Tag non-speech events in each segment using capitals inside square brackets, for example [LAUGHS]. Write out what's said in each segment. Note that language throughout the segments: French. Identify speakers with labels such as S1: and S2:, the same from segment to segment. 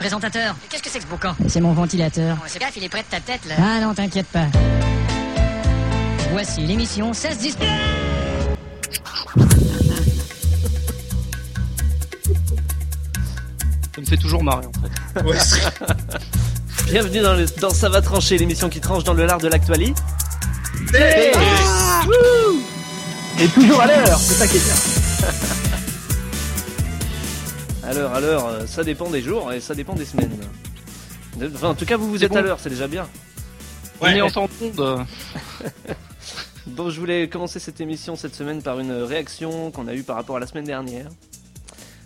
S1: présentateur. Qu'est-ce que c'est que ce boucan
S2: C'est mon ventilateur.
S1: C'est gaffe, il est près de ta tête, là.
S2: Ah non, t'inquiète pas.
S1: Voici l'émission 16-10.
S3: Ça me fait toujours marrer en fait.
S4: [LAUGHS]
S5: Ouais, c'est-
S6: Bienvenue dans, le- dans Ça va trancher, l'émission qui tranche dans le lard de l'actualité.
S4: Et toujours à l'heure, c'est ça qui est bien.
S6: À l'heure, à l'heure, euh, ça dépend des jours et ça dépend des semaines. Enfin, en tout cas, vous vous
S3: C'est
S6: êtes à
S3: bon.
S6: l'heure, c'est déjà bien.
S3: On est
S5: ouais.
S3: en temps de monde.
S6: [LAUGHS]
S3: euh,
S6: Bon, je voulais commencer cette émission cette semaine par une réaction qu'on a eue par rapport à la semaine dernière.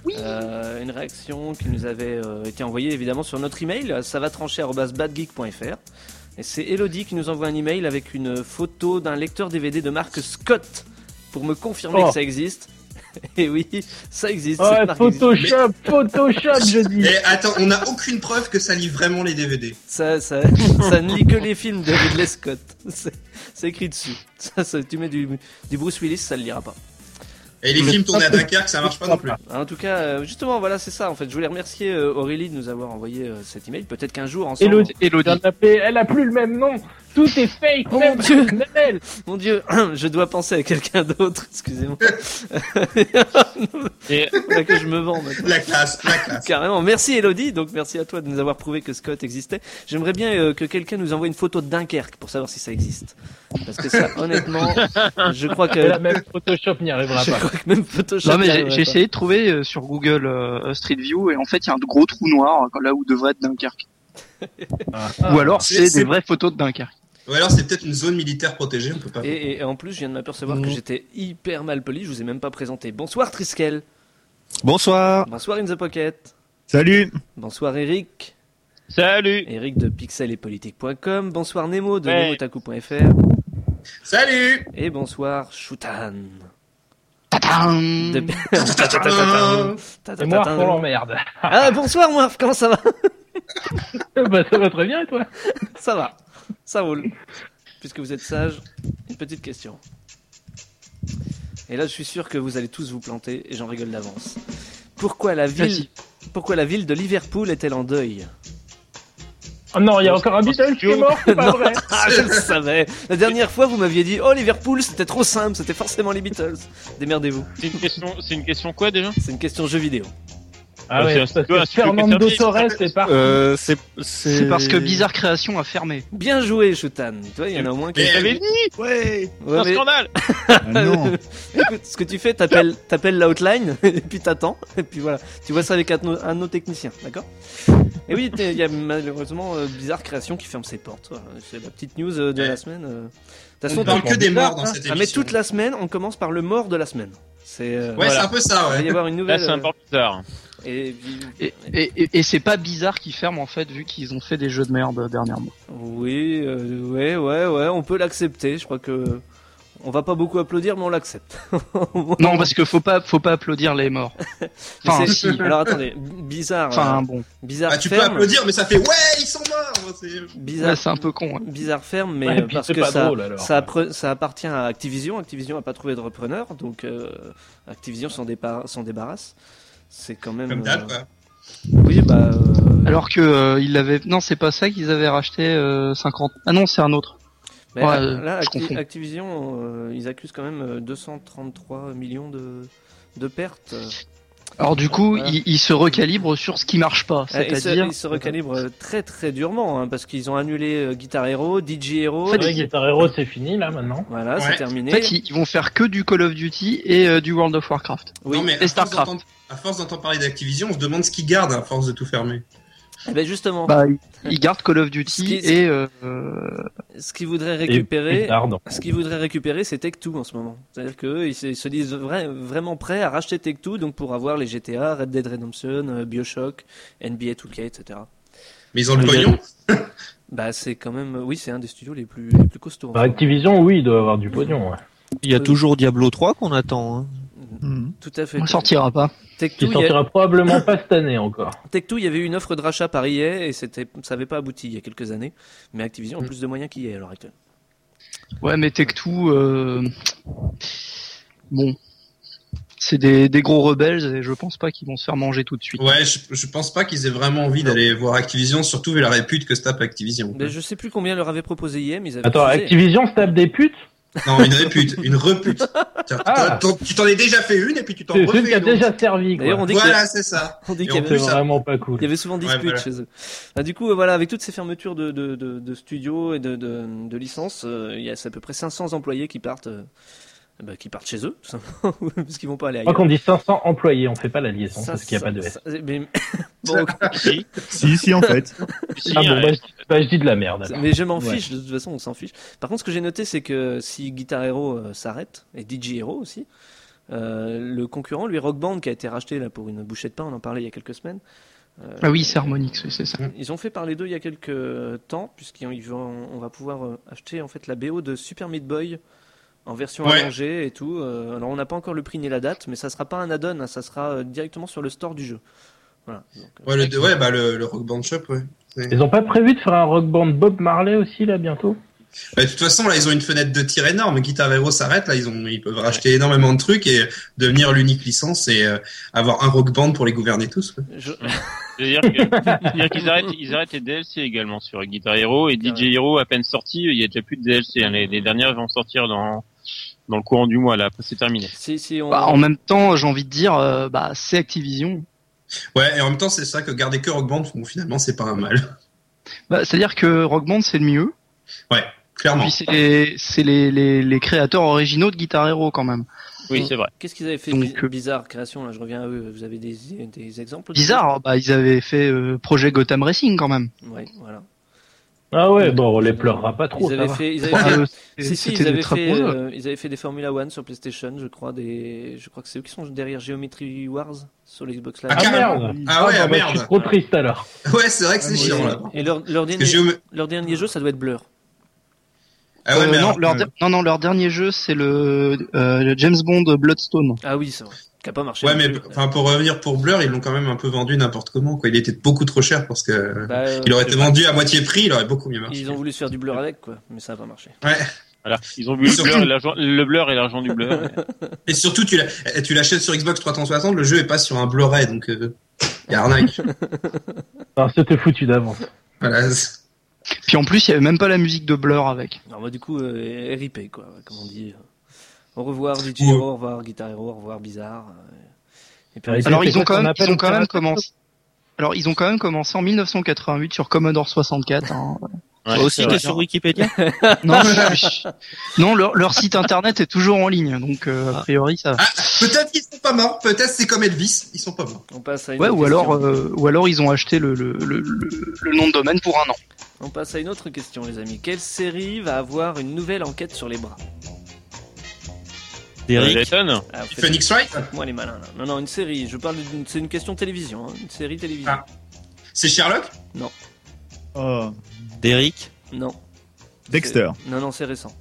S6: Oui. une réaction qui nous avait euh, été envoyée évidemment sur notre email, ça va badgeek.fr. Et c'est Elodie qui nous envoie un email avec une photo d'un lecteur DVD de marque Scott pour me confirmer
S4: Oh.
S6: que ça existe. [LAUGHS] Et oui, ça
S7: Oh,
S6: existe.
S4: Ah Ouais,
S6: cette marque existe.
S4: Photoshop, Photoshop, je dis.
S5: Et attends, on n'a aucune preuve que ça lit vraiment les DVD.
S6: Ça,
S4: [LAUGHS]
S6: ça, ça ne lit que les films de Ridley Scott. C'est c'est écrit dessus. Ça, ça- tu mets du, du Bruce Willis, ça ne le lira pas.
S5: Et les
S4: Mais
S5: films tournés à
S4: ça, c'est-
S5: Dunkerque, ça marche pas non plus.
S6: En tout cas, euh, justement, voilà, c'est ça. En fait, je voulais remercier euh, Aurélie de nous avoir envoyé euh, cet email. Peut-être qu'un jour, ensemble.
S4: Elodie.
S3: Elodie.
S4: Elle a, elle a plus le même nom. Tout est fake,
S6: Oh
S4: même
S6: mon Dieu.
S4: même elle.
S6: Mon Dieu, [CLEARS THROAT] je dois penser à quelqu'un d'autre. [LAUGHS] Excusez-moi.
S3: Et-
S6: [LAUGHS] Faudrait que je me vends maintenant.
S5: La classe, la classe.
S6: Carrément. Merci Elodie. Donc merci à toi de nous avoir prouvé que Scott existait. J'aimerais bien euh, que quelqu'un nous envoie une photo de Dunkerque pour savoir si ça existe. Parce que ça,
S4: [LAUGHS]
S6: honnêtement, je crois que,
S4: Et là, même Photoshop n'y arrivera
S6: je [LAUGHS]
S4: pas.
S6: crois que même Photoshop.
S3: Ah, bah. Non mais
S6: n'y
S3: j'ai-
S6: arriverait
S3: j'ai
S6: pas.
S3: essayé de trouver euh, sur Google euh, Street View et en fait il y a un gros trou noir euh, là où devrait être Dunkerque. Ou alors
S5: C'est-
S3: c'est
S5: c'est-
S3: des vraies photos de Dunkerque.
S5: Ou alors c'est peut-être une zone militaire protégée, on peut pas.
S6: Et, et- et en plus, je viens de m'apercevoir que j'étais hyper mal poli. Je vous ai même pas présenté. Bonsoir Triskel.
S8: Bonsoir.
S6: Bonsoir In the Pocket.
S8: Salut.
S6: Bonsoir Eric.
S9: Salut
S6: Eric de pixel et politique.com. Bonsoir Nemo de
S9: Ouais.
S6: nemotaku.fr.
S5: Salut
S6: Et bonsoir Shoutan.
S3: Tadam
S6: De- [LAUGHS]
S5: Tadam
S4: Et moi, oh, on l'emmerde.
S6: Ah, bonsoir Moirf, comment ça va
S4: [LAUGHS] bah, ça va très bien, et toi
S6: Ça va, ça roule. Puisque vous êtes sage, une petite question. Et là, je suis sûr que vous allez tous vous planter, et j'en rigole d'avance. Pourquoi la ville, pourquoi la ville de Liverpool est-elle en deuil
S4: Oh non, il y a encore un Beatle qui est mort, c'est pas
S6: Non.
S4: vrai.
S6: Ah, [LAUGHS] je le savais. La dernière fois, vous m'aviez dit, oh Liverpool, c'était trop simple, c'était forcément les Beatles. Démerdez-vous.
S9: C'est une question, c'est une question quoi déjà
S6: C'est une question jeu vidéo.
S4: Ah
S9: Bah,
S4: ouais,
S9: c'est
S4: parce
S9: un studio, Ah,
S4: que
S9: un studio
S4: Fernando
S9: qui est
S4: Torres est parti.
S8: Euh, c'est
S3: C'est parce que Bizarre Création a fermé.
S6: Bien joué, Shutan. Tu vois, il y en a au moins qui.
S5: Mais-
S9: Vous l'avez dit
S8: Ouais.
S9: C'est
S6: Ouais,
S9: un
S6: mais-
S9: scandale
S8: Ah, non.
S6: Écoute, ce que tu fais, t'appelles, t'appelles l'outline, [LAUGHS] et puis t'attends, et puis voilà. Tu vois ça avec un de nos, un de nos techniciens, d'accord Et oui, t'es- il y a malheureusement euh, Bizarre Création qui ferme ses portes. Voilà, C'est la petite news euh, de
S5: Ouais.
S6: la semaine. euh. De toute
S5: On parle que des morts dans
S6: hein.
S5: cette
S6: Ah, mais
S5: émission.
S6: toute la semaine, on commence par le mort de la semaine. C'est. euh,
S5: Ouais,
S9: Voilà.
S5: c'est un peu ça,
S6: Il va y
S5: ouais.
S6: avoir une
S9: Là,
S6: nouvelle.
S9: c'est un
S6: euh,
S9: peu bizarre.
S6: et puis-
S3: Et, et, et- et c'est pas Bizarre qui ferme en fait vu qu'ils ont fait des jeux de merde euh, dernièrement.
S6: Oui, euh, ouais, ouais, ouais, on peut l'accepter. Je crois que. On va pas beaucoup applaudir, mais on l'accepte. [LAUGHS]
S3: Non parce que faut pas faut pas applaudir les morts.
S6: Mais
S3: Enfin
S6: c'est-
S3: si.
S6: Alors attendez, bizarre.
S3: Enfin
S6: euh,
S3: bon.
S6: bizarre
S5: Bah, tu peux
S6: ferme.
S5: applaudir, mais ça fait ouais, ils sont morts. c'est-
S6: Bizarre,
S3: Ouais, c'est un peu con. hein.
S6: bizarre ferme, mais
S4: Ouais,
S6: euh,
S4: puis
S6: parce
S4: c'est
S6: que
S4: pas
S6: ça,
S4: drôle, alors.
S6: ça, appre- ça appartient à Activision. Activision n'a pas trouvé de repreneur, donc euh, Activision s'en dépa- s'en débarrasse. C'est quand même.
S5: Comme
S6: euh,
S5: dalle, quoi.
S6: Oui, bah. euh,
S3: Alors que euh, ils l'avaient non c'est pas ça qu'ils avaient racheté euh, 50. Ah non c'est un autre.
S6: mais,
S3: ouais,
S6: là,
S3: euh,
S6: là,
S3: je
S6: Acti-
S3: confonds.
S6: Activision, euh, ils accusent quand même euh, 233 millions de, de pertes. euh,
S3: Alors du coup
S6: Voilà.
S3: ils, ils se recalibrent sur ce qui marche pas.
S6: Ah, Ils se,
S3: C'est-à-dire
S6: ils se recalibrent euh, très très durement hein, parce qu'ils ont annulé euh, Guitar Hero, DJ Hero.
S3: En fait,
S4: Ouais,
S3: ils-
S4: Guitar Hero, c'est fini, là, maintenant.
S6: Voilà,
S5: Ouais.
S6: c'est terminé.
S3: en fait ils, ils vont faire que du Call of Duty et euh, du World of Warcraft.
S6: Oui,
S5: non, mais
S3: et
S5: à force,
S3: Starcraft.
S5: d'entendre, à force d'entendre parler d'Activision, on se demande ce qu'ils gardent à force de tout fermer.
S6: Eh ben, justement,
S3: Bah ils, ils gardent Call of Duty
S6: Ce qui-
S3: et euh, euh,
S6: ce qu'ils voudraient
S4: Et
S6: récupérer,
S4: plus tard, non.
S6: ce qu'ils voudraient récupérer, c'est Tech2 en ce moment. C'est-à-dire qu'eux, ils se ils se disent vra- vraiment prêts à racheter Tech2 donc pour avoir les GTA, Red Dead Redemption, euh, Bioshock, NBA 2K, etc.
S5: Mais ils ont le
S4: Ouais,
S5: pognon.
S6: Bah, c'est quand même, oui, c'est un des studios les plus, les plus costauds. en
S4: Bah,
S6: ce
S4: Activision, oui, il doit avoir du pognon, ouais.
S10: Il y
S6: Euh,
S10: a toujours Diablo 3 qu'on attend. hein.
S6: moment.
S8: Mhm.
S6: Tout à fait.
S3: on sortira pas.
S6: Tech2,
S4: Qui
S6: il y a-
S4: sortira probablement pas cette année encore.
S6: Tech2, il y avait eu une offre de rachat par EA et c'était, ça n'avait pas abouti il y a quelques années. Mais Activision a
S5: Mm.
S6: plus de moyens qu'EA à l'heure actuelle.
S3: Ouais, mais Tech2, euh... bon, C'est des, des gros rebelles et je pense pas qu'ils vont se faire manger tout de suite.
S5: Ouais, je, je pense pas qu'ils aient vraiment envie d'aller voir Activision, surtout vu la répute que se tape Activision.
S6: Mais je sais plus combien leur avait proposé IM, ils avaient
S4: Mm. Attends,
S6: refusé.
S4: Activision se tape des putes
S5: Non, une répute, une repute. Tiens,
S4: Ah.
S5: t'en- Tu t'en es déjà fait une et puis tu t'en
S4: C'est
S5: refais
S4: celle qui a
S5: une. autre.
S4: déjà servi, quoi.
S6: D'ailleurs, on dit que-
S5: Voilà, c'est ça.
S6: On dit
S5: Et
S6: qu'il y
S5: en
S6: avait-
S4: C'est
S5: plus, ça-
S4: vraiment pas
S6: Il y
S4: cool.
S6: avait souvent dispute
S5: Ouais, voilà.
S6: chez eux. Ah, du coup, euh, voilà, avec toutes ces fermetures de, de, de, de studios et de, de, de licences, euh, il y a c'est à peu près 500 employés qui partent, euh, bah, qui partent chez eux, tout simplement, [LAUGHS] parce qu'ils vont pas aller
S4: Moi,
S6: ailleurs.
S4: qu'on dit 500 employés, on fait pas la liaison
S6: Ça,
S4: parce qu'il n'y a pas
S6: ça,
S4: de S.
S6: ça,
S5: [LAUGHS]
S6: mais, bon, [LAUGHS]
S9: Si,
S8: Si, si, en fait.
S9: si,
S4: Ah bon,
S9: euh,
S4: bah, je- bah, je dis de la merde. alors.
S6: mais je m'en
S4: Ouais.
S6: fiche, de toute façon, on s'en fiche. Par contre, ce que j'ai noté, c'est que si Guitar Hero euh, s'arrête, et DJ Hero aussi, euh, le concurrent, lui, Rock Band, qui a été racheté là pour une bouchée de pain, on en parlait il y a quelques semaines. euh,
S3: Ah oui, c'est Harmonix, oui, c'est ça.
S5: Mm.
S6: Ils ont fait parler d'eux il y a quelques temps, puisqu'on va pouvoir euh, acheter en fait la BO de Super Meat Boy en version
S5: Ouais.
S6: allongée et tout. Euh, Alors on n'a pas encore le prix ni la date, mais ça sera pas un add-on, hein, ça sera euh, directement sur le store du jeu. Voilà. Donc, euh,
S5: Ouais, le, ouais, bah, le, le Rock Band Shop, ouais.
S4: Ils ont pas prévu de faire un rock band Bob Marley aussi, là, bientôt
S5: Bah, de toute façon, là, ils ont une fenêtre de tir énorme. Guitar Hero s'arrête, là, ils ont, ils peuvent racheter énormément de trucs et devenir l'unique licence et euh, avoir un rock band pour les gouverner tous. quoi.
S6: je-
S9: C'est-à-dire que- c'est-à-dire qu'ils arrêtent, ils arrêtent les DLC également sur Guitar Hero et DJ Hero à peine sorti, il y a déjà plus de DLC. hein. Les, les dernières vont sortir dans dans le courant du mois là. Après c'est terminé.
S6: si, si on...
S3: Bah, en même temps, j'ai envie de dire, euh, bah, c'est Activision.
S5: Ouais, et en même temps, c'est ça que garder que rock band, bon, finalement, c'est pas un mal. [LAUGHS]
S3: Bah, C'est-à-dire que Rock Band, c'est le mieux.
S5: Clairement.
S3: Puis c'est les, c'est les, les, les créateurs originaux de Guitar Hero quand même.
S9: Oui, c'est vrai.
S6: Qu'est-ce qu'ils avaient fait
S3: Donc,
S6: bi-
S3: euh,
S6: bizarre création là Je reviens à eux. Vous avez des, des exemples
S3: Bizarre, bah, ils avaient fait euh, projet Gotham Racing quand même.
S6: Ouais, voilà.
S4: Ah ouais, bon, on les pleurera pas trop.
S6: Ils
S4: ça
S6: avaient
S4: va.
S6: fait,
S3: [LAUGHS]
S6: ils avaient
S3: Enfin,
S6: fait-
S3: euh,
S6: Ah, Si, si,
S3: c'était
S6: ils
S3: des
S6: avaient,
S3: très
S6: fait,
S3: bons jeux.
S6: euh, ils avaient fait des Formula One sur PlayStation, je crois. Des... Je crois que c'est eux qui sont derrière Geometry Wars sur l'Xbox Live.
S5: Ah,
S4: Ah
S5: carrément.
S8: Euh,
S4: merde
S5: Ah ouais, ah,
S4: bah, Je
S5: merde.
S4: suis trop triste alors.
S5: Ouais, c'est vrai que c'est
S6: Et-
S5: chiant, là.
S6: Et leur, leur,
S5: Parce que
S6: dernier,
S5: Géom-
S6: leur dernier jeu, ça doit être Blur.
S5: Ah ouais,
S3: Euh,
S5: mais
S3: non,
S5: alors-
S3: leur der- non, non, leur dernier jeu, c'est le euh, le James Bond Bloodstone.
S6: Ah oui, c'est vrai. Qui a pas marché.
S5: Ouais,
S6: non
S5: mais
S6: plus.
S5: enfin pour revenir pour Blur, ils l'ont quand même un peu vendu n'importe comment. Quoi. Il était beaucoup trop cher parce que euh,
S6: Bah, euh,
S5: il aurait été vendu à moitié prix, il aurait beaucoup mieux marché.
S6: Ils ont voulu se faire du Blur avec, quoi. Mais ça a pas marché.
S9: Voilà. Ils ont vu le
S5: Surtout-
S9: blur et l'argent, le blur et l'argent du blur.
S5: Et surtout, tu l'as- eh, tu l'achètes sur Xbox 360, le jeu est pas sur un Blu-ray, donc euh, y a [LAUGHS] arnaque.
S4: Enfin, c'était foutu
S6: [LAUGHS]
S4: d'avance.
S5: voilà. c'est-
S3: Puis en plus, il y avait même pas la musique de Blur avec.
S6: Alors, bah, du coup, euh, RIP, quoi. Comme on dit. Au revoir, DJ
S5: Ouais.
S6: Hero, au revoir, Guitar Hero, au revoir, Bizarre. euh, Et puis,
S4: Ouais,
S6: on-
S4: c'est-
S3: Alors ils
S4: ça
S3: ont quand
S4: qu'on
S3: même,
S4: appelle
S3: ils ont quand
S4: un
S3: même
S4: pirate
S3: commencé. Alors ils ont quand même commencé en 1988 sur Commodore 64. hein.
S9: Ouais,
S10: Toi aussi,
S9: c'est
S10: t'es
S9: vrai.
S10: sur Wikipédia
S3: Non, [LAUGHS] non, leur, leur site internet est toujours en ligne, donc euh, a priori ça. va.
S5: Ah, peut-être qu'ils sont pas morts, peut-être c'est comme Elvis, ils sont pas morts.
S6: on passe à une
S3: Ouais,
S6: autre
S3: ou alors,
S6: question.
S3: euh, ou alors ils ont acheté le, le, le, le- le nom de domaine pour un an.
S6: On passe à une autre question, les amis. Quelle série va avoir une nouvelle enquête sur les bras
S9: Euh,
S10: Derrick
S9: Layton
S6: Ah, vous faites-
S5: Phoenix Wright,
S6: Moi, les malins, là. Non, non, une série. Je parle d'une. C'est une question télévision. hein, Une série télévision.
S5: Ah. c'est Sherlock.
S8: Oh,
S10: Derrick
S6: Non.
S8: Dexter.
S6: C'est- Non, non, c'est récent.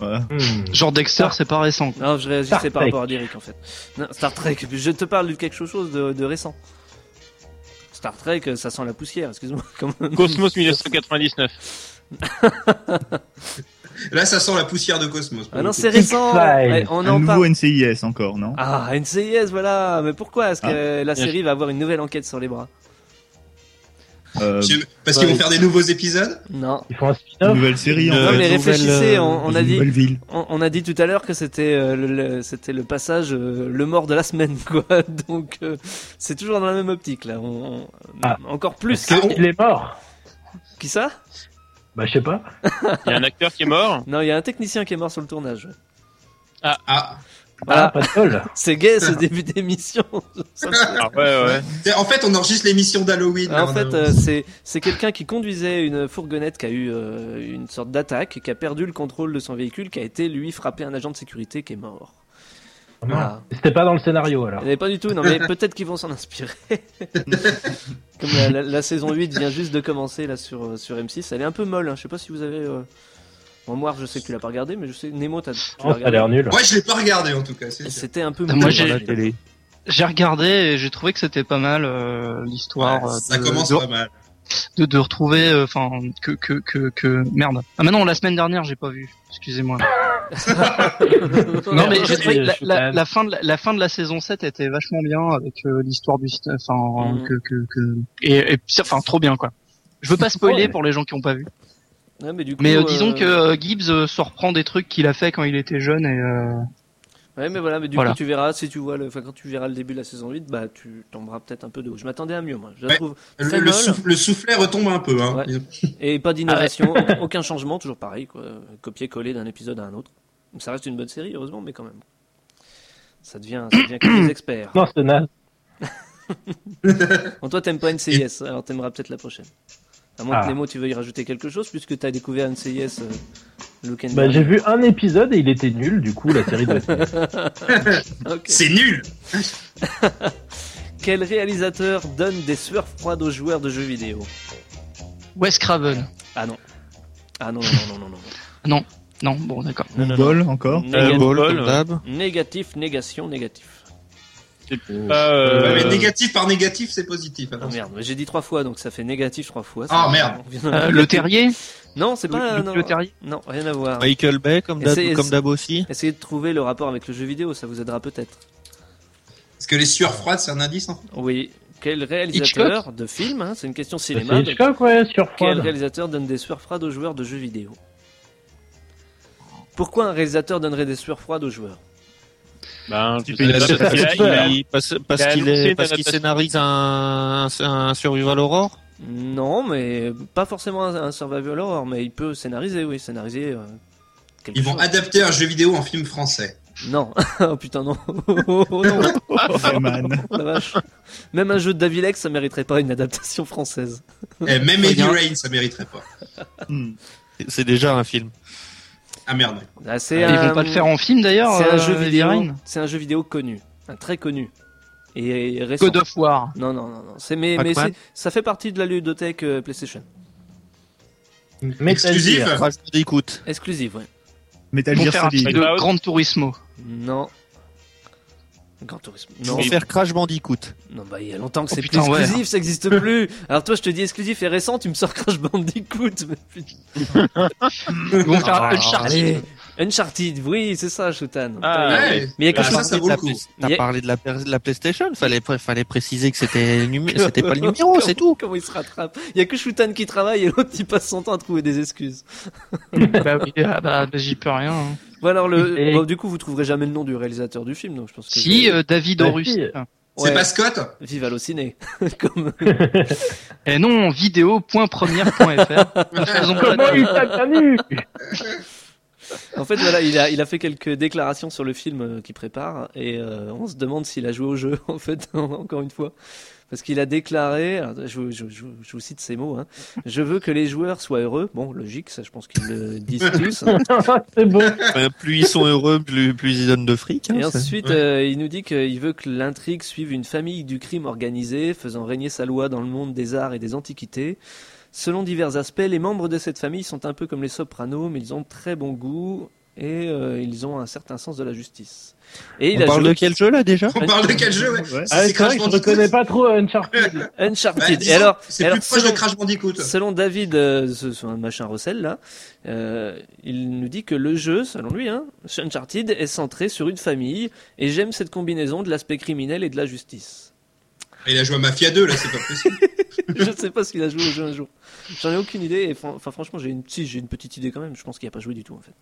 S8: Ouais.
S4: Hmm.
S3: Genre Dexter, c'est pas récent.
S6: Non, je réagissais
S4: Star
S6: par
S4: Trek.
S6: rapport à Derek, en fait. Non, Star Trek. Je te parle de quelque chose de, de récent. Star Trek, ça sent la poussière, excuse-moi. [LAUGHS] Comme...
S9: Cosmos 1999.
S5: Là, ça sent la poussière de Cosmos. pour
S6: Ah
S5: le
S6: non,
S5: coup.
S6: c'est récent.
S4: File.
S6: Ouais, on
S8: Un
S6: en
S8: nouveau
S6: parle.
S8: NCIS encore, non
S6: Ah, NCIS, voilà. Mais pourquoi est-ce que
S8: Ah.
S6: euh, la série va avoir une nouvelle enquête sur les bras
S8: euh,
S5: Je- Parce qu'ils vont faire des nouveaux épisodes.
S6: Non.
S4: Ils font un
S8: une
S4: spin-off
S8: Nouvelle série, en
S10: Non,
S8: fait.
S6: mais réfléchissez,
S8: Nouvelle, euh,
S6: on- on a dit-
S8: Nouvelle ville.
S6: On, on a dit tout à l'heure que c'était euh, le, le- c'était le passage, euh, le mort de la semaine, [LAUGHS] quoi. Donc, euh, c'est toujours dans la même optique, là. On, on-
S4: Ah.
S6: Encore plus.
S5: Ah, on-
S4: Il est mort
S6: Qui ça
S4: Bah, je sais pas.
S9: Il y a un acteur qui est mort.
S6: Non, il y a un technicien qui est mort sur le tournage.
S5: Ah.
S4: Ah,
S6: Voilà,
S4: pas de bol.
S6: c'est gay ce [LAUGHS] début d'émission. Ça, c'est-
S9: Ah, ouais, ouais.
S5: En fait, on enregistre l'émission d'Halloween. là,
S6: en
S5: on
S6: fait,
S5: a-
S6: euh, c'est c'est quelqu'un qui conduisait une fourgonnette qui a eu euh, une sorte d'attaque, et qui a perdu le contrôle de son véhicule, qui a été lui frapper un agent de sécurité qui est mort. Voilà.
S4: C'était pas dans le scénario alors.
S6: Mais pas du tout, non, mais peut-être qu'ils vont s'en inspirer. [LAUGHS] Comme la, la- la saison 8 vient juste de commencer là sur, euh, sur M6, elle est un peu molle, hein. je sais pas si vous avez. Euh... Bon, Moire, je sais que tu l'as pas regardé, mais je sais, Nemo, t'as- tu l'as
S4: Non, ça a
S6: regardé.
S4: l'air nul.
S5: Ouais, je l'ai pas regardé en tout cas. c'est sûr.
S6: C'était un peu
S3: Oh, Ah, Moi,
S6: molle. hein.
S3: j'ai-
S6: [LAUGHS]
S10: la télé.
S3: J'ai regardé et j'ai trouvé que c'était pas mal euh, l'histoire euh,
S5: Ça
S3: de,
S5: commence
S3: de,
S5: pas mal.
S3: de, euh, de retrouver, enfin que, que que que merde. Ah mais non, la semaine dernière j'ai pas vu. Excusez-moi. Non mais j'ai trouvé que la,
S9: Je-
S3: la- la fin de la, la fin de la saison 7 était vachement bien avec euh, l'histoire du st- enfin
S6: Mhm.
S3: que, que, que- et, et c'est- enfin trop bien quoi. Je veux pas spoiler pour les gens qui ont pas vu.
S6: Ouais, mais du coup,
S3: Mais euh, disons
S6: euh,
S3: que euh, Gibbs euh, se reprend des trucs qu'il a fait quand il était jeune et euh,
S6: Ouais, mais voilà, mais du
S3: Voilà.
S6: coup, tu verras, si tu vois le, enfin, quand tu verras le début de la saison 8, bah, tu tomberas peut-être un peu de haut. Je m'attendais à mieux, moi. Je la
S5: Ouais.
S6: trouve.
S5: Le,
S6: Très
S5: le
S6: molle.
S5: souff- le soufflet retombe un peu. Hein.
S6: Ouais.
S5: Disons.
S6: Et pas d'innovation, au- aucun changement, toujours pareil, quoi. Copier-coller d'un épisode à un autre. Ça reste une bonne série, heureusement, mais quand même. Ça devient, ça devient comme des experts.
S4: Non, c'est naze.
S6: Bon, toi, t'aimes pas NCIS, alors t'aimeras peut-être la prochaine. À moins
S4: Ah.
S6: que Nemo, tu veuilles rajouter quelque chose, puisque t'as découvert NCIS euh, le week-end
S4: Bah, j'ai
S6: dernier.
S4: vu un épisode et il était nul, du coup, la série doit
S6: [LAUGHS]
S4: être nulle.
S6: Ok.
S5: C'est nul.
S6: Quel réalisateur donne des sueurs froides aux joueurs de jeux vidéo
S3: Wes Craven.
S6: Ah non. Ah non, non, non, non, non, non.
S3: Non, bon d'accord.
S6: Non, non,
S8: Ball encore
S6: non.
S9: Euh,
S6: Négatif,
S9: Ball,
S10: comme
S9: ouais.
S10: d'hab.
S6: négatif, négation, négatif.
S9: Ah, euh,
S5: Ouais, mais
S9: euh,
S5: négatif par négatif, c'est positif.
S6: Ah
S5: attention.
S6: merde, mais j'ai dit trois fois, donc ça fait négatif trois fois.
S5: Ah,
S6: Ça- [LAUGHS]
S5: merde.
S6: on vient-
S3: Euh, le Terrier.
S6: Non, c'est pas...
S3: Le-
S6: non,
S3: le Terrier.
S6: non, rien à voir.
S10: Michael Bay, comme
S6: Et
S10: d'hab,
S6: c'est-
S10: comme d'hab aussi.
S6: Essayez de trouver le rapport avec le jeu vidéo, ça vous aidera peut-être.
S5: Parce que les sueurs froides, c'est un indice. Hein.
S6: Oui. Quel réalisateur de film, hein, c'est une question cinéma,
S4: C'est
S6: donc
S4: Hitchcock, ouais, sur
S6: Quel
S4: froid.
S6: réalisateur donne des sueurs froides aux joueurs de jeux vidéo Pourquoi un réalisateur donnerait des sueurs froides aux joueurs
S9: ben, je
S8: Il a-
S9: sais pas, parce
S8: il a-
S9: qu'il a- il a-
S10: Il- parce parce
S9: il a
S10: qu'il
S9: annoncé
S10: est-
S9: une
S10: parce qu'il
S9: adaptation.
S10: scénarise un, un Survival Aurore
S6: Non, mais pas forcément un, un survival horror, mais il peut scénariser, oui, scénariser. euh, quelque
S5: Ils vont
S6: chose.
S5: adapter un jeu vidéo en film français.
S6: Non, [LAUGHS] oh putain non, Oh, non.
S8: Freeman.
S6: la vache. Même un jeu de Davilex, ça mériterait pas une adaptation française.
S5: Eh, même
S3: Très
S5: Heavy
S3: bien.
S5: Rain, ça mériterait pas.
S8: Hmm.
S10: C'est- C'est déjà un film.
S5: Ah merde.
S6: Ah, c'est
S3: Ils
S6: un-
S3: vont pas le faire en film d'ailleurs.
S6: C'est un
S3: euh,
S6: jeu
S3: Heavy
S6: vidéo.
S3: Rain.
S6: C'est un jeu vidéo connu, un très connu et récent.
S3: God of War.
S6: Non non non non, c'est mais, mais
S10: Pac-Man.
S6: c'est- ça fait partie de la ludothèque euh, PlayStation,
S4: Mais
S5: Exclusif.
S4: [LAUGHS]
S10: Ah, je l'écoute.
S6: exclusive, ouais.
S8: Metal
S3: Ils vont
S8: Gear
S3: faire un truc
S8: Solid.
S3: de
S9: Cloud.
S3: Gran Turismo.
S6: Non. Grand Tourisme.
S10: Ils
S6: Non,
S10: vont faire Crash Bandicoot.
S6: non, bah il y a longtemps que
S3: Oh,
S6: c'est
S3: putain,
S6: plus
S3: ouais.
S6: exclusif, ça existe plus. Alors toi, je te dis exclusif et récent, tu me sors Crash Bandicoot. mais putain.
S3: Ils vont faire Uncharted.
S6: Allez, Uncharted, oui, c'est ça, Shoutan.
S9: Ah,
S6: Putain,
S5: ouais.
S6: Mais il y a quelque
S5: Ah,
S6: chose.
S5: ça, ça vaut
S10: T'as
S5: le coup.
S6: Il y a-
S10: T'as parlé de la, de la PlayStation, fallait, pré- fallait préciser que c'était le [LAUGHS] numé- c'était pas le numéro, c'est tout.
S6: [LAUGHS] Comment il se rattrape Il y a que Shoutan qui travaille et l'autre il passe son temps à trouver des excuses.
S3: bah oui, ah bah, bah, j'y peux rien. hein.
S6: Bon alors le,
S4: Et-
S6: bon, du coup vous trouverez jamais le nom du réalisateur du film donc je pense que
S3: Si euh, David
S4: Bah,
S3: Horus.
S4: si.
S5: C'est
S6: Ouais.
S5: pas Scott
S6: vive à ciné [LAUGHS] comme
S3: Et non, vidéo.première.fr.
S6: [LAUGHS]
S3: Ils ont pas
S4: Comment
S3: de-
S4: il t'a connu
S6: En fait, voilà, il a, il a fait quelques déclarations sur le film euh, qu'il prépare et euh, on se demande s'il a joué au jeu, [LAUGHS] en fait, encore une fois. Parce qu'il a déclaré, alors, je, vous- je vous- je vous- je vous cite ces mots, hein, je veux que les joueurs soient heureux. Bon, logique, ça je pense qu'ils le disent tous.
S4: [LAUGHS]
S6: hein.
S4: C'est bon.
S10: [LAUGHS] Enfin, plus ils sont heureux, plus, plus ils donnent de fric. hein,
S6: Et
S10: c'est-
S6: ensuite, euh, il nous dit qu'il veut que l'intrigue suive une famille du crime organisé, faisant régner sa loi dans le monde des arts et des antiquités. Selon divers aspects, les membres de cette famille sont un peu comme les sopranos, mais ils ont très bon goût et euh, ils ont un certain sens de la justice. Et il
S10: On
S6: a
S10: parle
S6: joué
S10: de quel jeu là déjà
S5: On parle de quel jeu ouais.
S4: Ah,
S8: Ouais.
S5: C'est
S4: c'est vrai
S5: Crash
S4: que je
S5: Bandicoot.
S4: reconnais pas trop
S6: [LAUGHS]
S4: Uncharted.
S5: Bah,
S6: Uncharted.
S5: disons,
S6: et alors,
S5: c'est
S6: alors,
S5: plus proche
S6: selon,
S5: de Crash Bandicoot.
S6: selon David, euh, ce, ce machin Russell là, euh, il nous dit que le jeu, selon lui, hein, Uncharted est centré sur une famille et j'aime cette combinaison de l'aspect criminel et de la justice.
S5: Il a joué à Mafia 2, là, c'est pas possible.
S6: je ne sais pas s'il a joué au jeu un jour. J'en ai aucune idée. Et fran- enfin, franchement, j'ai une, si, j'ai une petite idée quand même. Je pense qu'il n'a pas joué du tout en fait.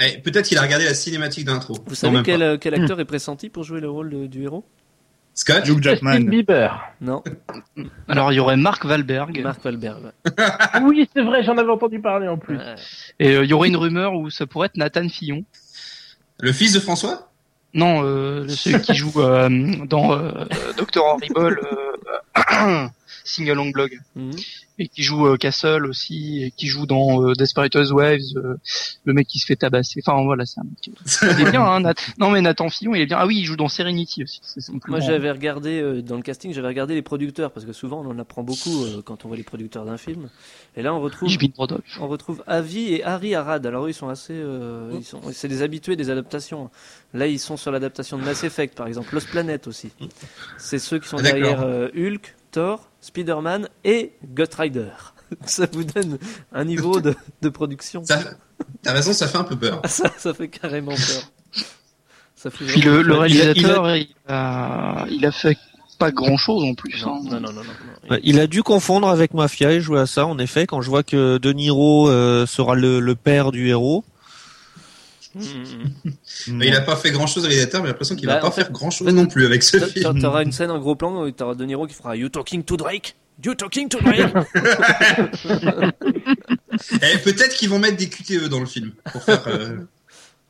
S5: Eh, Peut-être qu'il a regardé la cinématique d'intro.
S6: Vous
S5: Non,
S6: savez
S5: même
S6: quel,
S5: pas.
S6: euh, quel acteur est pressenti pour jouer le rôle de- du héros
S5: Scott
S4: Justin
S8: Hugh Jackman.
S4: Bieber.
S6: [LAUGHS] Non,
S3: Alors il y aurait Mark Wahlberg
S6: Mark Wahlberg. ouais.
S4: Oui, c'est vrai, j'en avais entendu parler en plus.
S6: Ouais.
S3: et euh, il y aurait une rumeur où ça pourrait être Nathan Fillon.
S5: Le fils de François
S3: Non, euh, celui qui joue euh, dans euh, Doctor Horrible, euh, [CLEARS THROAT] Single Long Blog,
S6: Mhm.
S3: et qui joue euh, Castle aussi, et qui joue dans euh, Desperate Housewives, euh, le mec qui se fait tabasser. Enfin voilà, c'est un mec. qui- Il est bien, hein, Nat- non mais Nathan Fillon, il est bien. Ah oui, il joue dans Serenity aussi. C'est son plus
S6: Moi,
S3: grand.
S6: j'avais regardé euh, dans le casting, j'avais regardé les producteurs parce que souvent on en apprend beaucoup euh, quand on voit les producteurs d'un film. Et là, on retrouve,
S3: Jimmy Brodock.
S6: on retrouve Avi et Harry Arad. Alors, eux, ils sont assez, euh, ils
S5: Mm.
S6: sont, c'est des habitués des adaptations. Là, ils sont sur l'adaptation de Mass Effect, par exemple, Lost Planet aussi. C'est ceux qui sont
S5: Ah, d'accord.
S6: derrière euh, Hulk, Thor, Spider-Man [LAUGHS] [LAUGHS] et Ghost Rider. Ça vous donne un niveau de, de production. Ah,
S5: ça, T'as raison, ça fait un peu peur.
S6: ça, ça fait carrément peur. Ça fout
S3: Puis
S6: vraiment
S3: le, le
S6: peur.
S3: réalisateur, il a, il a fait pas grand chose en plus.
S6: Non,
S3: hein.
S6: non, non, non. non, non.
S10: Ouais, Il a dû confondre avec Mafia et jouer à ça, en effet, quand je vois que De Niro euh, sera le, le père du héros.
S6: Mm,
S5: Mais Mm. Il a pas fait grand chose, réalisateur, mais j'ai l'impression qu'il
S6: Bah,
S5: va pas
S6: en fait-
S5: faire grand chose non plus avec ce
S6: T'a-
S5: film.
S6: t'a- T'auras une scène, un gros plan, où t'auras De Niro qui fera You talking to Drake You talking to
S5: [LAUGHS]
S6: Drake
S5: Eh, peut-être qu'ils vont mettre des QTE dans le film. Pour faire, euh,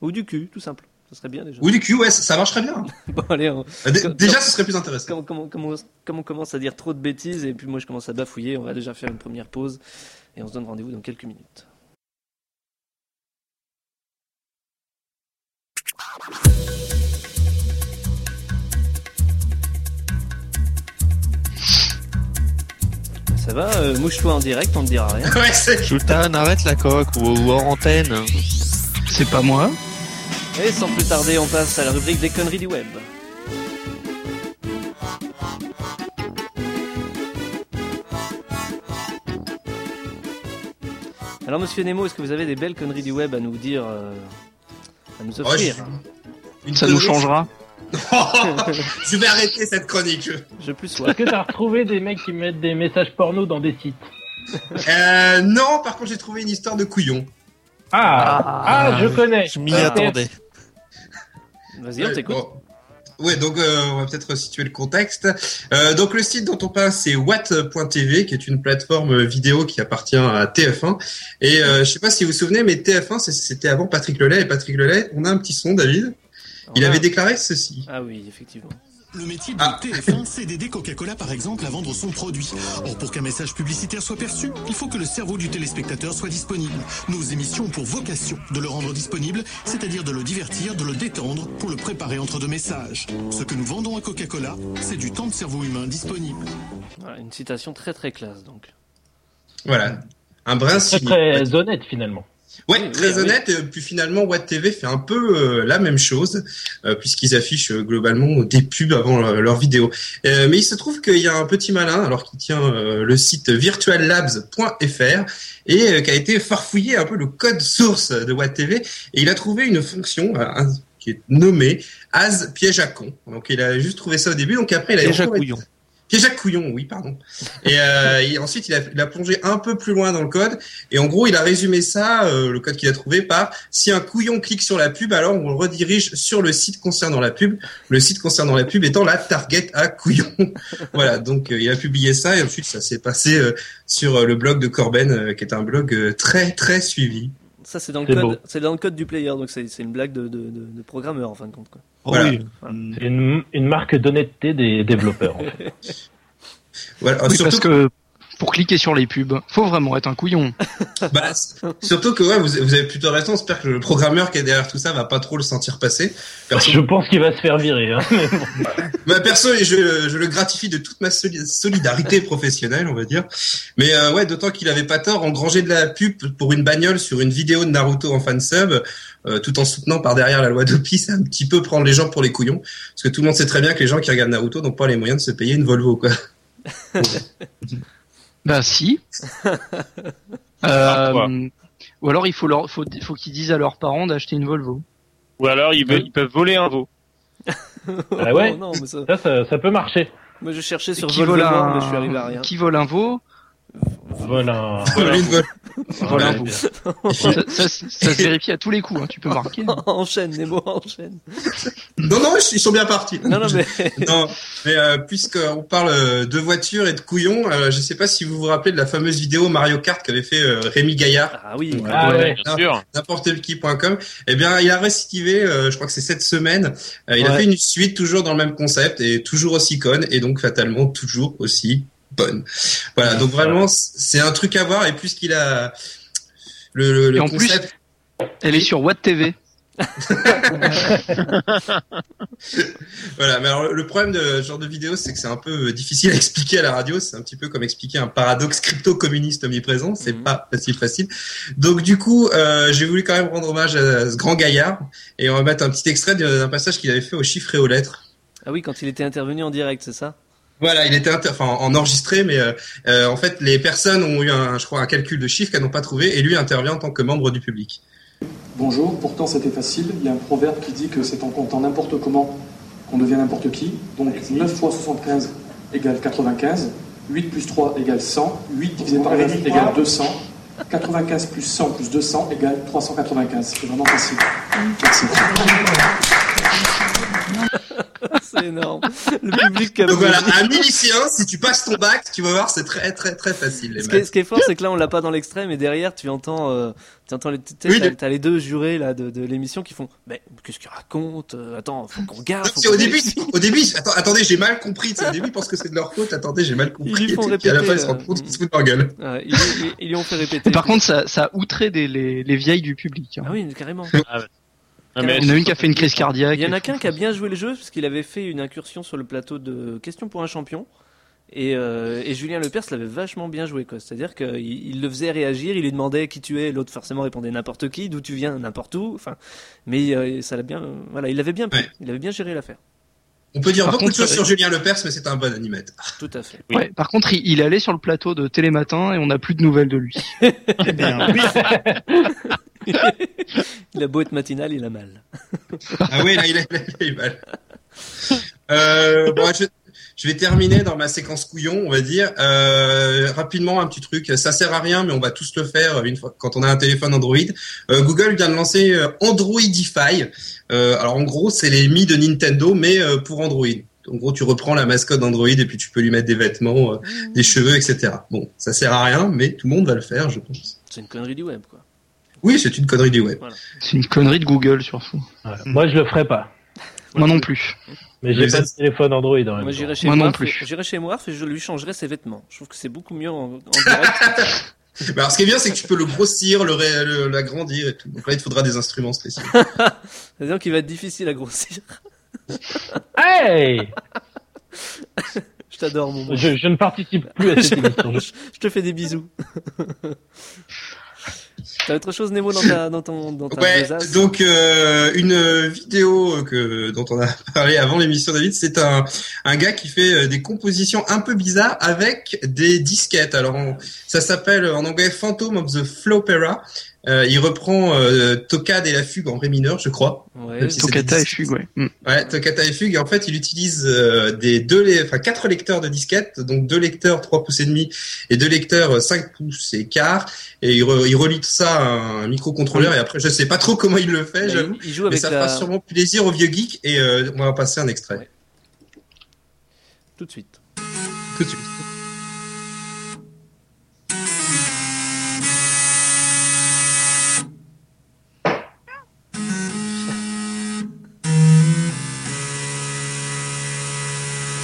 S6: Ou du cul, tout simple. Ça serait bien déjà.
S5: Ou du Q, ouais, ça- ça marcherait bien.
S6: Bon, allez, on-
S5: Ah, Dé-
S6: Comme-
S5: Déjà,
S6: comme-
S5: ce serait plus intéressant.
S6: comme, comme- comme on, comme on commence à dire trop de bêtises, et puis moi je commence à bafouiller, on va déjà faire une première pause, et on se donne rendez-vous dans quelques minutes. Ça va, euh, mouche-toi en direct, on ne dira rien.
S5: [LAUGHS] Ouais, c'est.
S10: Sultan, arrête la coque ou, ou hors antenne.
S3: C'est pas moi.
S6: Et sans plus tarder, on passe à la rubrique des conneries du web. Alors, monsieur Nemo, est-ce que vous avez des belles conneries du web à nous dire, euh, à nous
S5: Ouais,
S6: offrir
S5: Oh,
S6: hein
S5: je- une
S3: Ça nous
S5: connerie.
S3: changera.
S5: [LAUGHS] je vais arrêter cette chronique.
S6: Je plus
S4: Est-ce
S6: sois.
S4: que t'as retrouvé des mecs qui mettent des messages porno dans des sites
S5: Euh, non, par contre, j'ai trouvé une histoire de couillon.
S4: Ah, ah, je connais.
S10: Je m'y
S4: Ah.
S10: attendais.
S6: Euh, Vas-y, on
S5: Ouais,
S6: t'écoute.
S5: bon. Ouais, donc euh, on va peut-être situer le contexte. Euh, donc le site dont on parle, c'est Watt.tv, qui est une plateforme vidéo qui appartient à TF1. Et euh, je sais pas si vous vous souvenez, mais TF1, c'est- c'était avant Patrick Lelay. Et Patrick Lelay, on a un petit son, David. Il
S6: On a-
S5: avait déclaré ceci.
S6: Ah oui, effectivement.
S2: Le métier de
S5: Ah.
S2: TF1, c'est d'aider Coca-Cola par exemple à vendre son produit. Or pour qu'un message publicitaire soit perçu, il faut que le cerveau du téléspectateur soit disponible. Nos émissions ont pour vocation de le rendre disponible, c'est-à-dire de le divertir, de le détendre pour le préparer entre deux messages. Ce que nous vendons à Coca-Cola, c'est du temps de cerveau humain disponible.
S6: Voilà, une citation très très classe, donc.
S5: Voilà. Un brin
S4: Très
S5: cynique.
S4: très honnête finalement.
S5: Ouais,
S6: Oui,
S5: très
S6: oui,
S5: honnête. euh, Puis finalement, Watt TV fait un peu euh, la même chose, euh, puisqu'ils affichent euh, globalement des pubs avant euh, leurs vidéos. Euh, mais il se trouve qu'il y a un petit malin, alors qu'il tient euh, le site virtuallabs.fr, et euh, qui a été farfouillé un peu le code source de Watt TV, et il a trouvé une fonction euh, un- qui est nommée as piège à con. Donc il a juste trouvé ça au début, donc après il a
S10: Déjà
S5: encore été-
S10: couillon.
S5: Piège à couillon, oui, pardon. Et, euh, et ensuite, il a, il a plongé un peu plus loin dans le code. Et en gros, il a résumé ça, euh, le code qu'il a trouvé, par si un couillon clique sur la pub, alors on le redirige sur le site concernant la pub. Le site concernant la pub étant la target à couillon. [LAUGHS] voilà, donc euh, il a publié ça. Et ensuite, ça s'est passé euh, sur euh, le blog de Corben, euh, qui est un blog euh, très, très suivi.
S6: Ça, c'est dans, le
S4: C'est
S6: code-
S4: beau.
S6: c'est dans le code du player, donc c'est c'est une blague de, de, de- de programmeur en fin de compte. Quoi.
S10: Oh
S5: Voilà.
S10: oui.
S4: C'est Une, une marque d'honnêteté des développeurs.
S5: Voilà,
S3: Oui,
S5: surtout
S3: parce que pour cliquer sur les pubs, faut vraiment être un couillon.
S6: [LAUGHS]
S5: Bah, s- surtout que ouais, vous, vous avez plutôt raison. J'espère que le programmeur qui est derrière tout ça va pas trop le sentir passer. Perso,
S4: Je pense qu'il va se faire virer. Hein. mais bon.
S5: bah, perso je, je le gratifie de toute ma soli- solidarité professionnelle, on va dire. Mais euh, ouais, d'autant qu'il avait pas tort, engranger de la pub pour une bagnole sur une vidéo de Naruto en fansub, euh, tout en soutenant par derrière la loi d'Opi, c'est un petit peu prendre les gens pour les couillons. Parce que tout le monde sait très bien que les gens qui regardent Naruto n'ont pas les moyens de se payer une Volvo, quoi.
S6: [LAUGHS]
S3: Bah si.
S9: Ah, quoi.
S3: euh, ou alors il faut leur, faut, faut qu'ils disent à leurs parents d'acheter une Volvo.
S9: Ou alors ils, veulent- ils peuvent voler un veau.
S4: Ah ouais
S6: [LAUGHS] Oh non, mais ça-
S4: Ça, ça, ça peut marcher.
S6: moi, je cherchais sur
S3: qui
S6: Volvo,
S3: vole un,
S6: mais je suis arrivé à rien.
S3: qui vole un veau,
S4: Voilà.
S5: [LAUGHS] Une Volvo.
S3: vole un
S6: [LAUGHS]
S5: Ouais.
S3: veau. ça, ça, se- ça se vérifie à tous les coups, hein, tu
S6: [LAUGHS]
S3: peux marquer.
S6: [LAUGHS] enchaîne, Nemo, enchaîne.
S5: Non, non, ils sont bien partis.
S6: Non, non, mais
S5: Non, mais euh, puisqu'on parle euh, de voitures et de couillons, euh, je sais pas si vous vous rappelez de la fameuse vidéo Mario Kart qu'avait fait euh, Rémi Gaillard,
S6: [LAUGHS] ah oui,
S4: Ah ouais.
S9: Bien sûr.
S5: n'importe qui.com. Eh bien, il a récidivé, euh, je crois que c'est cette semaine. Euh, il a
S6: Ouais.
S5: fait une suite toujours dans le même concept et toujours aussi conne et donc fatalement toujours aussi bonne. Voilà, donc vraiment, c- c'est un truc à voir et puisqu'il a le, le, le
S3: Et en plus-
S5: concept.
S3: Elle est sur Watt TV.
S5: Voilà, mais alors le problème de ce genre de vidéo, c'est que c'est un peu euh, difficile à expliquer à la radio. C'est un petit peu comme expliquer un paradoxe crypto-communiste omniprésent. C'est
S6: Mhm.
S5: pas facile, facile. Donc du coup, euh, j'ai voulu quand même rendre hommage à ce grand gaillard et on va mettre un petit extrait de- d'un passage qu'il avait fait aux chiffres et aux lettres.
S6: ah oui, quand il était intervenu en direct, c'est
S5: [LAUGHS]
S6: ça
S5: Voilà, il était inter- enfin en enregistré, mais euh, euh, en fait, les personnes ont eu un, je crois, un calcul de chiffres qu'elles n'ont pas trouvé et lui intervient en tant que membre du public.
S11: Bonjour, pourtant c'était facile. Il y a un proverbe qui dit que c'est en comptant n'importe comment qu'on devient n'importe qui. Donc 9 fois 75 égale 95, 8 plus 3 égale 100, 8 divisé par
S4: Vous m'avez
S11: 9
S4: dit
S11: égale
S4: quoi
S11: 200, 95 plus 100 plus 200 égale 395. C'est vraiment facile. Merci.
S6: C'est énorme. Le public qui a
S5: Donc voilà,
S6: bougé.
S5: un milicien, si tu passes ton bac, tu vas voir, c'est très très très facile. Les
S6: Ce qui, est,
S5: maths.
S6: ce qui est fort, c'est que là, on l'a pas dans l'extrait, mais derrière, tu entends, euh, tu entends les, t'as,
S5: Oui,
S6: t'as-
S5: de-
S6: t'as les deux jurés là de, de l'émission qui font. Mais qu'est-ce qu'il raconte Euh, Attends, faut qu'on regarde.
S5: Non,
S6: faut
S5: c'est
S6: qu'on
S5: au début,
S6: réussisse.
S5: au début, attends, attendez, j'ai mal compris. tu sais, Au début, ils pensent que c'est de leur faute. Attendez, j'ai mal compris.
S6: Ils lui font
S5: Et puis, à la
S6: répéter,
S5: fin, ils se
S6: euh,
S5: rendent compte qu'ils se foutent de leur gueule.
S6: Ouais, ils, ils- ils lui ont fait répéter.
S3: Par contre, ça, ça a outré des, les, les vieilles du public. hein.
S6: ah oui, carrément.
S9: Ah,
S6: Il y
S3: Il y en a une qui a fait une crise cardiaque.
S6: Il y en a qu'un qui a bien joué le jeu parce qu'il avait fait une incursion sur le plateau de Question pour un champion. Et, euh, et Julien Lepers l'avait vachement bien joué, quoi. C'est-à-dire qu'il il le faisait réagir, il lui demandait qui tu es, l'autre forcément répondait n'importe qui, d'où tu viens, n'importe où. Enfin, mais euh, ça l'a bien, euh, voilà, il l'avait bien pris,
S5: Ouais.
S6: il avait bien géré l'affaire.
S5: On peut dire
S3: Par
S5: beaucoup
S3: contre,
S5: de choses
S3: euh,
S5: sur Julien Lepers, mais c'est un bon animateur.
S6: Tout à fait.
S9: Oui.
S3: Ouais, par contre, il, il allait sur le plateau de Télématin et on n'a plus de nouvelles de lui.
S8: Eh bien, oui.
S6: Il a beau être matinal, il a mal.
S5: Ah oui, là, il a, il a- il a eu mal. Euh, bon, je, je vais terminer dans ma séquence couillon, on va dire. Euh, rapidement, un petit truc. Ça sert à rien, mais on va tous le faire euh, une fois, quand on a un téléphone Android. Euh, Google vient de lancer euh, Androidify. Euh, alors, en gros, c'est les Mi de Nintendo, mais euh, pour Android. En gros, tu reprends la mascotte d'Android et puis tu peux lui mettre des vêtements, euh, des cheveux, etc. Bon, ça sert à rien, mais tout le monde va le faire, je pense.
S6: C'est une connerie du web, quoi.
S5: Oui, c'est une connerie du web.
S3: C'est une connerie de Google surtout.
S4: Voilà. Moi, je le ferai pas.
S3: Moi non plus.
S4: Mais
S5: Mais
S4: j'ai pas
S5: c'est-
S4: de téléphone Android hein, en même
S6: Moi,
S4: temps.
S6: j'irai chez
S3: Moi non
S6: Moirf et-
S3: plus.
S6: J'irai chez Moirf et je lui changerai ses vêtements. Je trouve que c'est beaucoup mieux en, en
S3: [LAUGHS]
S6: direct.
S5: Bah, alors, ce qui est bien, c'est que tu peux le grossir, le, ré- le- l'agrandir et tout. Donc là, il te faudra des instruments spéciaux.
S6: C'est-à-dire qu'il va être difficile à grossir. [LAUGHS]
S4: Hey
S6: Je t'adore, mon Moirf.
S4: je, je ne participe plus à cette émission. Je-
S6: Je te fais des bisous. [LAUGHS] T'as autre chose, Nemo, dans, ta, dans ton dans ta
S5: Ouais,
S6: besace
S5: donc euh, une vidéo que dont on a [LAUGHS] parlé avant l'émission David, c'est un un gars qui fait euh, des compositions un peu bizarres avec des disquettes. Alors on- ça s'appelle en anglais Phantom of the Flopera. Euh, il reprend euh, Toccade et la fugue en ré mineur, je crois.
S6: Ouais,
S5: même si c'est
S3: Tokata et
S5: des-
S3: Fugue, ouais. Mm.
S5: Ouais, Toccata et Fugue. Et en fait, il utilise euh, des deux, lé- enfin quatre lecteurs de disquettes, donc deux lecteurs 3 pouces et demi et deux lecteurs euh, 5 pouces et quart. Et il, re- il relie tout ça à un microcontrôleur. Et après, je sais pas trop comment il le fait.
S6: mais
S5: j'avoue.
S6: il, il joue
S5: Mais
S6: avec
S5: ça
S6: la...
S5: fera sûrement plaisir aux vieux geeks. Et euh, on va passer un extrait
S6: Ouais. Tout de suite.
S5: tout de suite.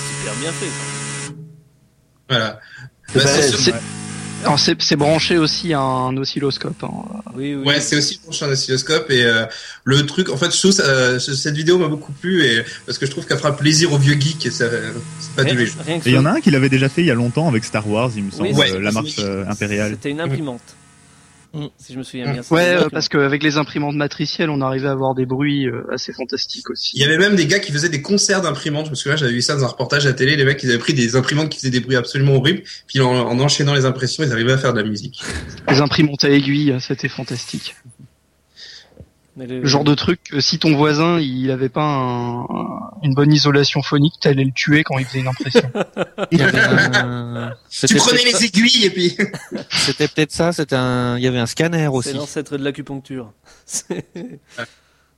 S6: Super bien fait. ça.
S5: Voilà. Bah,
S4: Ouais,
S5: c'est sûr-
S3: c'est- Alors, c'est c'est branché aussi à un oscilloscope. hein.
S6: Oui, oui.
S5: Ouais, c'est aussi branché un oscilloscope et euh, le truc. En fait, je trouve ça- euh, ce- cette vidéo m'a beaucoup plu et parce que je trouve qu'elle fera plaisir aux vieux geeks et ça, euh, c'est pas tous les
S6: rien,
S5: jours.
S6: rien que
S8: Et il y en
S6: ça.
S8: a un qui l'avait déjà fait il y a longtemps avec Star Wars, il me semble,
S5: Ouais.
S8: euh, la marche euh, impériale.
S6: C'était
S5: [LAUGHS]
S6: une imprimante.
S5: Mm.
S6: Si je me souviens bien. c'était
S3: Ouais,
S6: une
S3: euh,
S6: imprimante.
S3: parce qu'avec les imprimantes matricielles, on arrivait à avoir des bruits euh, assez fantastiques aussi.
S5: Il y avait même des gars qui faisaient des concerts d'imprimantes. Je me souviens, j'avais vu ça dans un reportage à la télé. Les mecs, ils avaient pris des imprimantes qui faisaient des bruits absolument horribles. Puis en, en enchaînant les impressions, ils arrivaient à faire de la musique.
S3: Les imprimantes à aiguille, c'était fantastique.
S6: Mais le-
S3: Le genre de truc, que si ton voisin, il avait pas un- un- une bonne isolation phonique, t'allais le tuer quand il faisait une [LAUGHS] impression.
S10: Il y avait un-
S5: [LAUGHS] Tu
S10: C'était
S5: prenais
S10: peut-être
S5: les
S10: ça-
S5: aiguilles et puis. [LAUGHS]
S10: c'était peut-être ça, c'était un, il y avait un scanner
S6: C'est
S10: aussi.
S6: l'ancêtre de l'acupuncture. [LAUGHS] C'est-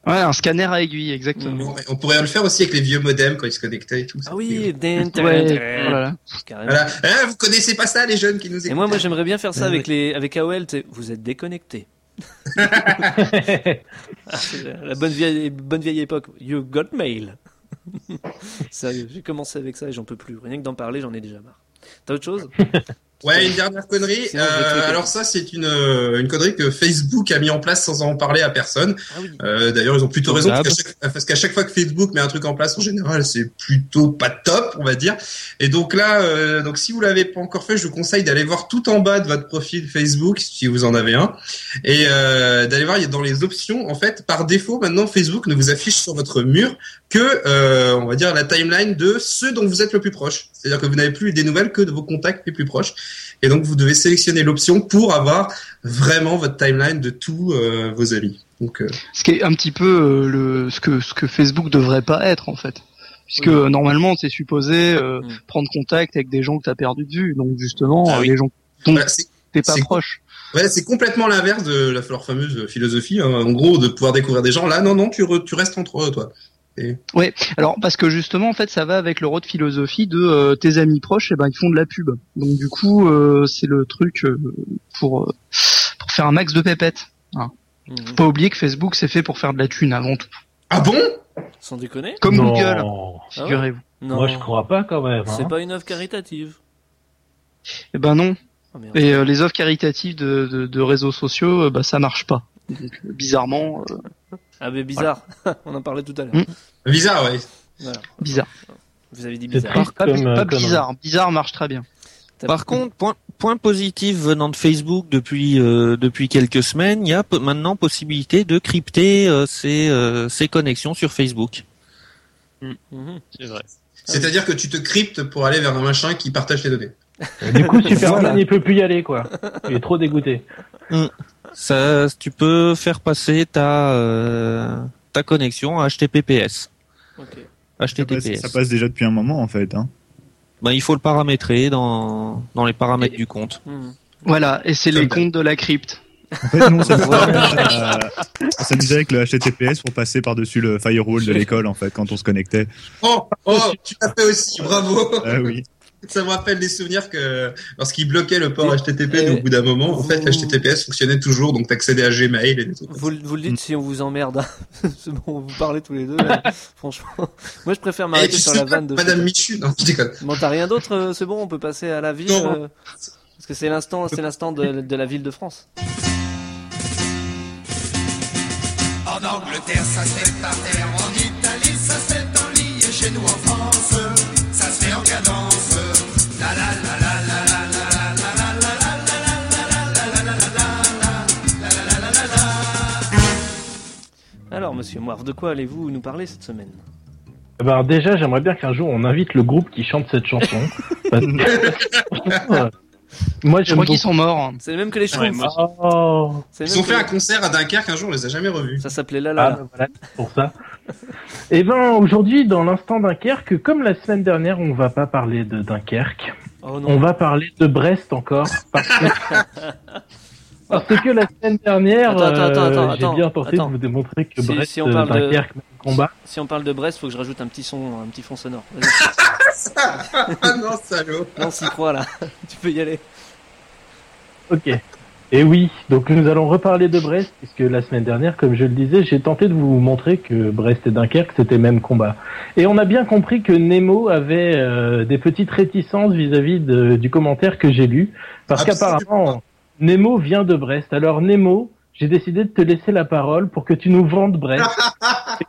S3: Ouais, un scanner à aiguille, exactement.
S5: on on pourrait le faire aussi avec les vieux modems quand ils se connectaient et tout.
S6: Ah oui,
S3: Ouais, voilà.
S6: carrément.
S5: Voilà. Hein, vous connaissez pas ça, les jeunes qui nous écoutent.
S6: Et moi, moi, j'aimerais bien faire ça
S10: Ouais,
S6: avec les, avec AOL. t'sais, Vous êtes déconnecté. la bonne vieille, bonne vieille époque. You got mail. Sérieux, j'ai commencé avec ça et j'en peux plus. Rien que d'en parler, j'en ai déjà marre. T'as autre chose
S5: Ouais, une dernière connerie.
S6: Sinon, je vais
S5: Euh,
S6: cliquer.
S5: alors ça, c'est une, euh, une connerie que Facebook a mis en place sans en parler à personne.
S6: Ah oui.
S5: Euh, D'ailleurs, ils ont plutôt raison parce
S10: Convenable.
S5: qu'à chaque, parce qu'à chaque fois que Facebook met un truc en place, en général, c'est plutôt pas top, on va dire. Et donc là, euh, donc si vous l'avez pas encore fait, je vous conseille d'aller voir tout en bas de votre profil Facebook si vous en avez un, et euh, d'aller voir il y a dans les options. En fait, par défaut, maintenant Facebook ne vous affiche sur votre mur que, euh, on va dire, la timeline de ceux dont vous êtes le plus proche. C'est-à-dire que vous n'avez plus des nouvelles que de vos contacts les plus proches. Et donc, vous devez sélectionner l'option pour avoir vraiment votre timeline de tous euh, vos amis. Donc, euh,
S3: Ce qui est un petit peu euh, le ce que ce que Facebook devrait pas être en fait. Puisque euh, normalement, c'est supposé euh, prendre contact avec des gens que t'as perdu de vue. Donc justement,
S5: Ah
S3: euh,
S5: oui.
S3: les gens dont
S5: Bah, c'est-
S3: t'es pas
S5: c'est-
S3: proche.
S5: ouais, c'est complètement l'inverse de la, leur fameuse philosophie. hein. En gros, de pouvoir découvrir des gens. Là, non, non, tu, re- tu restes entre eux, toi. Et-
S3: Ouais. Alors parce que justement, en fait, ça va avec leur autre philosophie de euh, tes amis proches, et ben ils font de la pub. Donc du coup, euh, c'est le truc euh, pour euh, pour faire un max de pépettes. Hein. Faut pas oublier que Facebook c'est fait pour faire de la thune avant tout.
S5: Ah bon
S6: Sans déconner
S3: Comme
S6: Non.
S3: Google, hein,
S6: Ah ouais
S3: figurez-vous.
S6: Non.
S7: Moi, je crois pas quand même.
S4: hein.
S6: C'est pas une œuvre caritative.
S3: Eh ben non.
S6: Ah, merde.
S3: Et euh, les offres caritatives de, de, de réseaux sociaux, euh, bah ça marche pas. Donc, euh, bizarrement, euh,
S6: Ah, mais bizarre. [LAUGHS] On en parlait tout à l'heure.
S3: Hmm.
S5: Bizarre, ouais.
S6: Voilà.
S3: bizarre.
S6: Vous avez dit
S3: Ah, C'est
S6: bizarre.
S3: pas, pas- pas bizarre. Bizarre marche très bien.
S10: Par contre, point, point positif venant de Facebook depuis euh, depuis quelques semaines, il y a po- maintenant possibilité de crypter euh, ses, euh, ses connexions sur Facebook.
S6: Mm-hmm.
S9: C'est vrai.
S5: C'est-à-dire que tu te cryptes pour aller vers un machin qui partage tes données.
S7: Du
S6: [LAUGHS]
S7: coup, Superman,
S10: Voilà.
S7: il peut plus y aller, quoi. Il est trop dégoûté.
S10: Mm. Ça, tu peux faire passer ta euh, ta connexion à HTTPS.
S8: Ça passe,
S10: HTTPS.
S8: ça passe déjà depuis un moment en fait. Hein.
S10: Ben, il faut le paramétrer dans dans les paramètres du compte.
S6: Mm-hmm.
S3: Voilà, et c'est les comptes de la crypte.
S8: En fait, nous, on s'amusait à- on s'amusait avec le HTTPS pour passer par-dessus le firewall
S6: Ah
S8: de l'école en fait quand on se connectait.
S5: Oh, oh, tu l'as fait aussi, bravo. [LAUGHS]
S8: Ah oui.
S5: Ça me rappelle des souvenirs que lorsqu'ils bloquaient le port HTTP au bout d'un moment, en fait, HTTPS fonctionnait toujours, donc t'accédais à Gmail et des trucs.
S6: Vous, le- vous le dites si on vous emmerde. hein. [LAUGHS] C'est bon, vous parlez tous les deux. là. Franchement, moi je préfère
S5: Eh,
S6: m'arrêter
S5: tu
S6: sur
S5: sais
S6: la
S5: pas,
S6: vanne de.
S5: Madame Michu, non, je déconne.
S6: Bon, t'as rien d'autre, euh, c'est bon, on peut passer à la ville. euh, Parce que c'est l'instant, c'est l'instant de, de la ville de France.
S12: En Angleterre, ça se fait par terre. En Italie, ça se fait en ligne. Et chez nous, en France, ça se fait en cadence. La la la la la la la la la la la la la la la la la la la la la la la la la.
S6: Alors, monsieur Moir, de quoi allez-vous nous parler cette semaine
S7: Eh Ben, déjà, j'aimerais bien qu'un jour on invite le groupe qui chante
S6: [LAUGHS]
S7: cette chanson. Parce que- Euh, Moi,
S3: Je crois qu'ils sont morts. hein.
S6: C'est le même que les
S7: Ouais, moi aussi. Oh.
S6: C'est
S5: Ils ont fait un concert à Dunkerque un jour, on les a jamais
S6: [LAUGHS]
S5: revus.
S6: Ça s'appelait La
S7: Ah, ben, voilà, c'est pour ça. Et ben, aujourd'hui, dans l'instant Dunkerque, comme la semaine dernière, on va pas parler de Dunkerque.
S6: Oh non.
S7: On va parler de Brest encore. Parce que,
S6: [LAUGHS]
S7: parce que la semaine dernière,
S6: Attends, attends,
S7: euh,
S6: attends,
S7: j'ai
S6: attends,
S7: bien tenté
S6: attends.
S7: de vous démontrer que
S6: Si-
S7: Brest,
S6: si on parle de-
S7: Dunkerque, même combat.
S6: Si on parle de Brest, faut que je rajoute un petit son, un petit fond sonore. Vas-y.
S5: ah non, salaud.
S6: Là, on s'y croit là. [LAUGHS] tu peux y aller.
S7: Ok. Et oui, donc nous allons reparler de Brest, puisque la semaine dernière, comme je le disais, j'ai tenté de vous montrer que Brest et Dunkerque, c'était même combat. Et on a bien compris que Nemo avait euh, des petites réticences vis-à-vis de- du commentaire que j'ai lu, parce qu'apparemment, Nemo vient de Brest. Alors Nemo, j'ai décidé de te laisser la parole pour que tu nous vendes Brest,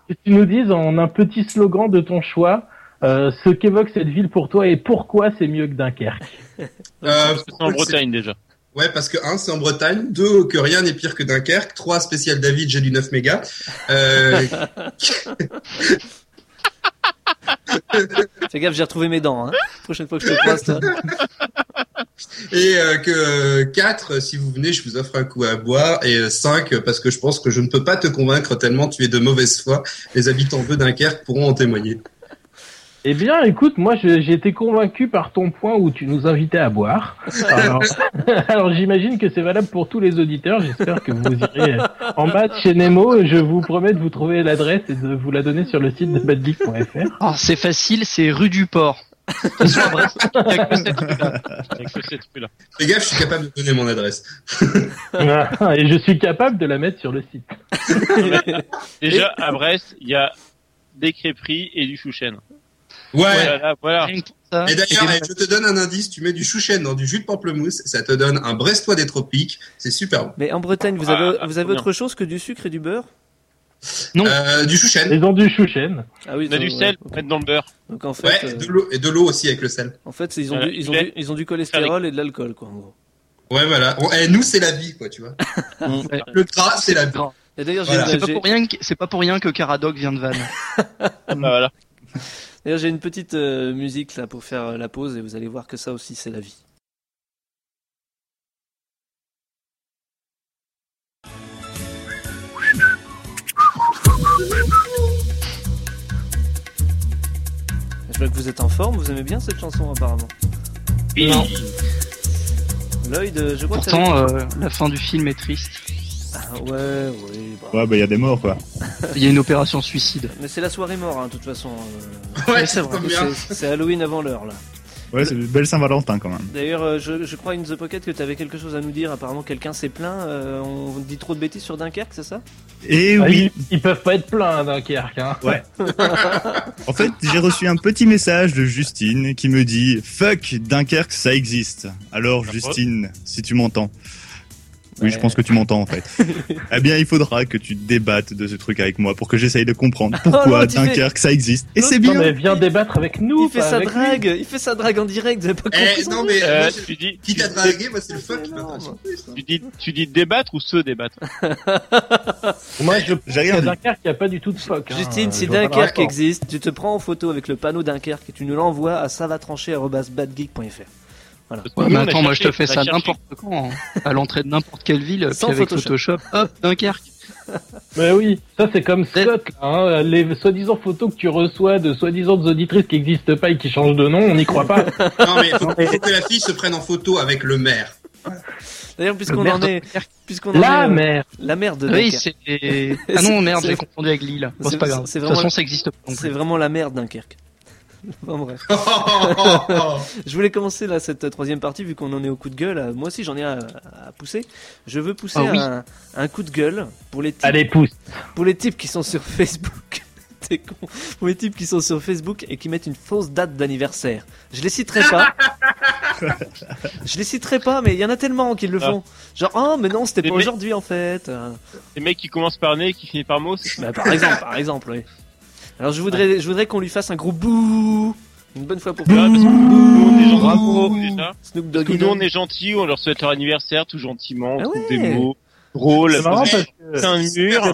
S7: et que tu nous dises en un petit slogan de ton choix euh, ce qu'évoque cette ville pour toi et pourquoi c'est mieux que Dunkerque.
S5: Euh,
S9: C'est en Bretagne déjà.
S5: Ouais, parce que un, c'est en Bretagne. Deux, que rien n'est pire que Dunkerque. Trois, spécial David, j'ai du 9 mégas. [LAUGHS] Euh,
S6: Fais gaffe, j'ai retrouvé mes dents. Hein. Prochaine fois que je te croise, toi.
S5: et euh, que euh, quatre, si vous venez, je vous offre un coup à boire. Et euh, cinq, parce que je pense que je ne peux pas te convaincre tellement tu es de mauvaise foi. Les habitants de Dunkerque pourront en témoigner.
S7: Eh bien, écoute, moi, je- j'ai été convaincu par ton point où tu nous invitais
S6: [LAUGHS]
S7: à boire. Alors, [LAUGHS] alors, j'imagine que c'est valable pour tous les auditeurs. J'espère que vous irez en maths chez Nemo. Je vous promets de vous trouver l'adresse et de vous la donner sur le site de badgeek.fr.
S3: Ah, c'est facile, c'est rue du Port.
S5: Fais gaffe, je suis capable de donner mon adresse.
S6: [LAUGHS]
S7: et je suis capable de la mettre sur le site.
S9: Déjà, à Brest, il y a des crêperies et du chouchen.
S5: Ouais.
S9: Voilà, voilà.
S5: Et d'ailleurs, eh, je te donne un indice, tu mets du chouchen dans du jus de pamplemousse, ça te donne un brestois des tropiques, c'est super bon.
S6: Mais en Bretagne, vous avez,
S5: Ah,
S6: vous avez
S5: bien.
S6: autre chose que du sucre et du beurre
S3: Non.
S5: Euh, du chouchen.
S7: Ils ont du chouchen.
S6: Ah oui,
S9: On a
S6: donc,
S9: du
S6: ouais.
S9: sel, on met dans le beurre.
S6: Donc en fait,
S5: Ouais,
S6: euh,
S5: de l'eau- et de l'eau aussi avec le sel.
S6: en fait, c'est- ils ont,
S9: Euh,
S6: du, ils ont,
S9: lait.
S6: du, ils ont du cholestérol et de l'alcool, quoi, en gros.
S5: Ouais, voilà. On- eh, nous, c'est la vie, quoi, tu vois. le gras, c'est la vie.
S6: Et d'ailleurs, j'ai-
S5: Voilà.
S3: C'est pas
S6: j'ai-
S3: pour rien que c'est pas pour rien que Caradoc vient de Vannes.
S6: D'ailleurs, j'ai une petite euh, musique là pour faire euh, la pause et vous allez voir que ça aussi, c'est la vie. Je vois que vous êtes en forme, vous aimez bien cette chanson apparemment.
S3: Oui. Non.
S6: Lloyd, euh, je crois
S3: Pourtant,
S6: que t'avais-
S3: euh, la fin du film est triste.
S6: Ah, ouais, oui, bah.
S8: Ouais, bah, il y a des morts, quoi.
S3: Il y a une opération suicide.
S6: Mais c'est la soirée mort, hein, de toute façon. euh.
S3: Ouais, ça tombe bien.
S6: C'est- C'est Halloween avant l'heure, là.
S8: Ouais, c'est une belle Saint-Valentin, quand même.
S6: D'ailleurs, euh, je, je crois, In The Pocket, que t'avais quelque chose à nous dire. Apparemment, quelqu'un s'est plaint. euh, on dit trop de bêtises sur Dunkerque,
S8: [LAUGHS]
S6: c'est ça
S8: Et
S6: Ah
S8: oui.
S7: Ah, Ils, ils peuvent pas être pleins à Dunkerque. Hein.
S8: Ouais. En fait, j'ai reçu un petit message de Justine qui me dit Fuck, Dunkerque, ça existe. Alors, Justine, si tu m'entends. Oui, je pense que tu m'entends en
S6: [LAUGHS]
S8: fait. eh bien, il faudra que tu débattes de ce truc avec moi pour que j'essaye de comprendre pourquoi
S6: [LAUGHS] non, tu fais-
S8: Dunkerque, ça existe. Et
S6: Non,
S8: c'est
S7: Non,
S8: bien.
S7: mais viens débattre avec nous.
S6: Il fait
S7: pas
S6: sa
S7: avec lui.
S6: drague, il fait sa drague en direct, vous avez pas compris
S5: Eh,
S6: son
S5: non,
S6: truc
S5: mais
S9: Euh,
S5: moi, je-
S9: tu dis-
S5: quitte à draguer, moi, c'est le fuck qui m'intéresse le plus.
S9: Tu dis, tu dis débattre ou se débattre
S7: Moi, je pense qu'il
S9: J'ai
S7: y
S9: rien
S7: a
S9: dit.
S7: Dunkerque, il n'y a pas du tout de fuck. hein.
S6: Justine,
S7: Euh,
S6: si
S7: je vois pas le
S6: Dunkerque
S7: rapport.
S6: existe, tu te prends en photo avec le panneau Dunkerque et tu nous l'envoies à savatrancher.badgeek.fr. Voilà.
S3: Ouais, mais attends, moi je te fais ça
S9: cherché.
S3: n'importe quand, hein. à l'entrée de n'importe quelle ville,
S6: Sans
S3: puis avec
S6: Photoshop.
S3: Photoshop, hop, Dunkerque.
S7: Mais oui, ça c'est comme Scott, là, hein, les soi-disant photos que tu reçois de soi-disant auditrices qui n'existent pas et qui changent de nom, on n'y croit pas.
S5: Non, mais faut, faut que la fille se prenne en photo avec le maire. [LAUGHS]
S6: D'ailleurs, puisqu'on
S7: Le
S6: en
S7: maire
S6: est. Puisqu'on en
S7: La
S6: est, euh,
S7: mère.
S6: La mère de
S3: Oui,
S6: Dunkerque.
S3: c'est. Ah non, merde,
S6: C'est-
S3: j'ai confondu avec Lille. Bon, c'est pas grave.
S6: c'est
S3: De toute
S6: vraiment-
S3: façon, ça existe pas non
S6: C'est
S3: plus.
S6: vraiment la merde Dunkerque. [LAUGHS] Bon, bref.
S5: Oh,
S6: je voulais commencer là cette euh, troisième partie vu qu'on en est au coup de gueule. Euh, Moi aussi j'en ai à, à pousser. Je veux pousser
S7: Ah oui.
S6: un, un coup de gueule pour les types,
S7: [LAUGHS] Allez, pousse.
S6: pour les types qui sont sur Facebook. [LAUGHS] T'es con. Pour les types qui sont sur Facebook et qui mettent une fausse date d'anniversaire. Je les citerai
S9: [LAUGHS]
S6: pas. je les citerai pas, mais il y en a tellement qui le
S9: Ah.
S6: font. Genre oh mais non c'était
S9: Les
S6: pas
S9: mecs-
S6: aujourd'hui en fait. Euh,
S9: Les mecs qui commencent par nez et qui finissent par mot, c'est
S6: bah, par exemple, par exemple, oui. Alors je voudrais, je voudrais qu'on lui fasse un gros bouh une bonne fois pour toutes.
S9: Ah, Nous, on est gentils, déjà.
S6: Snoop
S9: Parce
S6: Dogg.
S9: que nous, on est gentils, on leur souhaite leur anniversaire tout gentiment, on
S6: Ah
S9: trouve
S6: ouais.
S9: des mots drôles.
S6: C'est marrant parce
S5: que-
S9: C'est un mur.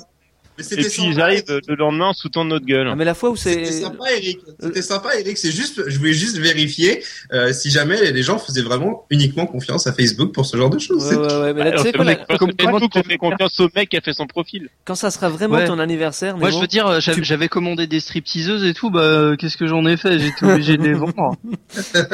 S5: Mais
S9: Et
S5: c'était
S9: puis euh, ils
S5: sympa,
S9: arrivent le lendemain sous temps de notre gueule.
S6: Ah, mais la fois où c'est.
S5: C'était sympa, Eric. C'était sympa, Eric. C'est juste, je voulais juste vérifier euh, si jamais les gens faisaient vraiment uniquement confiance à Facebook pour ce genre de choses.
S6: Ouais,
S5: C'est-
S6: ouais, ouais, mais là, tu
S9: Alors,
S6: sais
S9: c'est
S6: quoi,
S9: vrai
S6: là,
S9: que
S6: comme-
S9: Facebook, on fait confiance au mec qui a fait son profil.
S6: quand ça sera vraiment
S3: Ouais.
S6: ton anniversaire,
S3: Moi,
S6: Nemo,
S3: je veux dire, euh, j'avais j'avais commandé des stripteaseuses et tout, bah, euh, qu'est-ce que j'en ai fait J'étais obligé de les vendre.
S6: quand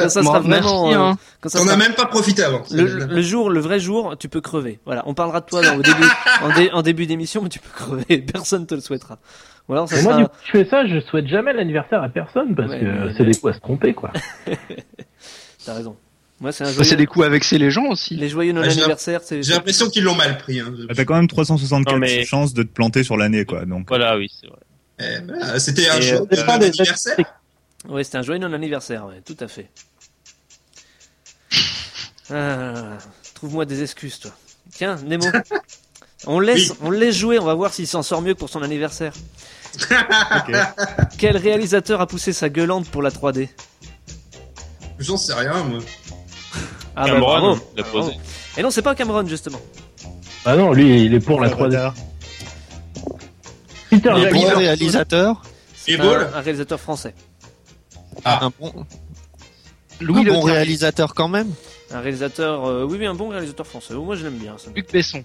S6: ça
S3: Bon,
S6: sera
S3: merci,
S6: vraiment. euh,
S3: hein.
S6: quand ça
S5: T'en
S6: sera-
S5: as même pas profité avant.
S6: le, le jour, le vrai jour, tu peux crever. Voilà, on parlera de toi
S5: [LAUGHS]
S6: dans- au début, en, dé- en début d'émission, mais tu peux crever. Personne te le souhaitera. Ou alors, ça
S7: Et
S6: sera.
S7: moi, du coup, je fais ça, je souhaite jamais l'anniversaire à personne parce
S6: Ouais,
S7: que
S6: mais-
S7: c'est des coups à se tromper, quoi.
S6: T'as raison. Moi, c'est un
S3: Bah,
S6: joyeux.
S3: c'est des coups avec c'est les gens aussi.
S6: Les joyeux non
S5: Ah, j'ai-
S6: anniversaires, c'est.
S5: J'ai l'impression qu'ils l'ont mal pris. hein.
S9: Ah,
S8: Bah, T'as quand même 364
S9: Non, mais-
S8: chances de te planter sur l'année, quoi. Donc,
S9: Voilà, oui, c'est vrai.
S5: Eh, voilà, C'était un
S9: Et,
S5: jour de
S9: euh,
S5: fin d'anniversaire.
S6: Ouais, c'était un joyeux non anniversaire, ouais, tout à fait. Ah, Trouve-moi des excuses, toi. Tiens, Nemo. On le laisse,
S5: Oui.
S6: on le laisse jouer, on va voir s'il s'en sort mieux que pour son anniversaire.
S8: ok.
S6: Quel réalisateur a poussé sa gueulante pour la 3D
S5: J'en sais rien, moi.
S6: Ah bah,
S9: Cameron,
S6: bravo.
S9: l'a
S6: Bravo.
S9: posé.
S6: Et non, c'est pas Cameron justement.
S7: Ah non, lui, il est pour la 3D.
S8: Avatar.
S7: Peter
S10: Un bon
S7: Jackson.
S10: réalisateur,
S5: Et
S6: Un-
S5: Ball
S6: un réalisateur français. Ah.
S10: un bon,
S3: Louis
S10: un
S3: Le
S10: bon
S3: Tarif,
S10: réalisateur quand même.
S6: Un réalisateur, euh, oui, oui, un bon réalisateur français. Oh, Moi, je l'aime bien. ça.
S3: Luc Besson.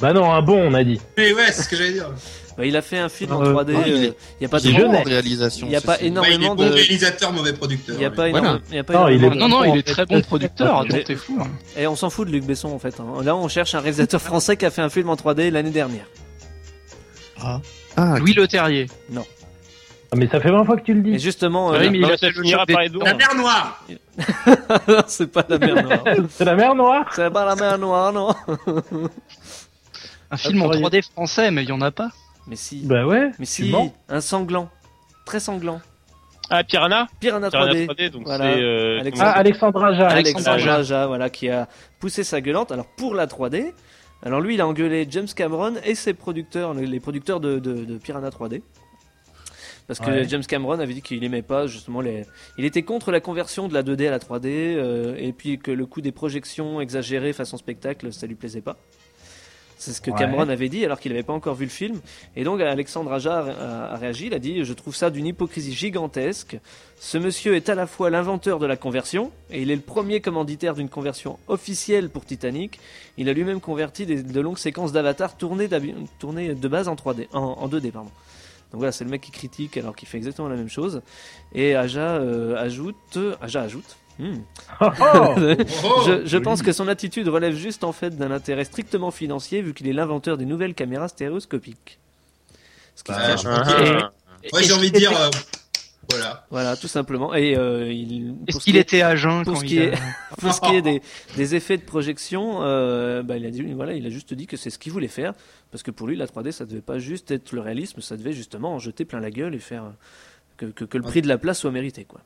S7: Bah non, un bon, on a dit.
S5: Mais ouais, c'est ce que j'allais dire.
S6: Bah, il a fait un film en
S7: Euh,
S6: 3D.
S10: ouais, il
S6: euh,
S10: est-
S6: Il y a pas
S10: Il est
S6: trop-
S10: bon en
S6: il
S10: réalisation.
S6: y a pas
S10: ceci.
S5: Ouais, Bah, il est
S6: énormément
S5: bon
S6: de.
S5: réalisateur, mauvais producteur.
S6: Il y a
S5: ouais.
S6: pas
S10: Voilà.
S6: énorme- il y a pas
S7: Non, il est
S6: énormément de-
S7: bon.
S3: Non, non,
S7: en
S3: il est
S7: fait,
S3: très bon
S7: peut-être.
S3: producteur,
S6: Mais-
S3: attends, t'es fou. hein.
S6: Et on s'en fout de Luc Besson en fait. hein. Là, on cherche un réalisateur français qui a fait un film en 3D l'année dernière.
S10: Ah,
S3: Louis Le Terrier.
S7: Ah, mais ça fait 20 fois que tu le
S6: Et
S7: dis.
S6: justement, euh,
S3: Oui, mais
S6: [LAUGHS]
S3: il
S9: Non,
S3: a
S9: ça
S3: fait le
S9: finira
S3: choc des
S9: par Edouard.
S5: La mer noire
S6: c'est pas la mer noire.
S7: C'est la mer noire
S6: c'est pas la mer noire, non.
S3: Un film en
S7: Terrier.
S3: 3D français, mais il y en a pas.
S6: Mais si,
S7: Bah ouais.
S6: mais
S7: tu
S6: si,
S7: mens.
S6: un sanglant, très sanglant.
S9: Ah, Piranha
S6: Piranha
S9: Piranha
S6: 3D.
S9: 3D, donc
S6: Voilà.
S9: c'est... euh,
S6: Alexandre-
S7: Ah, Alexandra Aja.
S6: Alexandre
S9: Alexandre
S6: Aja, voilà, qui a poussé sa gueulante. Alors pour la 3D, alors lui, il a engueulé James Cameron et ses producteurs, les- les producteurs de, de, de Piranha 3D. Parce que
S7: Ouais.
S6: James Cameron avait dit qu'il aimait pas justement les. Il était contre la conversion de la 2D à la 3D euh, et puis que le coût des projections exagérées façon spectacle, ça lui plaisait pas. C'est ce que
S7: Ouais.
S6: Cameron avait dit alors qu'il n'avait pas encore vu le film. Et donc Alexandre Aja a a réagi, il a dit Je trouve ça d'une hypocrisie gigantesque. Ce monsieur est à la fois l'inventeur de la conversion et il est le premier commanditaire d'une conversion officielle pour Titanic. Il a lui-même converti des- de longues séquences d'Avatar tournées, d'habi- tournées de base en 3D, en, en 2D pardon. Donc voilà, c'est le mec qui critique alors qu'il fait exactement la même chose. Et Aja euh, ajoute, Aja ajoute. Hmm.
S7: Oh,
S5: Oh,
S6: je, je pense que son attitude relève juste en fait d'un intérêt strictement financier vu qu'il est l'inventeur des nouvelles caméras stéréoscopiques. Ce qui
S5: Bah,
S6: fait-
S5: je pense qu'il-
S6: Et-
S5: Ouais, j'ai
S6: et-
S5: envie de dire, euh, voilà.
S6: Voilà, tout simplement. Et euh, il, pour
S3: Est-ce
S6: ce
S3: qu'il
S6: qui est-
S3: était à jeun
S6: pour
S3: quand
S6: ce
S3: il
S6: qui
S3: a-
S6: est pour ce qui
S7: [LAUGHS]
S6: est des, des effets de projection euh, bah, il a dit voilà, il a juste dit que c'est ce qu'il voulait faire parce que pour lui la 3D ça devait pas juste être le réalisme, ça devait justement en jeter plein la gueule et faire euh, que, que, que le prix de la place soit mérité quoi.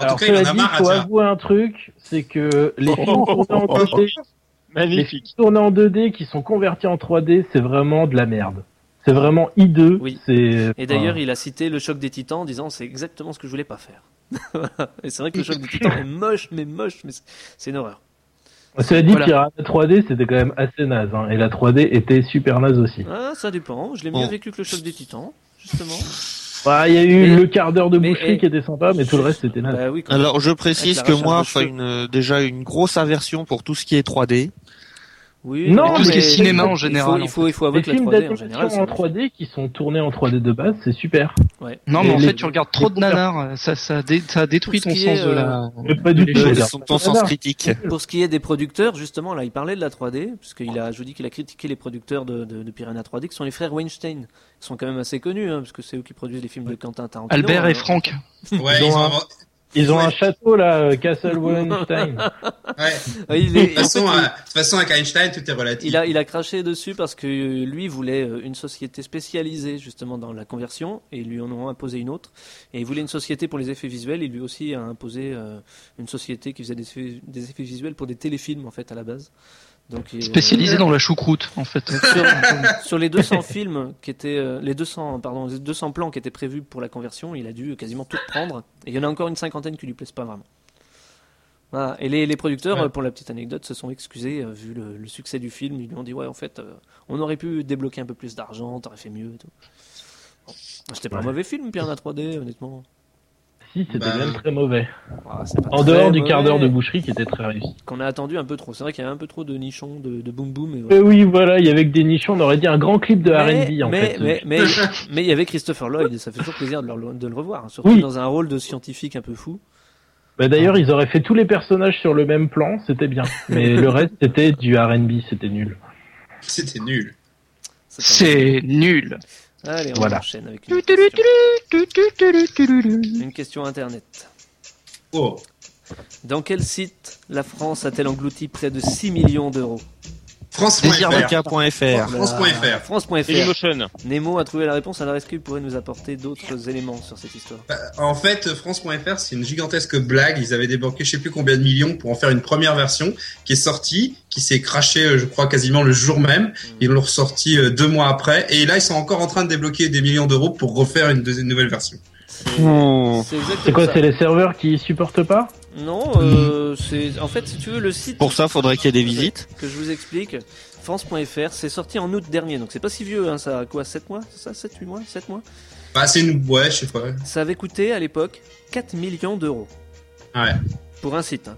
S7: Alors, cela dit, faut avouer un truc, c'est que les films
S6: [LAUGHS]
S7: tournés en 2D, les films tournés en 2D qui sont convertis en 3D, c'est vraiment de la merde. C'est vraiment hideux. c'est-
S6: Et d'ailleurs,
S7: enfin,
S6: il a cité le choc des titans en disant c'est exactement ce que je voulais pas faire. [LAUGHS] et c'est vrai que le choc des titans est moche, mais moche, mais c'est- c'est une horreur.
S7: Cela dit,
S6: Voilà.
S7: Piranha 3D, c'était quand même assez naze, hein, et la 3D était super naze aussi.
S6: Ah, ça dépend, je l'ai mieux
S7: Bon.
S6: vécu que le choc des titans, justement.
S7: Bah, il y a eu
S6: Mais-
S7: le quart d'heure de
S6: mais-
S7: boucherie
S6: et-
S7: qui était sympa, Ah, mais tout le reste c'était naze.
S6: Bah oui, quand même.
S10: Alors je précise
S6: Avec
S10: que
S6: la
S10: moi,
S6: recherche de
S10: enfin une, euh, déjà une grosse aversion pour tout ce qui est 3D.
S6: Oui,
S7: Non,
S6: mais- mais-
S7: il faut-
S6: Il faut, il faut, il faut avouer
S7: les
S6: que la
S7: films
S6: 3D en
S7: d'animation
S6: général. c'est-
S7: en 3D qui sont tournés en 3D de base, c'est super.
S6: Ouais.
S3: Non, mais
S7: Et
S3: en
S7: les-
S3: fait, tu regardes trop de nanars. Ça, ça, dé- ça détruit
S6: Tout
S3: ton
S6: ce qui
S3: sens
S6: est,
S3: de
S6: euh,
S3: la.
S7: Mais pas du
S3: de
S7: tout,
S10: Euh,
S3: l'échelle.
S7: regarde. Son- ton sens critique.
S6: [LAUGHS] Pour ce qui est des producteurs, justement, là, il parlait de la 3D, puisqu'il a, je vous dis qu'il a critiqué les producteurs de, de, de Piranha 3D, qui sont les frères Weinstein. Ils sont quand même assez connus, hein, parce que c'est eux qui produisent les films de Quentin Tarantino.
S3: Albert et
S6: hein.
S3: Franck.
S7: ils, ont un, ils ont un château là,
S6: [LAUGHS]
S7: euh, Castle Wallenstein.
S6: Ouais, euh, il
S5: de
S6: est-
S5: toute façon, euh,
S6: en fait, il-
S5: à- de toute façon, avec Einstein, tout est relatif.
S6: Il a, il a craché dessus parce que euh, lui voulait euh, une société spécialisée justement dans la conversion et ils lui en ont imposé une autre. Et il voulait une société pour les effets visuels et lui aussi a imposé euh, une société qui faisait des effets, des effets visuels pour des téléfilms en fait à la base. Donc, euh,
S3: Spécialisé dans la choucroute, en fait.
S6: sur, sur les 200 films qui étaient euh, les 200 pardon les 200 plans qui étaient prévus pour la conversion, il a dû quasiment tout prendre et il y en a encore une cinquantaine qui lui plaisent pas vraiment. Voilà. Et les, les producteurs,
S7: Ouais.
S6: euh, pour la petite anecdote, se sont excusés euh, vu le, le succès du film. Ils lui ont dit ouais en fait euh, on aurait pu débloquer un peu plus d'argent, t'aurais fait mieux. Et tout. Bon. C'était pas un
S7: Ouais.
S6: mauvais film, Pierre 3D honnêtement.
S7: Si, c'était
S6: Bah,
S7: même très mauvais.
S6: Ah, c'est pas
S7: en
S6: très
S7: dehors du
S6: mauvais.
S7: quart d'heure de boucherie qui était très réussi.
S6: Qu'on a attendu un peu trop. C'est vrai qu'il y avait un peu trop de nichons, de, de boom boom. Et voilà.
S7: Euh, oui, voilà, il y avait que des nichons, on aurait dit un grand clip de
S6: mais,
S7: R&B en
S6: mais,
S7: fait. euh,
S6: mais, mais, mais il y avait Christopher Lloyd et ça fait toujours plaisir de le, de le revoir, hein, surtout
S7: Oui.
S6: dans un rôle de scientifique un peu fou.
S7: Bah, D'ailleurs, ils auraient fait tous les personnages sur le même plan, c'était bien. Mais le reste, c'était du R&B, c'était nul.
S5: C'était nul.
S3: C'est nul.
S6: Allez, on
S7: Voilà.
S6: enchaîne avec une, une question internet.
S5: Oh.
S6: Dans quel site la France a-t-elle englouti près de 6 millions d'euros
S10: Désirvaca.fr.
S6: Voilà. France.fr.
S9: Dailymotion.
S6: Nemo a trouvé la réponse, alors est-ce qu'il pourrait nous apporter d'autres éléments sur cette histoire
S5: Euh, En fait, France.fr, c'est une gigantesque blague. Ils avaient déborqué je sais plus combien de millions pour en faire une première version qui est sortie, qui s'est crachée, euh, je crois, quasiment le jour même. Ils l'ont ressortie euh, deux mois après. Et là, ils sont encore en train de débloquer des millions d'euros pour refaire une deuxième nouvelle version.
S7: C'est quoi,
S6: ça.
S7: c'est les serveurs qui supportent pas
S6: Non, euh, c'est en fait si tu veux le site.
S10: Pour ça, faudrait qu'il y ait des visites.
S6: Que je vous explique. France.fr, c'est sorti en août dernier, donc c'est pas si vieux, hein, ça a quoi, 7 mois C'est ça, 7, 8 mois 7 mois
S5: Bah, c'est une, ouais, je sais pas.
S6: Ça avait coûté à l'époque 4 millions d'euros
S5: Ouais.
S6: pour un site. hein.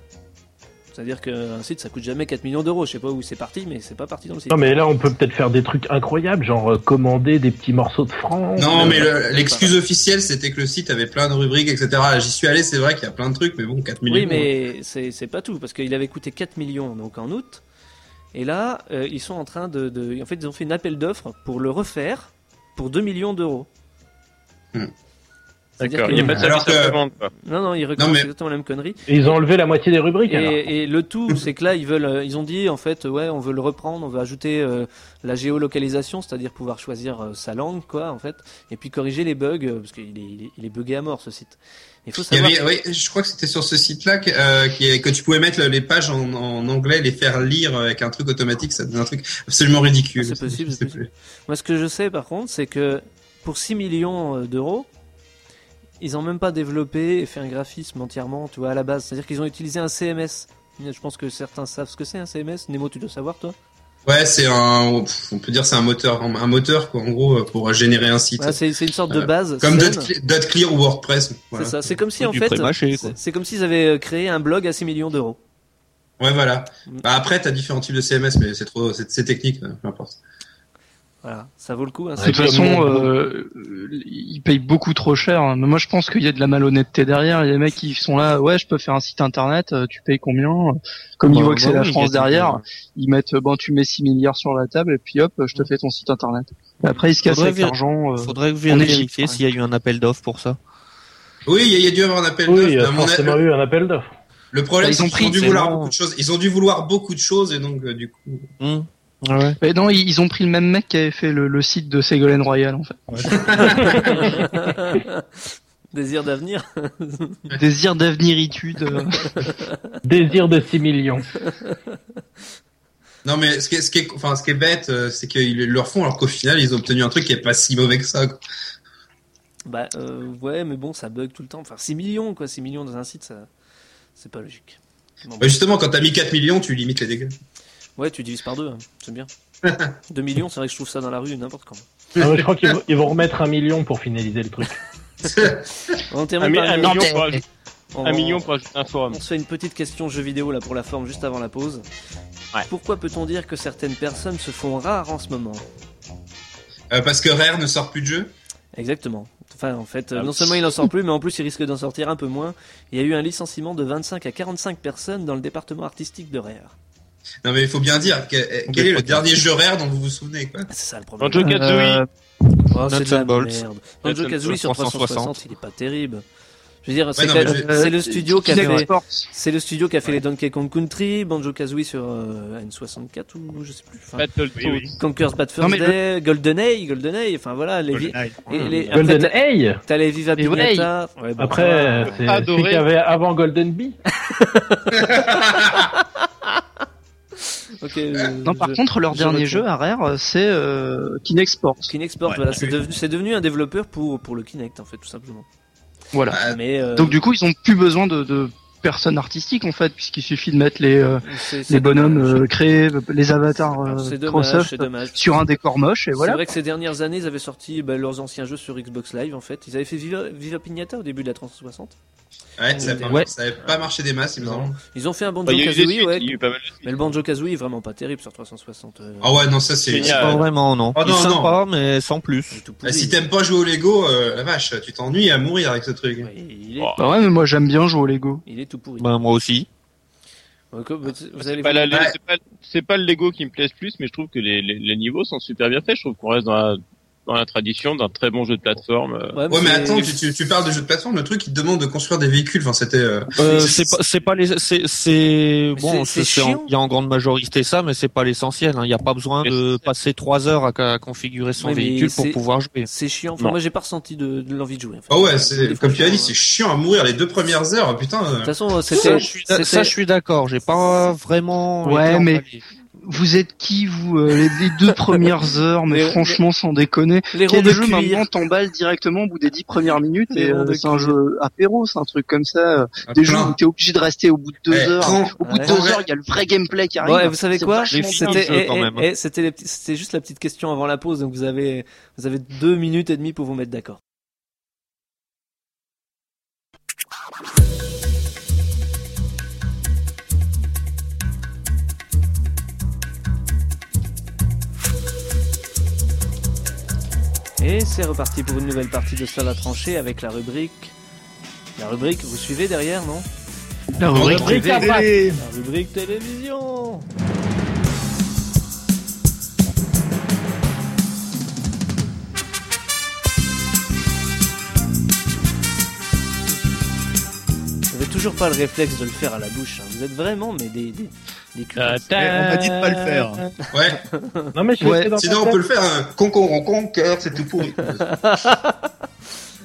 S6: C'est-à-dire qu'un site ça coûte jamais 4 millions d'euros, je sais pas où c'est parti, mais c'est pas parti dans le site.
S7: Non, mais là, on peut peut-être faire des trucs incroyables, genre euh, commander des petits morceaux de France.
S5: Non, mais le-
S7: Euh,
S5: l'excuse officielle, c'était que le site avait plein de rubriques, etc. J'y suis allé, c'est vrai qu'il y a plein de trucs, mais bon, 4 millions.
S6: Oui, mais c'est c'est pas tout, parce qu'il avait coûté 4 millions donc en août. Et là, euh, ils sont en train de, de- En fait, ils ont fait un appel d'offres pour le refaire pour 2 millions d'euros. C'est-à-dire
S9: D'accord.
S6: que- euh,
S9: Il n'y a pas de service à la commande, quoi.
S6: Non, non, ils recommencent exactement la même connerie.
S7: Et ils ont enlevé la moitié des rubriques. alors.
S6: Et, et le tout, c'est que là, ils veulent, euh, ils ont dit en fait, ouais, on veut le reprendre, on veut ajouter euh, la géolocalisation, c'est-à-dire pouvoir choisir euh, sa langue, quoi, en fait, et puis corriger les bugs, euh, parce qu'il est, il est, il est bugué à mort ce site. Il faut
S5: Il y
S6: savoir.
S5: avait, oui, je crois que c'était sur ce site-là que, euh, qui- que tu pouvais mettre les pages en, en anglais, les faire lire euh, avec un truc automatique, ça devient un truc absolument ridicule.
S6: Ah, C'est possible, c'est possible. Moi, ce que je sais, par contre, c'est que pour 6 millions euh, d'euros, ils ont même pas développé et fait un graphisme entièrement, tu vois, à la base. C'est-à-dire qu'ils ont utilisé un CMS. Je pense que certains savent ce que c'est un CMS. Nemo, tu dois savoir, toi
S5: Ouais, c'est un, pff, on peut dire c'est un moteur, un moteur quoi, en gros, euh, pour générer un site.
S6: Ouais, c'est- c'est une sorte de
S5: Euh,
S6: base
S5: Comme
S6: saine.
S5: Dotcl- Dotclear ou WordPress. voilà.
S6: C'est ça. C'est comme si en fait, c'est- c'est comme s'ils avaient euh, créé un blog à 6 millions d'euros.
S5: Ouais, voilà.
S6: Mm.
S5: Bah, après, t'as différents types de CMS, mais c'est trop, c'est c'est technique, euh, n'importe.
S6: Voilà, ça vaut le coup. hein,
S3: De
S6: c'est-
S3: toute façon,
S6: [LAUGHS]
S3: euh, ils payent beaucoup trop cher. hein. Mais moi, je pense qu'il y a de la malhonnêteté derrière. Il y a des mecs qui sont là, ouais, je peux faire un site internet, euh, tu payes combien Comme ils
S10: Bah,
S3: voient que
S10: bah
S3: c'est la
S10: oui,
S3: France
S10: ils gagnent
S3: derrière,
S10: bien.
S3: ils mettent, euh, bon, tu mets 6 milliards sur la table et puis hop, je te fais ton site internet. Et après, ils se cassent
S10: Faudrait
S3: avec
S10: vér-
S3: l'argent. euh,
S10: Faudrait
S3: en Égypte,
S10: vérifier s'il y a eu un appel d'offres pour ça.
S5: Oui, il y, a- il y a dû avoir un appel
S10: Oui,
S5: d'offres,
S10: il y a
S5: mais à mon avis-
S10: forcément
S5: le-
S10: eu
S7: euh, un appel d'offres.
S5: Le problème,
S3: Bah, ils
S5: c'est
S3: ont
S5: qu'ils ont
S3: pris,
S5: dû
S3: c'est
S5: vouloir
S3: marrant.
S5: beaucoup de choses. Ils ont dû vouloir beaucoup de choses, et donc, euh, du coup.
S3: Mais non, ils, ils ont pris le même mec qui avait fait le, le site de Ségolène Royal, en fait. euh,
S6: [LAUGHS] Désir d'avenir.
S3: Désir d'avenir étude. euh,
S6: [LAUGHS]
S7: Désir de
S5: [LAUGHS]
S7: 6 millions.
S5: Non, mais ce qui est, ce qui est- enfin, ce qui est bête, euh, c'est qu'ils leur font, alors qu'au final, ils ont obtenu un truc qui est pas si mauvais que ça, quoi.
S6: Bah euh, ouais, mais bon, ça bug tout le temps. Enfin, 6 millions quoi, 6 millions dans un site, ça, c'est pas logique. Bon,
S5: Bah, justement, quand t'as mis 4 millions, tu limites les dégâts.
S6: Ouais, tu divises par deux, hein, c'est
S5: [LAUGHS]
S6: bien. 2 millions, c'est vrai que je trouve ça dans la rue n'importe quand.
S7: Ah ouais, je crois qu'ils vont, ils vont remettre un million pour finaliser le truc.
S6: On
S9: Un
S6: termine
S9: mi-
S6: par
S9: un
S6: une-
S9: million
S6: Non,
S9: pour
S6: mais-
S9: aj-
S6: on-
S9: un million pour ajouter un forum.
S6: On se fait une petite question jeu vidéo là pour la forme juste avant la pause. Pourquoi peut-on dire que certaines personnes se font rares en ce moment
S5: Euh, parce que Rare ne sort plus de jeu.
S6: Exactement. Enfin, en fait, euh,
S5: Ah,
S6: non
S5: pff.
S6: seulement il en
S9: [LAUGHS]
S6: sort plus, mais en plus il risque d'en sortir un peu moins. Il y a eu un licenciement de 25 à 45 personnes dans le département artistique de Ah, Rare.
S5: Non, mais il faut bien dire, que- eh, quel est le dernier jeu Rare dont vous vous souvenez, quoi.
S6: C'est ça le problème.
S5: Banjo-Kazooie.
S6: Oh, c'est de la
S5: Nuts and Bolts.
S6: merde.
S5: Nuts
S6: Banjo
S5: and
S6: Kazooie
S5: Bolts
S6: sur 360,
S5: 360,
S6: il est pas terrible. Je veux dire, c'est
S5: non,
S6: quand-
S5: mais je-
S6: c'est le
S5: Euh,
S6: studio qui a
S5: Kinect
S6: fait,
S5: Sports.
S6: c'est le studio qui a fait les Donkey Kong Country, Banjo Kazooie sur euh, N64 ou je sais plus. Enfin,
S9: Battletoads. Oui, oui.
S6: Conker's Bad Fur
S9: Non, mais le-
S6: Day, GoldenEye, GoldenEye, enfin voilà, les, vi-
S9: GoldenEye.
S6: et les-
S7: Golden
S6: en fait,
S7: Eye
S6: T'as les Viva
S7: Et ouais.
S6: Pignata. Ouais, bon,
S7: Après,
S5: Ah,
S6: ça va.
S7: euh, c'est celui qu'il y avait avant Golden Bee.
S6: Ok, euh,
S3: non, par
S6: je-
S3: contre, leur
S6: je
S3: dernier
S6: réponds.
S3: jeu à Rare, euh, c'est euh, Kinect Sports.
S6: Kinect Sport, voilà, c'est devenu, c'est devenu un développeur pour, pour le Kinect, en fait, tout simplement.
S9: Ah,
S3: Voilà.
S6: Mais, euh,
S3: Donc du coup, ils ont plus besoin de, de personnes artistiques en fait, puisqu'il suffit de mettre les euh,
S6: C'est- c'est
S3: les bonhommes euh, créés, les avatars euh,
S6: C'est dommage,
S3: Microsoft
S6: c'est dommage.
S3: sur un décor moche et
S6: C'est
S3: voilà.
S6: vrai que ces dernières années, ils avaient sorti bah, leurs anciens jeux sur Xbox Live, en fait. Ils avaient fait Viva, Viva Pignata au début de la 360.
S5: Ouais, ça n'avait
S6: Ouais.
S5: pas marché des masses, il me semble.
S6: Ils ont fait un Banjo
S5: Bah, il y a eu des
S6: Kazooie,
S5: suites,
S6: euh, ouais.
S5: il y a eu pas mal
S6: Mais le Banjo Kazooie est vraiment pas terrible sur 360. euh.
S5: Ah ouais, non, ça c'est.
S10: C'est pas vraiment, Euh, non.
S5: Oh,
S10: Il est
S5: non, non.
S10: sympa, mais sans plus.
S5: Ah, si t'aimes pas jouer au Lego, euh, la vache, tu t'ennuies à mourir avec ce truc.
S3: Bah ouais, mais moi j'aime bien jouer au Lego.
S6: Il est tout pourri.
S10: Bah, moi aussi.
S6: Donc, euh, vous- vous allez
S9: C'est pas, Bah, la-
S6: voir.
S9: c'est pas- c'est pas le Lego qui me plaise plus, mais je trouve que les, les- les niveaux sont super bien faits. Je trouve qu'on reste dans la, dans la tradition d'un très bon jeu de plateforme. euh.
S5: Ouais, mais attends, tu, tu- tu parles de jeux de plateforme, le truc il te demande de construire des véhicules. Enfin, c'était. euh,
S10: Euh, c'est pas, c'est pas les, c'est, c'est bon,
S5: c'est- c'est
S10: c'est, c'est en-
S5: chiant.
S10: il y a en grande majorité ça, mais c'est pas l'essentiel. hein. Il n'y a pas besoin de passer trois heures à, à configurer son
S6: Ouais, mais
S10: véhicule pour
S6: c'est-
S10: pouvoir jouer.
S6: C'est chiant. Enfin,
S10: Non.
S6: moi, j'ai pas ressenti de, de l'envie de jouer. en fait.
S5: Ah ouais,
S6: Des
S5: c'est
S6: fois, euh,
S5: comme tu as dit, hein.
S6: je-
S5: c'est chiant à mourir les deux premières heures, putain. euh,
S6: De toute façon,
S10: ça,
S6: c'était.
S10: je suis, d'a- ça, je suis d'accord. J'ai pas vraiment.
S3: Ouais,
S10: été
S3: mais
S10: emballé.
S3: vous êtes qui vous euh, les, les
S6: [LAUGHS]
S3: deux premières heures Mais
S10: Les-
S3: franchement, sans déconner,
S10: les ronds
S3: quel
S10: de
S3: jeu
S10: cuir.
S3: maintenant t'emballe directement au bout des dix premières minutes
S10: Les
S3: et
S10: ronds
S3: euh,
S10: de
S3: c'est un jeu apéro, c'est un truc comme ça. euh,
S5: Ah,
S3: des jeux
S5: plein.
S3: où t'es obligé de rester au bout de deux
S5: Eh,
S3: heures.
S5: prends-
S3: Au bout de
S6: Ouais.
S3: deux heures, il y a le vrai gameplay qui arrive.
S6: Ouais, vous savez
S3: C'est
S6: quoi
S3: vachement bien.
S6: C'était eh, eh, eh, c'était les petits- c'était juste la petite question avant la pause, donc vous avez vous avez deux minutes et demie pour vous mettre d'accord. Et c'est reparti pour une nouvelle partie de Salle à trancher avec la rubrique. La rubrique, vous suivez derrière, non
S3: La
S12: rubrique La rubrique télé. à pattes.
S6: La rubrique télévision. Vous n'avez toujours pas le réflexe de le faire à la bouche. hein. Vous êtes vraiment mais des des,
S3: Euh,
S6: des culottés.
S5: Ouais.
S6: Non, mais je vais essayer d'en
S5: Sinon,
S6: faire
S5: on peut le
S6: faire.
S5: faire. Hein. Concon, cœur, c'est tout pourri.
S6: Bon,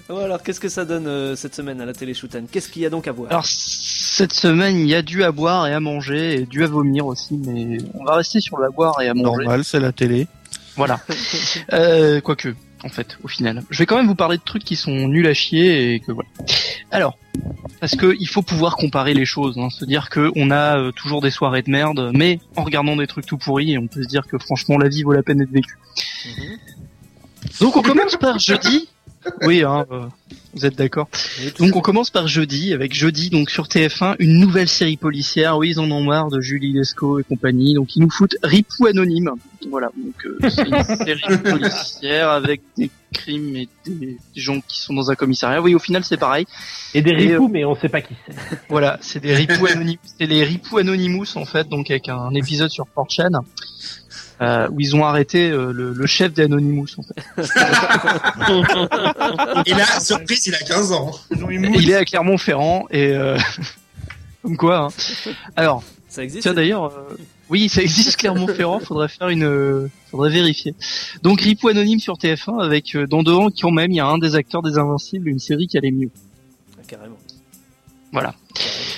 S6: Oh, alors qu'est-ce que ça donne euh, cette semaine à la télé Shootan Qu'est-ce qu'il y a donc à voir
S3: Alors cette semaine, il y a dû à boire et à manger et dû à vomir aussi, mais on va rester sur le à boire et à manger.
S10: Normal, c'est la télé.
S3: Voilà. Euh, quoique, en fait, au final. Je vais quand même vous parler de trucs qui sont nuls à chier et que voilà. Alors, parce que il faut pouvoir comparer les choses, hein, se dire que on a euh, toujours des soirées de merde, mais en regardant des trucs tout pourris, et on peut se dire que franchement la vie vaut la peine d'être vécue. Donc on commence par jeudi. Oui, hein, euh, vous êtes d'accord. Donc on commence par jeudi, avec jeudi donc sur TF1 une nouvelle série policière. Oui, ils en ont marre de Julie Lescaut et compagnie, donc ils nous foutent Ripou anonyme. Voilà, donc euh, c'est une série policière avec des crimes et des gens qui sont dans un commissariat. Oui, au final c'est pareil.
S7: Et des ripoux,
S3: euh,
S7: mais on sait pas qui c'est.
S3: voilà, c'est des ripoux anonymes, c'est les ripoux anonymous en fait, donc avec un épisode sur 4chan euh, où ils ont arrêté euh, le, le chef d'Anonymous en fait.
S5: Et là, surprise, il a 15 ans.
S3: Il est à Clermont-Ferrand et euh, [LAUGHS] comme quoi. hein. Alors,
S6: ça existe
S3: Tiens d'ailleurs, euh, oui, ça existe Clermont-Ferrand. Faudrait faire une, euh, faudrait vérifier. Donc Ripou anonyme sur TF1 avec euh, dans deux ans quand même il y a un des acteurs des Invincibles, une série qui allait mieux.
S6: Ah, Carrément.
S3: Voilà.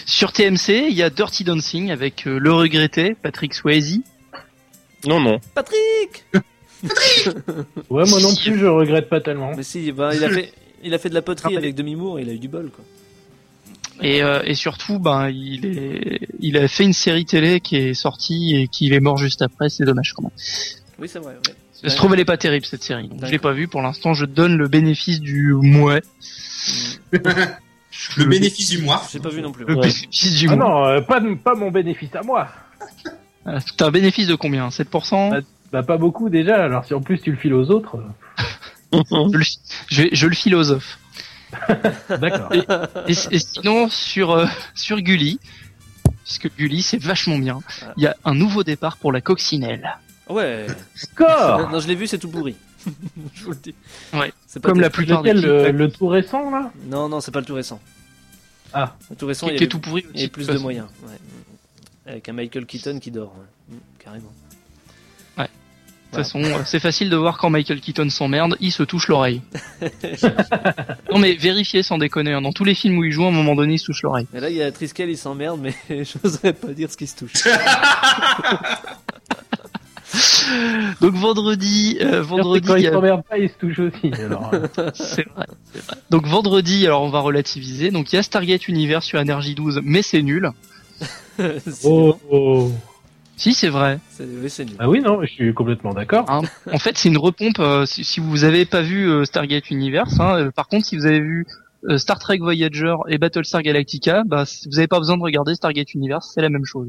S3: Sur TMC, il y a Dirty Dancing avec euh, le regretté Patrick Swayze.
S9: Non non.
S6: Patrick
S7: Ouais, moi non plus, je regrette pas tellement.
S6: Mais si, bah,
S3: [LAUGHS]
S6: il, a fait, il a fait de la poterie avec demi-mour, il a eu du bol quoi.
S3: Et, euh, et surtout, ben, il, est, il a fait une série télé qui est sortie et qu'il est mort juste après. C'est dommage, quand même.
S6: Oui, c'est vrai. ouais.
S3: Ça se trouve, elle est pas terrible cette série. Donc, je l'ai pas vue pour l'instant. Je donne le bénéfice du mouet.
S5: Le bénéfice du mois.
S6: J'ai pas vu non plus.
S3: Le bénéfice du
S7: Ah
S3: mois.
S7: non, euh, pas, de- pas mon bénéfice à moi.
S3: Ah, T'as un bénéfice de combien 7%
S7: Bah, pas beaucoup déjà, alors si en plus tu le files aux autres. euh,
S3: je, le, je vais- je le philosophe.
S7: [LAUGHS] D'accord.
S3: Et, et- et sinon, sur, euh, sur Gulli, puisque Gulli, c'est vachement bien, il y a un nouveau départ pour la coccinelle.
S6: Ouais.
S7: Score
S6: Euh, Non, je l'ai vu, c'est tout pourri.
S3: [LAUGHS]
S6: je vous le dis.
S3: Ouais.
S6: C'est pas
S3: Comme
S6: tout-
S3: la plupart
S7: Lequel,
S3: des
S7: le,
S3: films.
S7: le tout récent là
S6: Non, non, c'est pas le tout récent.
S7: Ah.
S6: Le tout récent, il
S3: Qui
S6: y
S3: était
S6: avait-
S3: tout pourri
S6: il y
S3: aussi,
S6: avait
S3: de
S6: plus
S3: toute
S6: de
S3: façon.
S6: moyens. ouais. Avec un Michael Keaton qui dort. ouais. Mm, Carrément.
S3: De toute façon, euh, c'est facile de voir quand Michael Keaton s'emmerde, il se touche
S6: [LAUGHS]
S3: l'oreille. non mais vérifiez sans déconner, hein, dans tous les films où il joue, à un moment donné, il se touche l'oreille.
S6: Et là, il y a Triskel, il s'emmerde, mais [LAUGHS] j'oserais pas dire ce qui se
S3: [LAUGHS]
S6: touche.
S3: Donc vendredi, euh, vendredi,
S7: Quand
S3: il
S7: il
S3: y a-
S7: s'emmerde pas, il se touche
S3: [LAUGHS]
S7: aussi. Alors, euh,
S3: c'est vrai, c'est vrai. Donc vendredi, alors on va relativiser. Donc il y a Stargate Universe sur Energy 12, mais c'est nul.
S7: oh, oh.
S3: Si c'est vrai.
S6: C'est oui, c'est nul.
S7: Ah oui, non, je suis complètement d'accord.
S3: hein. En fait, c'est une repompe. euh, si, si vous avez pas vu euh, Stargate Universe, hein, euh, par contre, si vous avez vu euh, Star Trek Voyager et Battlestar Galactica, bah, c- vous n'avez pas besoin de regarder Stargate Universe, c'est la même chose.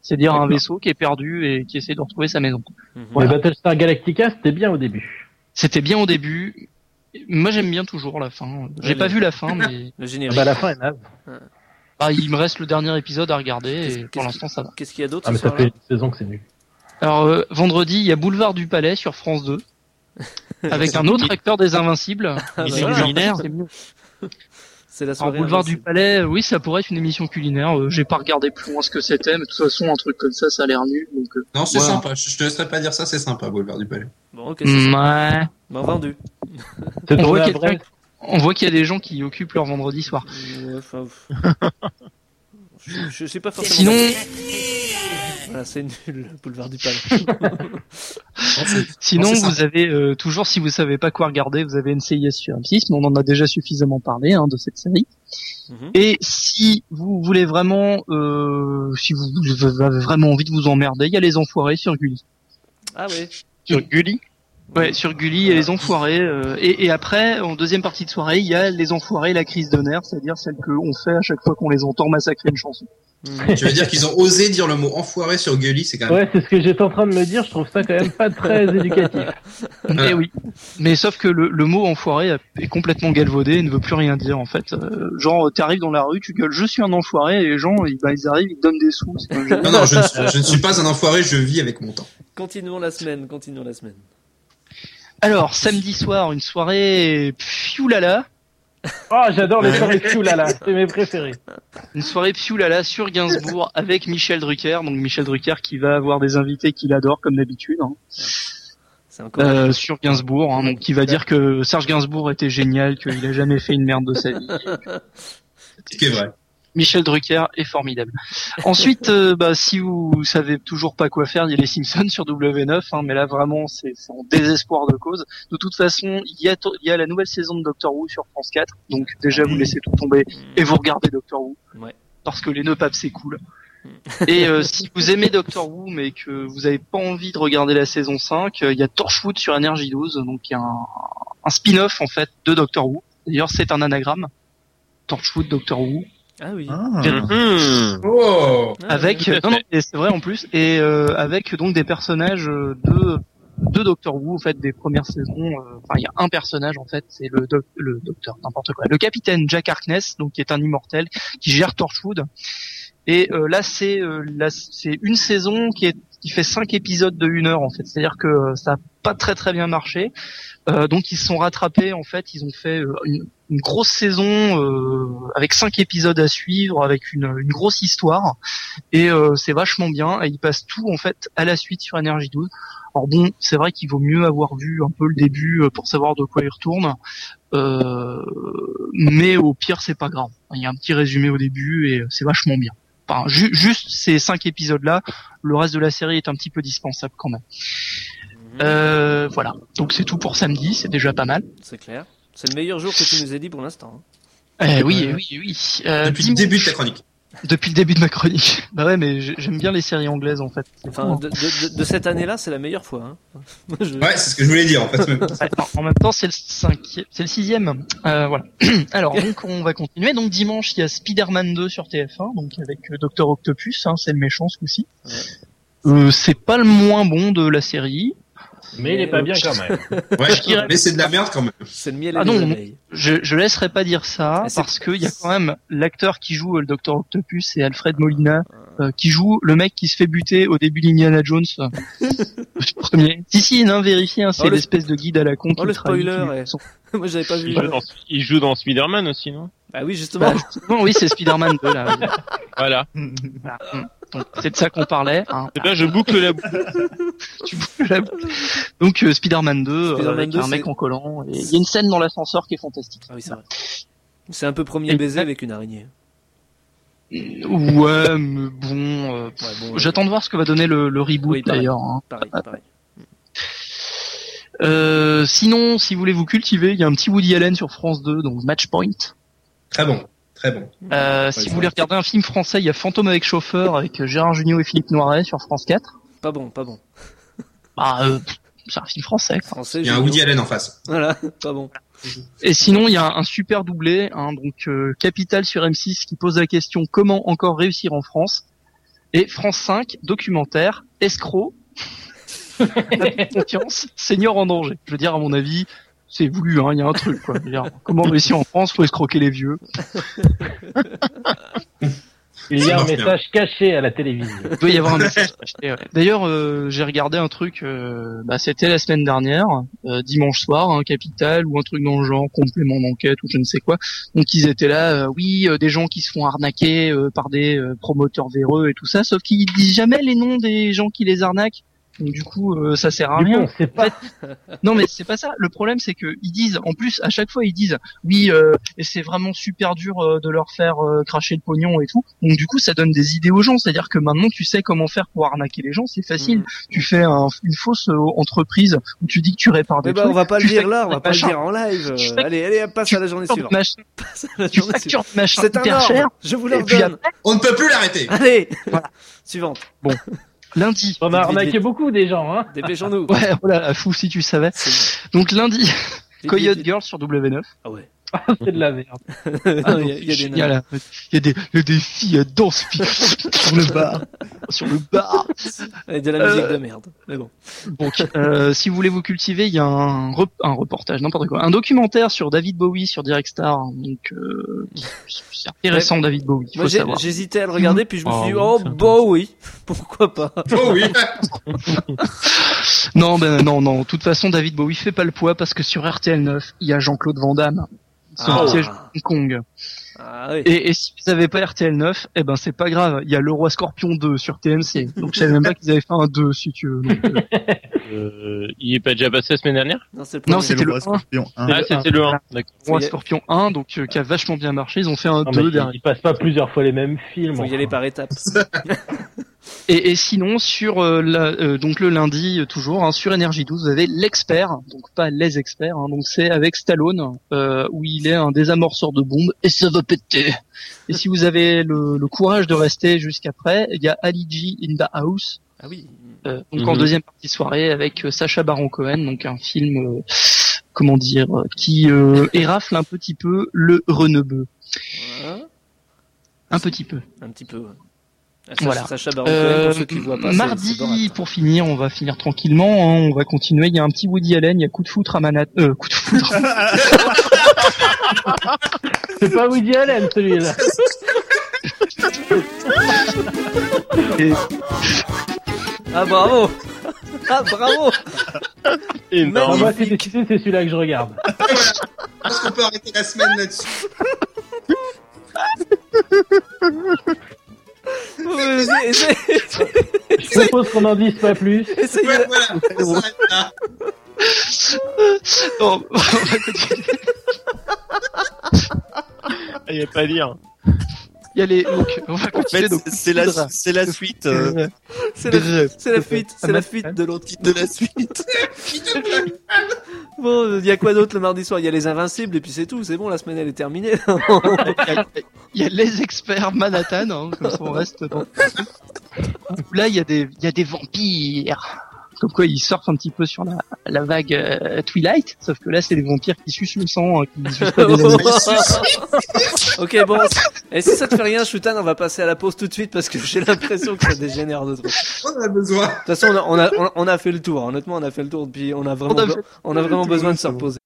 S3: C'est-à-dire un
S7: D'accord.
S3: vaisseau qui est perdu et qui essaie de retrouver sa maison.
S6: Mhm.
S3: Voilà.
S7: Mais Battlestar Galactica, c'était bien au début.
S3: C'était bien au début. Moi, j'aime bien toujours la fin. J'ai
S6: Ouais,
S3: pas
S6: le-
S3: vu la
S6: [LAUGHS]
S3: fin, mais
S6: Le
S7: Ah
S6: générique.
S7: bah, la fin est naze.
S3: bah, il me reste le dernier épisode à regarder
S6: Qu'est-ce-
S3: et Eh, pour
S6: qu'est-ce-
S3: l'instant, ça va.
S6: Qu'est-ce qu'il y a d'autre
S7: Ah, mais
S6: ce
S7: ça
S6: soir-là
S7: fait une saison que c'est nul.
S3: Alors, euh, vendredi, il y a Boulevard du Palais sur
S6: [LAUGHS]
S3: France 2 avec un autre acteur des Invincibles.
S6: Ah,
S10: Il
S6: bah
S10: est
S6: voilà, [LAUGHS]
S10: culinaire.
S3: C'est mieux.
S6: C'est la
S3: Alors,
S6: soirée.
S3: Ah, Boulevard du
S6: invincible.
S3: Palais, oui, ça pourrait être une émission culinaire. Euh, J'ai pas regardé plus loin ce que c'était, mais de toute façon, un truc comme ça, ça a l'air nul. Donc, euh,
S5: Non, c'est
S3: Voilà.
S5: sympa. Je je te laisserai pas dire ça, c'est sympa, Boulevard du Palais.
S6: Bon, ok, c'est
S3: Mm.
S6: ça.
S3: ouais.
S6: Bon, vendu.
S7: C'est
S3: On
S7: tombé
S3: voit
S7: à
S3: quelqu'un-
S7: Brest.
S3: On voit qu'il y a des gens qui occupent leur vendredi soir.
S6: Ouais, enfin,
S7: [LAUGHS]
S6: pff. je, je suis pas forcément.
S3: Sinon,
S6: Voilà, c'est nul, le boulevard du
S3: [LAUGHS]
S6: Palais.
S5: Non, c'est-
S3: sinon
S5: Non, c'est
S3: vous avez euh, toujours, si vous savez pas quoi regarder, vous avez NCIS sur M6, mais on en a déjà suffisamment parlé hein, de cette série.
S6: Mhm.
S3: Et si vous voulez vraiment, euh, si vous vous avez vraiment envie de vous emmerder, il y a les enfoirés sur Gulli.
S6: Ah ouais.
S3: Sur Gulli Ouais, sur Gulli, il y a les enfoirés. euh, et, et après, en deuxième partie de soirée, il y a les enfoirés, la crise d'honneur, c'est-à-dire celle qu'on fait à chaque fois qu'on les entend massacrer une chanson.
S5: Tu veux dire qu'ils ont osé dire le mot enfoiré sur Gully, c'est quand même.
S7: Ouais, c'est ce que j'étais en train de me dire. Je trouve ça quand même pas
S3: [LAUGHS]
S7: très éducatif.
S3: Eh oui. Mais sauf que le, le mot enfoiré est complètement galvaudé et ne veut plus rien dire en fait. Euh, genre, t'arrives dans la rue, tu gueules, je suis un enfoiré, et les gens, ils, bah, ils arrivent, ils te donnent des sous. C'est quand
S5: [LAUGHS]
S3: même génial.
S5: Non, non, je ne, suis- je ne suis pas un enfoiré, je vis avec mon temps.
S6: Continuons la semaine, continuons la semaine.
S3: Alors, samedi soir, une soirée pfiou-lala,
S7: Oh, j'adore les soirées Q là là. C'est mes préférés.
S3: une soirée pfiou-lala sur Gainsbourg avec Michel Drucker. Donc Michel Drucker qui va avoir des invités qu'il adore comme d'habitude. hein.
S6: C'est encore.
S3: Euh, sur Gainsbourg, hein, donc qui va dire que Serge Gainsbourg était génial, qu'il a jamais fait une merde de sa vie.
S5: [LAUGHS] Ce qui est vrai.
S3: Michel Drucker est formidable. Ensuite, euh, bah, si vous savez toujours pas quoi faire, il y a les Simpsons sur W9, hein, mais là vraiment c'est c'est en désespoir de cause. De toute façon, il y, a to- il y a la nouvelle saison de Doctor Who sur France 4, donc déjà vous laissez tout tomber et vous regardez Doctor Who,
S6: Ouais.
S3: parce que les nœuds papes c'est cool. Et euh, si vous aimez Doctor Who mais que vous avez pas envie de regarder la saison 5, euh, il y a Torchwood sur NRJ12, donc il y a un, un spin-off en fait de Doctor Who. D'ailleurs c'est un anagramme. Torchwood Doctor Who.
S6: Ah oui.
S5: hein
S9: Mm-hmm.
S5: Oh
S3: avec
S6: Ah, tout à
S3: non, non,
S6: fait.
S3: et c'est vrai en plus et euh, avec donc des personnages euh, de de Doctor Who en fait des premières saisons euh, enfin il y a un personnage en fait c'est le doc- le docteur n'importe quoi le capitaine Jack Harkness donc qui est un immortel qui gère Torchwood et euh, là c'est euh, là, c'est une saison qui est qui fait cinq épisodes de une heure en fait c'est à dire que euh, ça a pas très très bien marché Euh, donc ils se sont rattrapés en fait ils ont fait euh, une, une grosse saison euh, avec cinq épisodes à suivre avec une, une grosse histoire et euh, c'est vachement bien et ils passent tout en fait à la suite sur NRJ12 alors bon c'est vrai qu'il vaut mieux avoir vu un peu le début euh, pour savoir de quoi ils retournent Euh, mais au pire c'est pas grave il y a un petit résumé au début et euh, c'est vachement bien Enfin, ju- juste ces cinq épisodes là le reste de la série est un petit peu dispensable quand même euh, voilà donc c'est tout pour samedi c'est déjà pas mal
S6: C'est clair. C'est le meilleur jour que tu nous aies dit pour l'instant. hein.
S3: Eh oui,
S6: Ouais.
S3: eh oui, eh oui.
S6: Depuis
S3: Euh,
S6: le
S3: dimanche-
S6: début de ta chronique.
S3: Depuis le début de ma chronique. [LAUGHS] Bah ouais, mais j'ai- j'aime bien les séries anglaises en fait. C'est
S6: Enfin,
S3: fou, hein.
S6: de, de- de- de cette année-là, c'est la meilleure fois. hein. [LAUGHS] Moi, je-
S5: Ouais, c'est ce que je voulais dire en fait.
S3: Ouais, non, en même temps, c'est le cinquième, c'est le sixième. Euh, voilà. [CLEARS THROAT] Alors donc on va continuer. Donc dimanche, il y a Spider-Man 2 sur TF1, donc avec euh, Docteur Octopus. hein, c'est le méchant ce coup-ci. Euh, c'est pas le moins bon de la série.
S7: Mais il est pas bien quand même.
S5: Ouais, mais c'est de la merde quand même.
S6: C'est le miel
S3: Ah non, je, je laisserai pas dire
S6: Ah,
S3: ça parce qu'il y a quand même l'acteur qui joue euh, le Docteur Octopus, c'est Alfred Molina, euh, qui joue le mec qui se fait buter au début d'Indiana
S6: [LAUGHS]
S3: Jones. euh, le premier. Si si, non vérifiez, hein, c'est
S6: Oh, le-
S3: l'espèce de guide à la con
S6: Oh
S3: qui
S6: le
S3: trahit-
S6: spoiler
S3: qui-
S6: ouais. [LAUGHS] Moi j'avais pas vu.
S9: Il joue dans, il joue dans Spider-Man aussi, non
S6: Bah oui, justement.
S3: Bah, justement, oui, c'est Spider-Man 2
S6: [LAUGHS]
S3: là. oui.
S9: Voilà.
S3: Voilà. Donc, C'est de ça qu'on parlait.
S6: [LAUGHS]
S3: Hein.
S9: Eh ben, je boucle la boucle.
S3: Donc euh, Spider-Man 2, euh,
S6: Spider-Man
S3: avec
S6: 2,
S3: un mec
S6: c'est-
S3: en collant. et Il y a une scène dans l'ascenseur qui est fantastique.
S6: Ah oui, c'est vrai. C'est un peu premier baiser avec une araignée.
S3: Ouais, mais bon,
S6: bon,
S3: euh,
S6: ouais.
S3: j'attends de voir ce que va donner le, le reboot
S6: Oui, pareil.
S3: d'ailleurs. hein.
S6: Pareil, pareil.
S3: Euh, sinon, si vous voulez vous cultiver, il y a un petit Woody Allen sur France 2, donc Match Point.
S5: Très bon, très bon.
S3: Euh, si vous voulez regarder un film français, il y a Fantôme avec chauffeur avec euh, Gérard Jugnot et Philippe Noiret sur France 4.
S6: Pas bon, pas bon.
S3: Bah, euh, pff, c'est un film français. quoi.
S6: Français,
S5: Il y a un
S6: génial.
S5: Woody Allen en face.
S6: Voilà, pas bon.
S3: Ah, Et sinon, il y a un super doublé, hein, donc euh, Capital sur M6 qui pose la question comment encore réussir en France et France 5 documentaire escroc confiance senior en danger. Je veux dire à mon avis, c'est voulu hein, il y a un truc quoi. Je veux dire, comment réussir en France, faut escroquer les vieux.
S7: Il y a
S3: Ça
S7: un
S3: marche bien.
S7: message caché à la télévision.
S3: Il doit y avoir un message caché, ouais. D'ailleurs, euh, j'ai regardé un truc, euh, bah, c'était la semaine dernière, euh, dimanche soir, un Capital ou un truc dans le genre, complément d'enquête ou je ne sais quoi. Donc ils étaient là, euh, oui, euh, des gens qui se font arnaquer euh, par des euh, promoteurs véreux et tout ça, sauf qu'ils disent jamais les noms des gens qui les arnaquent. Donc du coup, euh, ça sert à
S7: Du coup,
S3: rien.
S7: on sait pas.
S3: Non mais c'est pas ça. Le problème c'est que ils disent, en plus à chaque fois ils disent, oui euh, et c'est vraiment super dur euh, de leur faire euh, cracher le pognon et tout. Donc du coup ça donne des idées aux gens. C'est-à-dire que maintenant tu sais comment faire pour arnaquer les gens, c'est facile.
S6: Mm.
S3: Tu fais un- une fausse euh, entreprise où tu dis que tu répares des
S6: Mais bah,
S3: trucs.
S6: on va pas
S3: tu
S6: le dire
S3: fais-
S6: là,
S3: [LAUGHS]
S6: on va pas le
S3: machin.
S6: dire en live.
S3: Tu
S6: Euh,
S3: fais-
S6: Allez, allez, passe à la journée
S3: tu
S6: suivante.
S3: machin-
S6: Passe [LAUGHS] à la
S3: tu
S6: journée
S3: factures
S6: suivante.
S3: de machin
S6: C'est un
S3: hyper
S6: ordre.
S3: cher.
S6: Je vous l'ordonne.
S3: Et puis après-
S5: On ne peut plus l'arrêter.
S6: Allez, [LAUGHS] suivante.
S3: Bon, lundi.
S7: On a arnaqué beaucoup des gens, hein.
S6: Dépêchons-nous.
S3: Ouais, voilà, fou si tu savais. Donc lundi, Coyote Girl sur W9.
S6: Ah
S3: [LAUGHS]
S6: ouais.
S7: c'est de la merde.
S6: Ah, il y a- il y a des
S3: Il y a, la- hein. il y a des, il y a des filles, elles dansent puis- [LAUGHS] sur le bar. Sur le bar.
S6: Et de la musique
S3: Euh,
S6: de merde. Mais bon.
S3: Donc, euh, si vous voulez vous cultiver, il y a un, rep- un reportage, n'importe quoi, un documentaire sur David Bowie sur Direct Star. Donc, euh, c'est intéressant
S6: Ouais.
S3: David Bowie. il
S6: Moi
S3: Faut
S6: j'ai-
S3: savoir.
S6: j'hésitais à le regarder, puis je me
S3: Oh,
S6: suis dit,
S3: oui,
S6: oh, bah oui, [LAUGHS] pourquoi pas.
S5: Oh [LAUGHS] oui.
S3: Non, ben non, non. De toute façon, David Bowie fait pas le poids parce que sur RTL 9, il y a Jean-Claude Van Damme. C'est un
S6: Ah.
S3: piège de Hong Kong. et, et si vous n'avez pas RTL 9, eh ben c'est pas grave, il y a le roi Scorpion 2 sur TMC. Donc je savais même pas qu'ils avaient fait un 2 si tu veux. Donc, euh,
S9: [LAUGHS] Euh, il est pas déjà passé la semaine dernière
S6: Non,
S3: non, c'était le 1.
S10: hein.
S9: [LAUGHS] Ah, c'était le 1. D'accord.
S3: Roi Scorpion 1, donc euh, qui a vachement bien marché, ils ont fait un
S7: Non,
S3: 2
S7: mais
S3: derrière.
S7: Ils passent pas plusieurs fois les mêmes films.
S6: Faut y
S7: enfin.
S6: aller par
S3: [LAUGHS]
S6: étapes.
S3: Et, et sinon, sur euh, la- euh, donc le lundi euh, toujours hein, sur Energy 12, vous avez l'expert, donc pas les experts, hein, donc c'est avec Stallone euh, où il est un désamorceur de bombes et ça va péter. Et si vous avez le, le courage de rester jusqu'après, il y a Ali G in the house.
S6: Ah oui.
S3: Euh, donc en
S6: Mhm.
S3: deuxième partie de soirée avec euh, Sacha Baron Cohen, donc un film euh, comment dire euh, qui euh, érafle un petit peu le renebeu,
S6: Voilà.
S3: un petit peu.
S6: Un petit peu. ouais. Ah, ça,
S3: Voilà.
S6: c'est Sacha Baron Cohen, pour ceux qui
S3: Euh,
S6: voient pas. c'est-
S3: mardi,
S6: c'est Borat. hein.
S3: pour finir, on va finir tranquillement. hein, on va continuer. Il y a un petit Woody Allen, il y a coup de foudre à Manhattan. Euh, coup de foudre.
S7: C'est pas Woody Allen [LAUGHS] celui-là.
S3: Et-
S6: Ah bravo [LAUGHS] Ah bravo
S7: Non, moi c'est décidé, c'est celui-là que je regarde.
S5: Je pense qu'on peut arrêter la semaine là-dessus.
S7: Je propose qu'on en dise pas plus.
S5: Ouais, voilà, on s'arrête
S7: [LAUGHS]
S5: là.
S3: [LAUGHS] Non, on va continuer.
S9: ah, Il n'y a pas à dire.
S3: Il y a les. Donc, on va continuer.
S10: fait,
S3: donc,
S10: c'est- c'est la-
S3: foudre.
S10: c'est la suite, euh,
S6: C'est la, c'est la fuite, c'est la
S3: Manhattan.
S6: fuite de l'autre.
S10: de la suite.
S6: [LAUGHS] Bon, il y a quoi d'autre le mardi soir Il y a les Invincibles et puis c'est tout, c'est bon, la semaine elle est terminée. [LAUGHS]
S3: Il y a les experts Manhattan, hein, comme ça on reste dans. Où Là, il y a des, il y a des vampires. Comme quoi, ils surfent un petit peu sur la, la vague euh, Twilight. Sauf que là, c'est les vampires qui sucent le sang, hein, qui sucent [LAUGHS] pas des animaux.
S6: ok, bon. Et si ça te fait rien, Shutan, on va passer à la pause tout de suite parce que j'ai l'impression que ça dégénère de trop.
S5: On a besoin.
S6: De toute façon, on a, on a, on a- on a fait le tour. Honnêtement, on a fait le tour. Puis on a vraiment,
S3: On a fait-
S6: on a vraiment besoin de se reposer.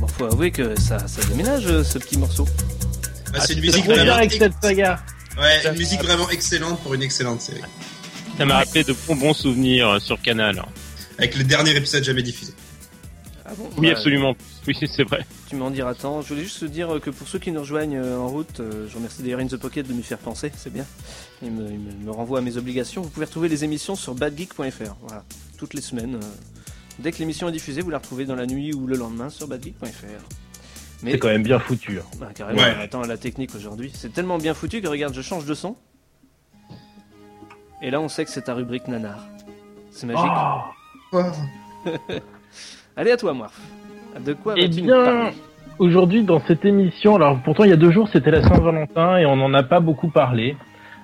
S6: Bon, faut avouer que ça, ça déménage euh, ce petit morceau.
S5: Ah, c'est une
S7: Je
S5: musique
S7: reviens
S5: vraiment,
S7: avec cette saga.
S5: ouais, une musique vraiment excellente pour une excellente série.
S9: Ça m'a rappelé de bons, bons souvenirs euh, sur Canal.
S5: Avec le dernier épisode jamais diffusé.
S6: Ah bon
S9: Oui,
S6: Bah,
S9: absolument. Oui, c'est vrai.
S6: Tu m'en diras tant. Je voulais juste te dire euh, que pour ceux qui nous rejoignent euh, en route, euh, je remercie d'ailleurs In the Pocket de me faire penser, c'est bien. Il me, il me- me renvoie à mes obligations. Vous pouvez retrouver les émissions sur badgeek.fr, voilà, toutes les semaines. euh. dès que l'émission est diffusée, vous la retrouvez dans la nuit ou le lendemain sur badgeek.fr. Mais-
S7: C'est quand même bien foutu. hein.
S6: Bah, carrément,
S7: Ouais.
S6: attends, la technique aujourd'hui, c'est tellement bien foutu que regarde, je change de son. Et là, on sait que c'est ta rubrique nanar. C'est
S7: Oh,
S6: magique.
S5: Oh.
S6: Allez, à toi, Moirf. De quoi
S7: Eh
S6: vas-tu nous
S7: bien,
S6: parler
S7: aujourd'hui dans cette émission, alors pourtant il y a deux jours c'était la Saint-Valentin et on n'en a pas beaucoup parlé.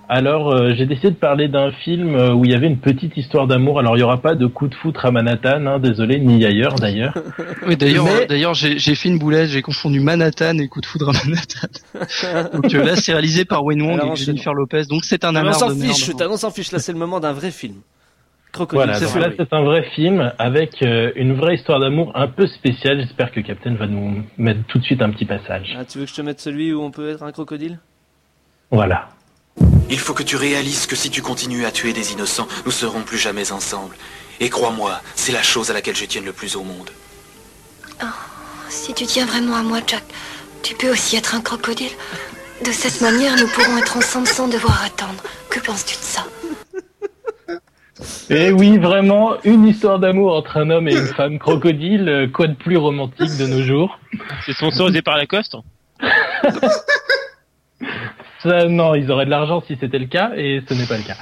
S7: Alors euh, j'ai décidé de parler d'un film euh, où il y avait une petite histoire d'amour. Alors il n'y aura pas de coup de foudre à Manhattan, hein, désolé, ni ailleurs d'ailleurs.
S3: Oui, d'ailleurs,
S7: Mais-
S3: d'ailleurs, j'ai j'ai fait une boulette, j'ai confondu Manhattan et coup de foudre à
S6: [LAUGHS]
S3: Manhattan. donc euh, là, c'est réalisé par Wayne Wong
S6: Alors,
S3: et
S6: enchaînons.
S3: Jennifer Lopez, donc c'est un
S6: Mais on
S3: anard
S6: s'en
S3: de Ah, merde.
S6: fiche, putain, on s'en fiche. Là, c'est le moment d'un vrai film. Crocodile
S7: Voilà, donc là
S6: Dundee.
S7: c'est un vrai film avec euh, une vraie histoire d'amour un peu spéciale. J'espère que Captain va nous mettre tout de suite un petit passage.
S6: Ah, tu veux que je te mette celui où on peut être un crocodile
S7: Voilà.
S13: Il faut que tu réalises que si tu continues à tuer des innocents, nous serons plus jamais ensemble. Et crois-moi, c'est la chose à laquelle je tienne le plus au monde.
S14: Si tu tiens vraiment à moi, Jack, tu peux aussi être un crocodile. De cette manière, nous pourrons être ensemble sans devoir attendre. Que penses-tu de ça
S7: Et oui, vraiment, une histoire d'amour entre un homme et une femme crocodile, euh, quoi de plus romantique de nos jours
S9: C'est sponsorisé par Lacoste.
S7: Ça, non, ils auraient de l'argent si c'était le cas, et ce n'est pas le cas.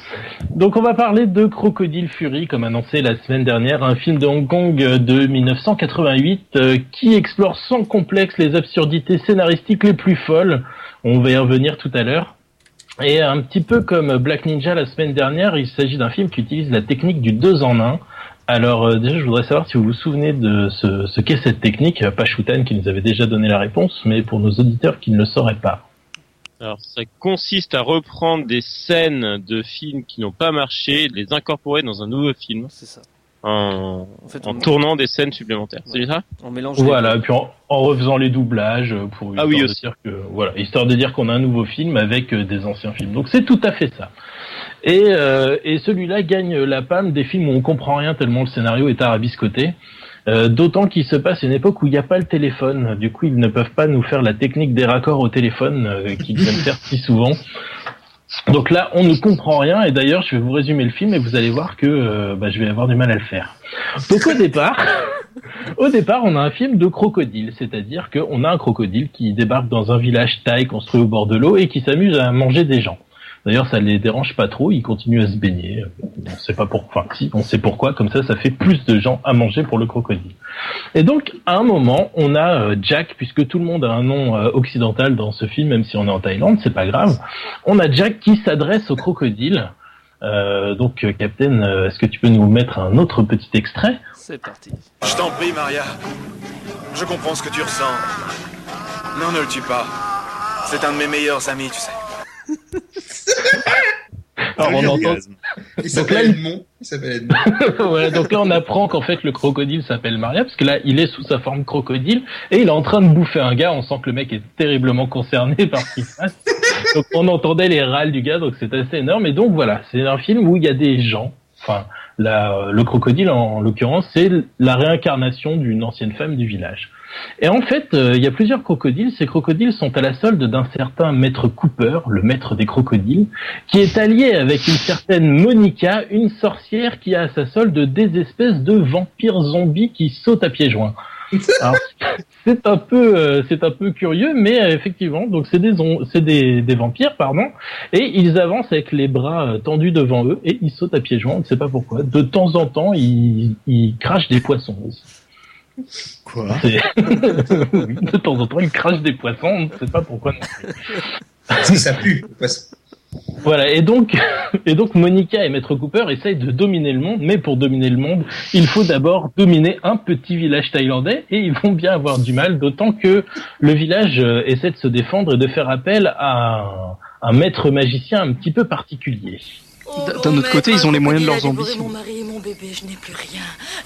S7: Donc on va parler de Crocodile Fury, comme annoncé la semaine dernière, un film de Hong Kong euh, de 1988 euh, qui explore sans complexe les absurdités scénaristiques les plus folles. On va y revenir tout à l'heure. Et un petit peu comme Black Ninja la semaine dernière, il s'agit d'un film qui utilise la technique du deux en un. Alors euh, déjà, je voudrais savoir si vous vous souvenez de ce, ce qu'est cette technique, euh, pas Shoutan qui nous avait déjà donné la réponse, mais pour nos auditeurs qui ne le sauraient pas.
S9: Alors, ça consiste à reprendre des scènes de films qui n'ont pas marché, les incorporer dans un nouveau film.
S6: C'est ça.
S9: en,
S6: fait,
S9: en
S6: on-
S9: tournant des scènes supplémentaires. C'est ça
S6: On mélange.
S7: Voilà, puis en, en refaisant les doublages euh, pour
S9: Ah
S7: histoire
S9: oui,
S7: de
S9: aussi.
S7: dire que voilà, histoire de dire qu'on a un nouveau film avec euh, des anciens films. Donc c'est tout à fait ça. Et, euh, et celui-là gagne la palme des films où on comprend rien tellement le scénario est arabiscoté. Euh, D'autant qu'il se passe une époque où il n'y a pas le téléphone. Du coup, ils ne peuvent pas nous faire la technique des raccords au téléphone euh,
S9: [LAUGHS]
S7: qu'ils aiment faire si souvent. Donc là, on ne comprend rien. Et d'ailleurs, je vais vous résumer le film et vous allez voir que euh, bah, je vais avoir du mal à le faire. Donc au départ, au départ, on a un film de crocodile, c'est-à-dire qu'on a un crocodile qui débarque dans un village thaï construit au bord de l'eau et qui s'amuse à manger des gens. D'ailleurs, ça les dérange pas trop, ils continuent à se baigner. On sait pas pourquoi. Enfin, si, on sait pourquoi. Comme ça, ça fait plus de gens à manger pour le crocodile. Et donc, à un moment, on a euh, Jack, puisque tout le monde a un nom euh, occidental dans ce film, même si on est en Thaïlande, c'est pas grave. On a Jack qui s'adresse au crocodile. Euh, donc, euh, Captain, euh, est-ce que tu peux nous mettre un autre petit extrait
S6: C'est parti.
S13: Je t'en prie, Maria. Je comprends ce que tu ressens. Non, ne le tue pas. C'est un de mes meilleurs amis, tu sais.
S7: Alors, on entend-
S5: Il
S7: Donc
S5: s'appelle
S7: là,
S5: Edmond. Il s'appelle Edmond.
S7: [LAUGHS] ouais, donc là, on apprend qu'en fait, le crocodile s'appelle Maria, parce que là, il est sous sa forme crocodile, et il est en train de bouffer un gars. On sent que le mec est terriblement concerné [LAUGHS] par ce qui se passe. Donc, on entendait les râles du gars, donc c'est assez énorme. Et donc, voilà, c'est un film où il y a des gens. Enfin, la- euh, le crocodile, en, en l'occurrence, c'est la réincarnation d'une ancienne femme du village. Et en fait, euh, il y a plusieurs crocodiles. Ces crocodiles sont à la solde d'un certain maître Cooper, le maître des crocodiles, qui est allié avec une certaine Monica, une sorcière qui a à sa solde des espèces de vampires zombies qui sautent à pieds joints. Alors, c'est un peu, euh, c'est un peu curieux, mais euh, effectivement, donc c'est des, zom- c'est des, des vampires, pardon, et ils avancent avec les bras euh, tendus devant eux et ils sautent à pieds joints. On ne sait pas pourquoi. De temps en temps, ils, ils crachent des poissons aussi.
S8: Quoi
S7: C'est- [LAUGHS] Oui, De temps en temps, ils crachent des poissons. On ne sait pas pourquoi. non plus.
S5: ça pue.
S7: Voilà, et donc, [LAUGHS] et donc Monica et Maître Cooper essayent de dominer le monde, mais pour dominer le monde, il faut d'abord dominer un petit village thaïlandais, et ils vont bien avoir du mal, d'autant que le village euh, essaie de se défendre et de faire appel à un, un maître magicien un petit peu particulier.
S6: Oh,
S3: D'un autre côté, ils ont les moyens de leurs ambitions.
S14: Mon mari et mon bébé, je n'ai plus rien.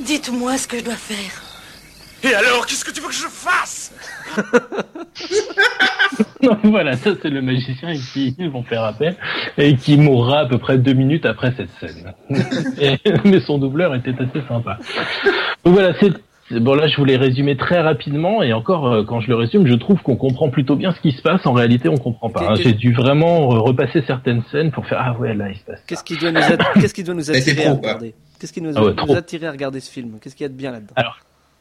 S14: Dites-moi ce que je dois faire.
S13: Et alors, qu'est-ce que tu veux que je fasse
S7: [LAUGHS] Donc voilà, ça c'est le magicien et qui ils vont faire appel et qui mourra à peu près deux minutes après cette scène. Et- mais son doubleur était assez sympa. Donc voilà, c'est c'est- bon là je voulais résumer très rapidement et encore euh, quand je le résume, je trouve qu'on comprend plutôt bien ce qui se passe. En réalité, on comprend pas. hein. J'ai dû vraiment euh, repasser certaines scènes pour faire ah ouais là il se passe.
S6: Qu'est-ce qui doit nous, att- qu'est-ce qui doit nous
S7: T'as été
S6: attirer à
S7: trop, quoi.
S6: regarder Qu'est-ce qui nous,
S7: Ah ouais,
S6: nous
S7: trop.
S6: attirer à regarder ce film Qu'est-ce qu'il y a de bien là-dedans
S7: Alors,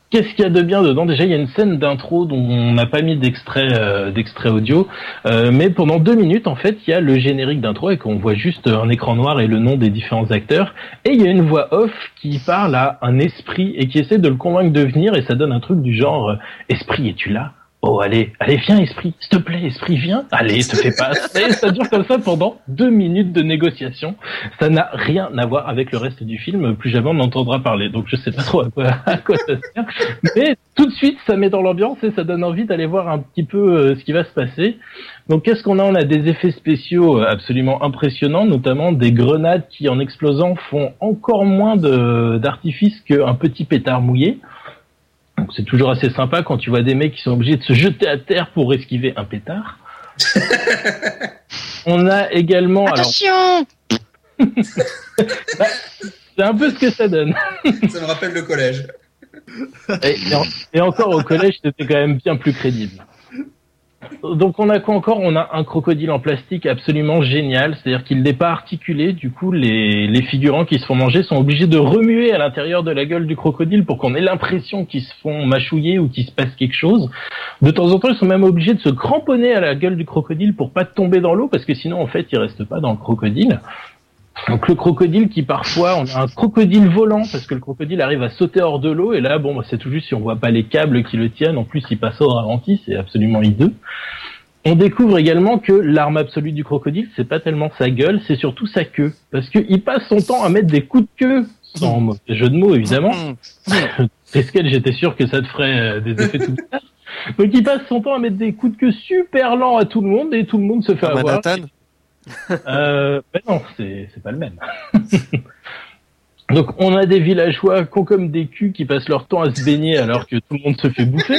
S7: qu'est-ce qu'il y a de bien dedans Déjà, il y a une scène d'intro dont on n'a pas mis d'extrait euh, d'extrait audio, euh, mais pendant deux minutes, en fait, il y a le générique d'intro et qu'on voit juste un écran noir et le nom des différents acteurs, et il y a une voix off qui parle à un esprit et qui essaie de le convaincre de venir, et ça donne un truc du genre euh, Esprit, es-tu là Oh, allez, allez, viens, esprit, s'il te plaît, esprit, viens. Allez, te fais pas. Et ça dure comme ça pendant deux minutes de négociation. Ça n'a rien à voir avec le reste du film. Plus jamais on en entendra parler. Donc je sais pas trop à quoi, à quoi ça sert. Mais tout de suite, ça met dans l'ambiance et ça donne envie d'aller voir un petit peu euh, ce qui va se passer. Donc qu'est-ce qu'on a On a des effets spéciaux euh, absolument impressionnants, notamment des grenades qui, en explosant, font encore moins de- d'artifices qu'un petit pétard mouillé. Donc c'est toujours assez sympa quand tu vois des mecs qui sont obligés de se jeter à terre pour esquiver un pétard. On a également... alors-
S1: Attention
S7: [LAUGHS] bah, c'est un peu ce que ça donne.
S5: Ça me rappelle le collège.
S7: Et, et en- et encore au collège, c'était quand même bien plus crédible. Donc on a quoi encore On a un crocodile en plastique absolument génial, c'est-à-dire qu'il n'est pas articulé, du coup les, les figurants qui se font manger sont obligés de remuer à l'intérieur de la gueule du crocodile pour qu'on ait l'impression qu'ils se font mâchouiller ou qu'il se passe quelque chose. De temps en temps ils sont même obligés de se cramponner à la gueule du crocodile pour pas tomber dans l'eau parce que sinon en fait ils restent pas dans le crocodile. Donc le crocodile qui parfois on a un crocodile volant parce que le crocodile arrive à sauter hors de l'eau et là bon bah, c'est tout juste si on voit pas les câbles qui le tiennent en plus il passe au ralenti c'est absolument hideux. On découvre également que l'arme absolue du crocodile c'est pas tellement sa gueule c'est surtout sa queue parce que il passe son temps à mettre des coups de queue sans mauvais jeu de mots évidemment. [LAUGHS] Parce que j'étais sûr que ça te ferait euh, des effets tout bizarres. Donc il passe son temps à mettre des coups de queue super lents à tout le monde et tout le monde se fait
S10: Comme
S7: avoir.
S10: Manhattan
S7: Euh, ben non, c'est c'est pas le même. Donc on a des villageois cons comme des culs qui passent leur temps à se baigner alors que tout le monde se fait bouffer.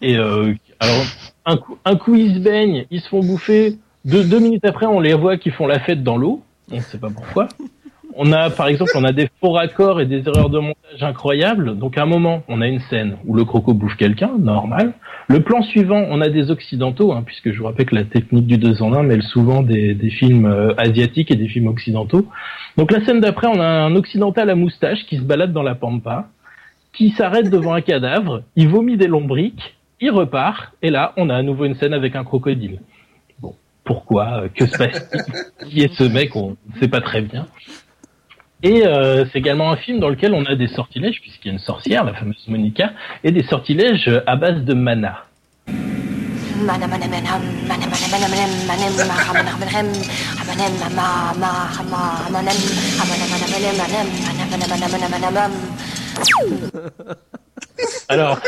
S7: Et euh, alors un coup, un coup ils se baignent, ils se font bouffer. Deux, deux minutes après, on les voit qui font la fête dans l'eau. On ne sait pas pourquoi. On a par exemple, on a des faux raccords et des erreurs de montage incroyables. Donc à un moment, on a une scène où le croco bouffe quelqu'un, normal. Le plan suivant, on a des occidentaux, hein, puisque je vous rappelle que la technique du deux en un mêle souvent des, des films euh, asiatiques et des films occidentaux. Donc la scène d'après, on a un occidental à moustache qui se balade dans la pampa, qui s'arrête devant un cadavre, il vomit des lombriques, il repart, et là, on a à nouveau une scène avec un crocodile. Bon, pourquoi euh, Que se passe-t-il Qui est ce mec On ne sait pas très bien. Et euh, c'est également un film dans lequel on a des sortilèges, puisqu'il y a une sorcière, la fameuse Monica, et des sortilèges à base de mana.
S14: Mana, mana, mana, mana, mana, mana, mana, mana, mana, mana, mana, mana, mana, mana, mana, mana, mana, mana, mana, mana, mana, mana, mana, mana, mana, mana, mana.
S7: Alors,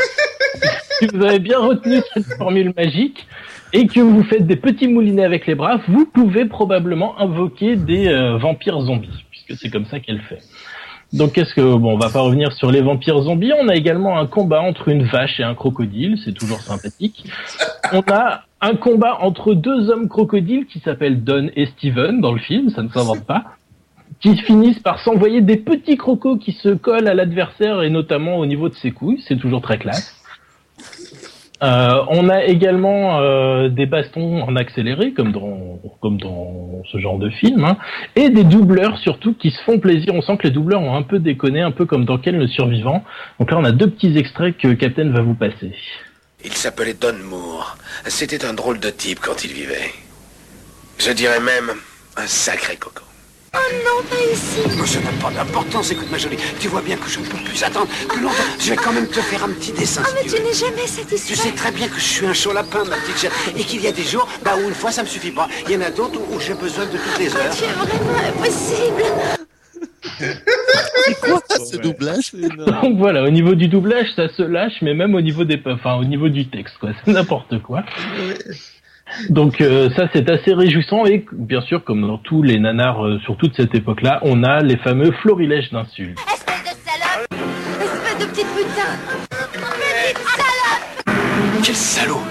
S7: si vous avez bien retenu cette formule magique et que vous faites des petits moulinets avec les bras, vous pouvez probablement invoquer des euh, vampires zombies, puisque c'est comme ça qu'elle fait. Donc qu'est-ce que bon, on va pas revenir sur les vampires zombies. On a également un combat entre une vache et un crocodile, c'est toujours sympathique. On a un combat entre deux hommes crocodiles qui s'appellent Don et Steven dans le film, ça ne s'invente pas, qui finissent par s'envoyer des petits crocos qui se collent à l'adversaire et notamment au niveau de ses couilles, c'est toujours très classe. Euh, on a également euh, des bastons en accéléré, comme dans, comme dans ce genre de film, hein, et des doubleurs surtout qui se font plaisir. On sent que les doubleurs ont un peu déconné, un peu comme dans Ken le survivant. Donc là, on a deux petits extraits que Captain va vous passer.
S13: Il s'appelait Don Moore. C'était un drôle de type quand il vivait. Je dirais même un sacré coco.
S12: Oh non, pas ici
S13: Mais ça n'a pas d'importance, écoute ma jolie. Tu vois bien que je ne peux plus attendre plus longtemps. Je vais quand même te faire un petit dessin.
S12: Ah,
S13: si
S12: mais
S13: tu
S12: tu
S13: veux.
S12: n'es jamais satisfait.
S13: Tu sais très bien que je suis un chaud lapin, ma petite chère, et qu'il y a des jours bah, où une fois ça me suffit pas. Il y en a d'autres où, où j'ai besoin de toutes les heures.
S12: Tu es vraiment impossible. C'est quoi ce doublage
S7: Donc voilà, au niveau du doublage, ça se lâche, mais même au niveau des, enfin au niveau du texte, quoi, c'est n'importe quoi. Donc euh, ça c'est assez réjouissant et bien sûr comme dans tous les nanars euh, sur toute cette époque-là, on a les fameux florilèges d'insultes.
S12: Espèce de salope Espèce de petite putain Petite salope
S13: Quel salaud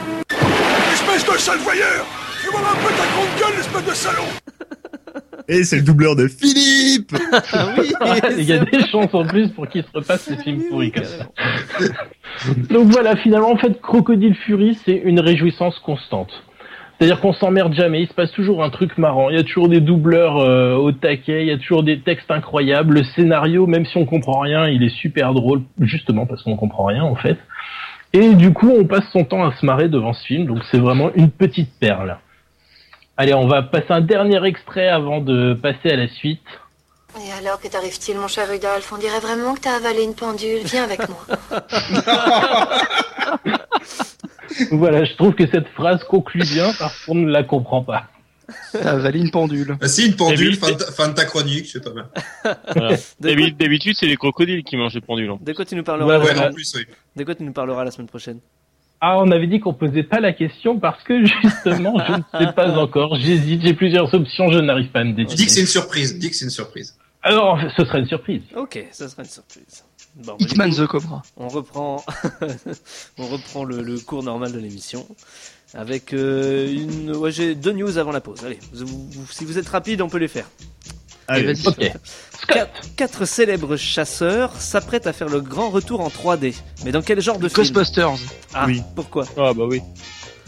S12: Espèce de salvoyeur Fais-moi un peu ta grande gueule, espèce de salaud
S8: Et c'est le doubleur de Philippe
S3: [LAUGHS]
S6: Ah
S7: [LAUGHS] Il y a des chances en plus pour qu'ils se repassent ces films pourris comme ça. Donc voilà, finalement en fait Crocodile Fury c'est une réjouissance constante. C'est-à-dire qu'on s'emmerde jamais, il se passe toujours un truc marrant, il y a toujours des doubleurs euh, au taquet, il y a toujours des textes incroyables, le scénario, même si on comprend rien, il est super drôle, justement parce qu'on comprend rien en fait. Et du coup, on passe son temps à se marrer devant ce film, donc c'est vraiment une petite perle. Allez, on va passer un dernier extrait avant de passer à la suite.
S14: Et alors, que t'arrive-t-il, mon cher Rudolf On dirait vraiment que t'as avalé une pendule. Viens avec moi.
S7: Voilà, je trouve que cette phrase conclut bien parce qu'on ne la comprend pas.
S3: Avaler une pendule.
S5: Ah si, une pendule,
S9: Et puis-
S5: fin, de ta- fin de ta chronique, c'est pas bah. mal.
S9: Voilà. D'habi- D'habitude, c'est les crocodiles qui mangent les pendules. hein.
S6: De quoi tu nous parleras
S5: Ouais,
S6: la-
S5: ouais, en plus, oui.
S6: De quoi tu nous parleras la semaine prochaine
S7: Ah, on avait dit qu'on posait pas la question parce que justement, je ne sais pas encore. J'hésite, j'ai plusieurs options, je n'arrive pas à me décider.
S5: Dis que c'est une surprise, dis que c'est une surprise.
S7: Alors, ce serait une surprise.
S6: Ok, ça sera une surprise. Bon, bah, du
S3: Hitman
S6: coup,
S3: the Cobra.
S6: On reprend, [LAUGHS] on reprend le, le cours normal de l'émission avec euh, une. Ouais, j'ai deux news avant la pause. Allez, vous- vous- si vous êtes rapide, on peut les faire.
S8: Allez,
S6: vas-y. Quatre, quatre célèbres chasseurs s'apprêtent à faire le grand retour en 3D. Mais dans quel genre de film
S3: Ghostbusters.
S6: Ah,
S8: Oui.
S6: pourquoi
S8: Ah bah oui.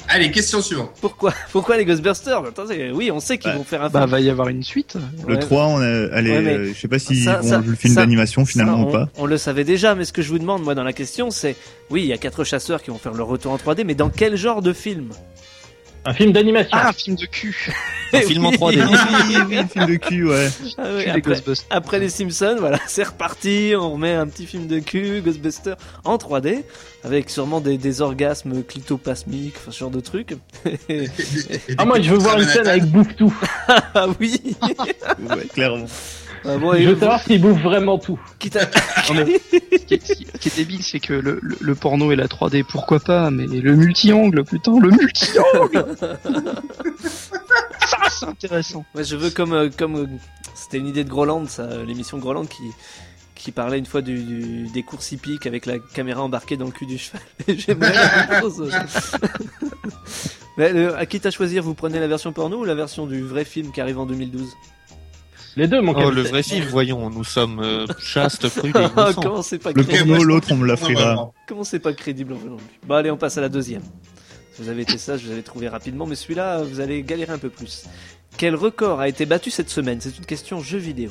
S5: Allez, question suivante.
S6: Pourquoi, [LAUGHS] pourquoi les Ghostbusters Attendez, oui, on sait qu'ils vont faire un film.
S3: Bah va y avoir une suite.
S8: Le
S6: Ouais.
S8: 3, on a, allez,
S6: Ouais, mais
S8: euh, je sais pas si
S6: ça-
S8: ils vont
S6: ça-
S8: le film
S6: ça-
S8: d'animation
S6: ça,
S8: finalement
S6: on,
S8: ou
S6: [LAUGHS]
S8: pas.
S6: on le savait déjà, mais ce que je vous demande, moi, dans la question, c'est oui, il y a quatre chasseurs qui vont faire leur retour en 3D, mais dans quel genre de film
S7: Un film d'animation.
S3: Ah, un film de cul.
S6: Un
S10: film en 3D.
S8: Un film de cul, ouais.
S6: Ah oui,
S3: Cul des
S6: après,
S3: Ghostbusters.
S6: après les Simpsons, [LAUGHS] voilà, c'est reparti. On remet un petit film de cul, Ghostbusters, en 3D, avec sûrement des, des orgasmes clitopasmiques, enfin, ce genre de trucs. [LAUGHS]
S7: Ah, moi, je veux voir une scène avec bouffe tout.
S6: ah oui
S8: Ouais, clairement.
S6: Ah, bon, et
S7: je veux
S6: vous-
S7: savoir s'il bouffe vraiment tout.
S6: quitte [LAUGHS] à-
S3: Ce qui est débile, c'est que le, le, le porno et la 3D, pourquoi pas, mais le multi-angle, putain,
S6: [LAUGHS]
S3: le multi-angle Ça, c'est intéressant.
S6: Ouais, je veux comme euh, comme euh, c'était C'était une idée de Groland, ça, euh, l'émission Groland qui qui parlait une fois du, du- des courses hippiques avec la caméra embarquée dans le cul du cheval. [LAUGHS] Et J'aimerais la même chose. [LAUGHS] Mais euh, à quitte à choisir, vous prenez la version porno ou la version du vrai film qui arrive en 2012
S7: Les deux, mon
S10: Oh,
S7: capitaine.
S10: le vrai film, voyons, nous sommes euh, chastes,
S6: [LAUGHS]
S10: prudes et
S6: Ah,
S10: innocents.
S6: Comment c'est pas
S10: Le
S6: crédible
S10: porno, l'autre, on me l'offrira.
S5: hein.
S6: Comment c'est pas crédible aujourd'hui Bon allez, on passe à la deuxième. Vous avez été sage, vous avez trouvé rapidement, mais celui-là, vous allez galérer un peu plus. Quel record a été battu cette semaine C'est une question jeu vidéo.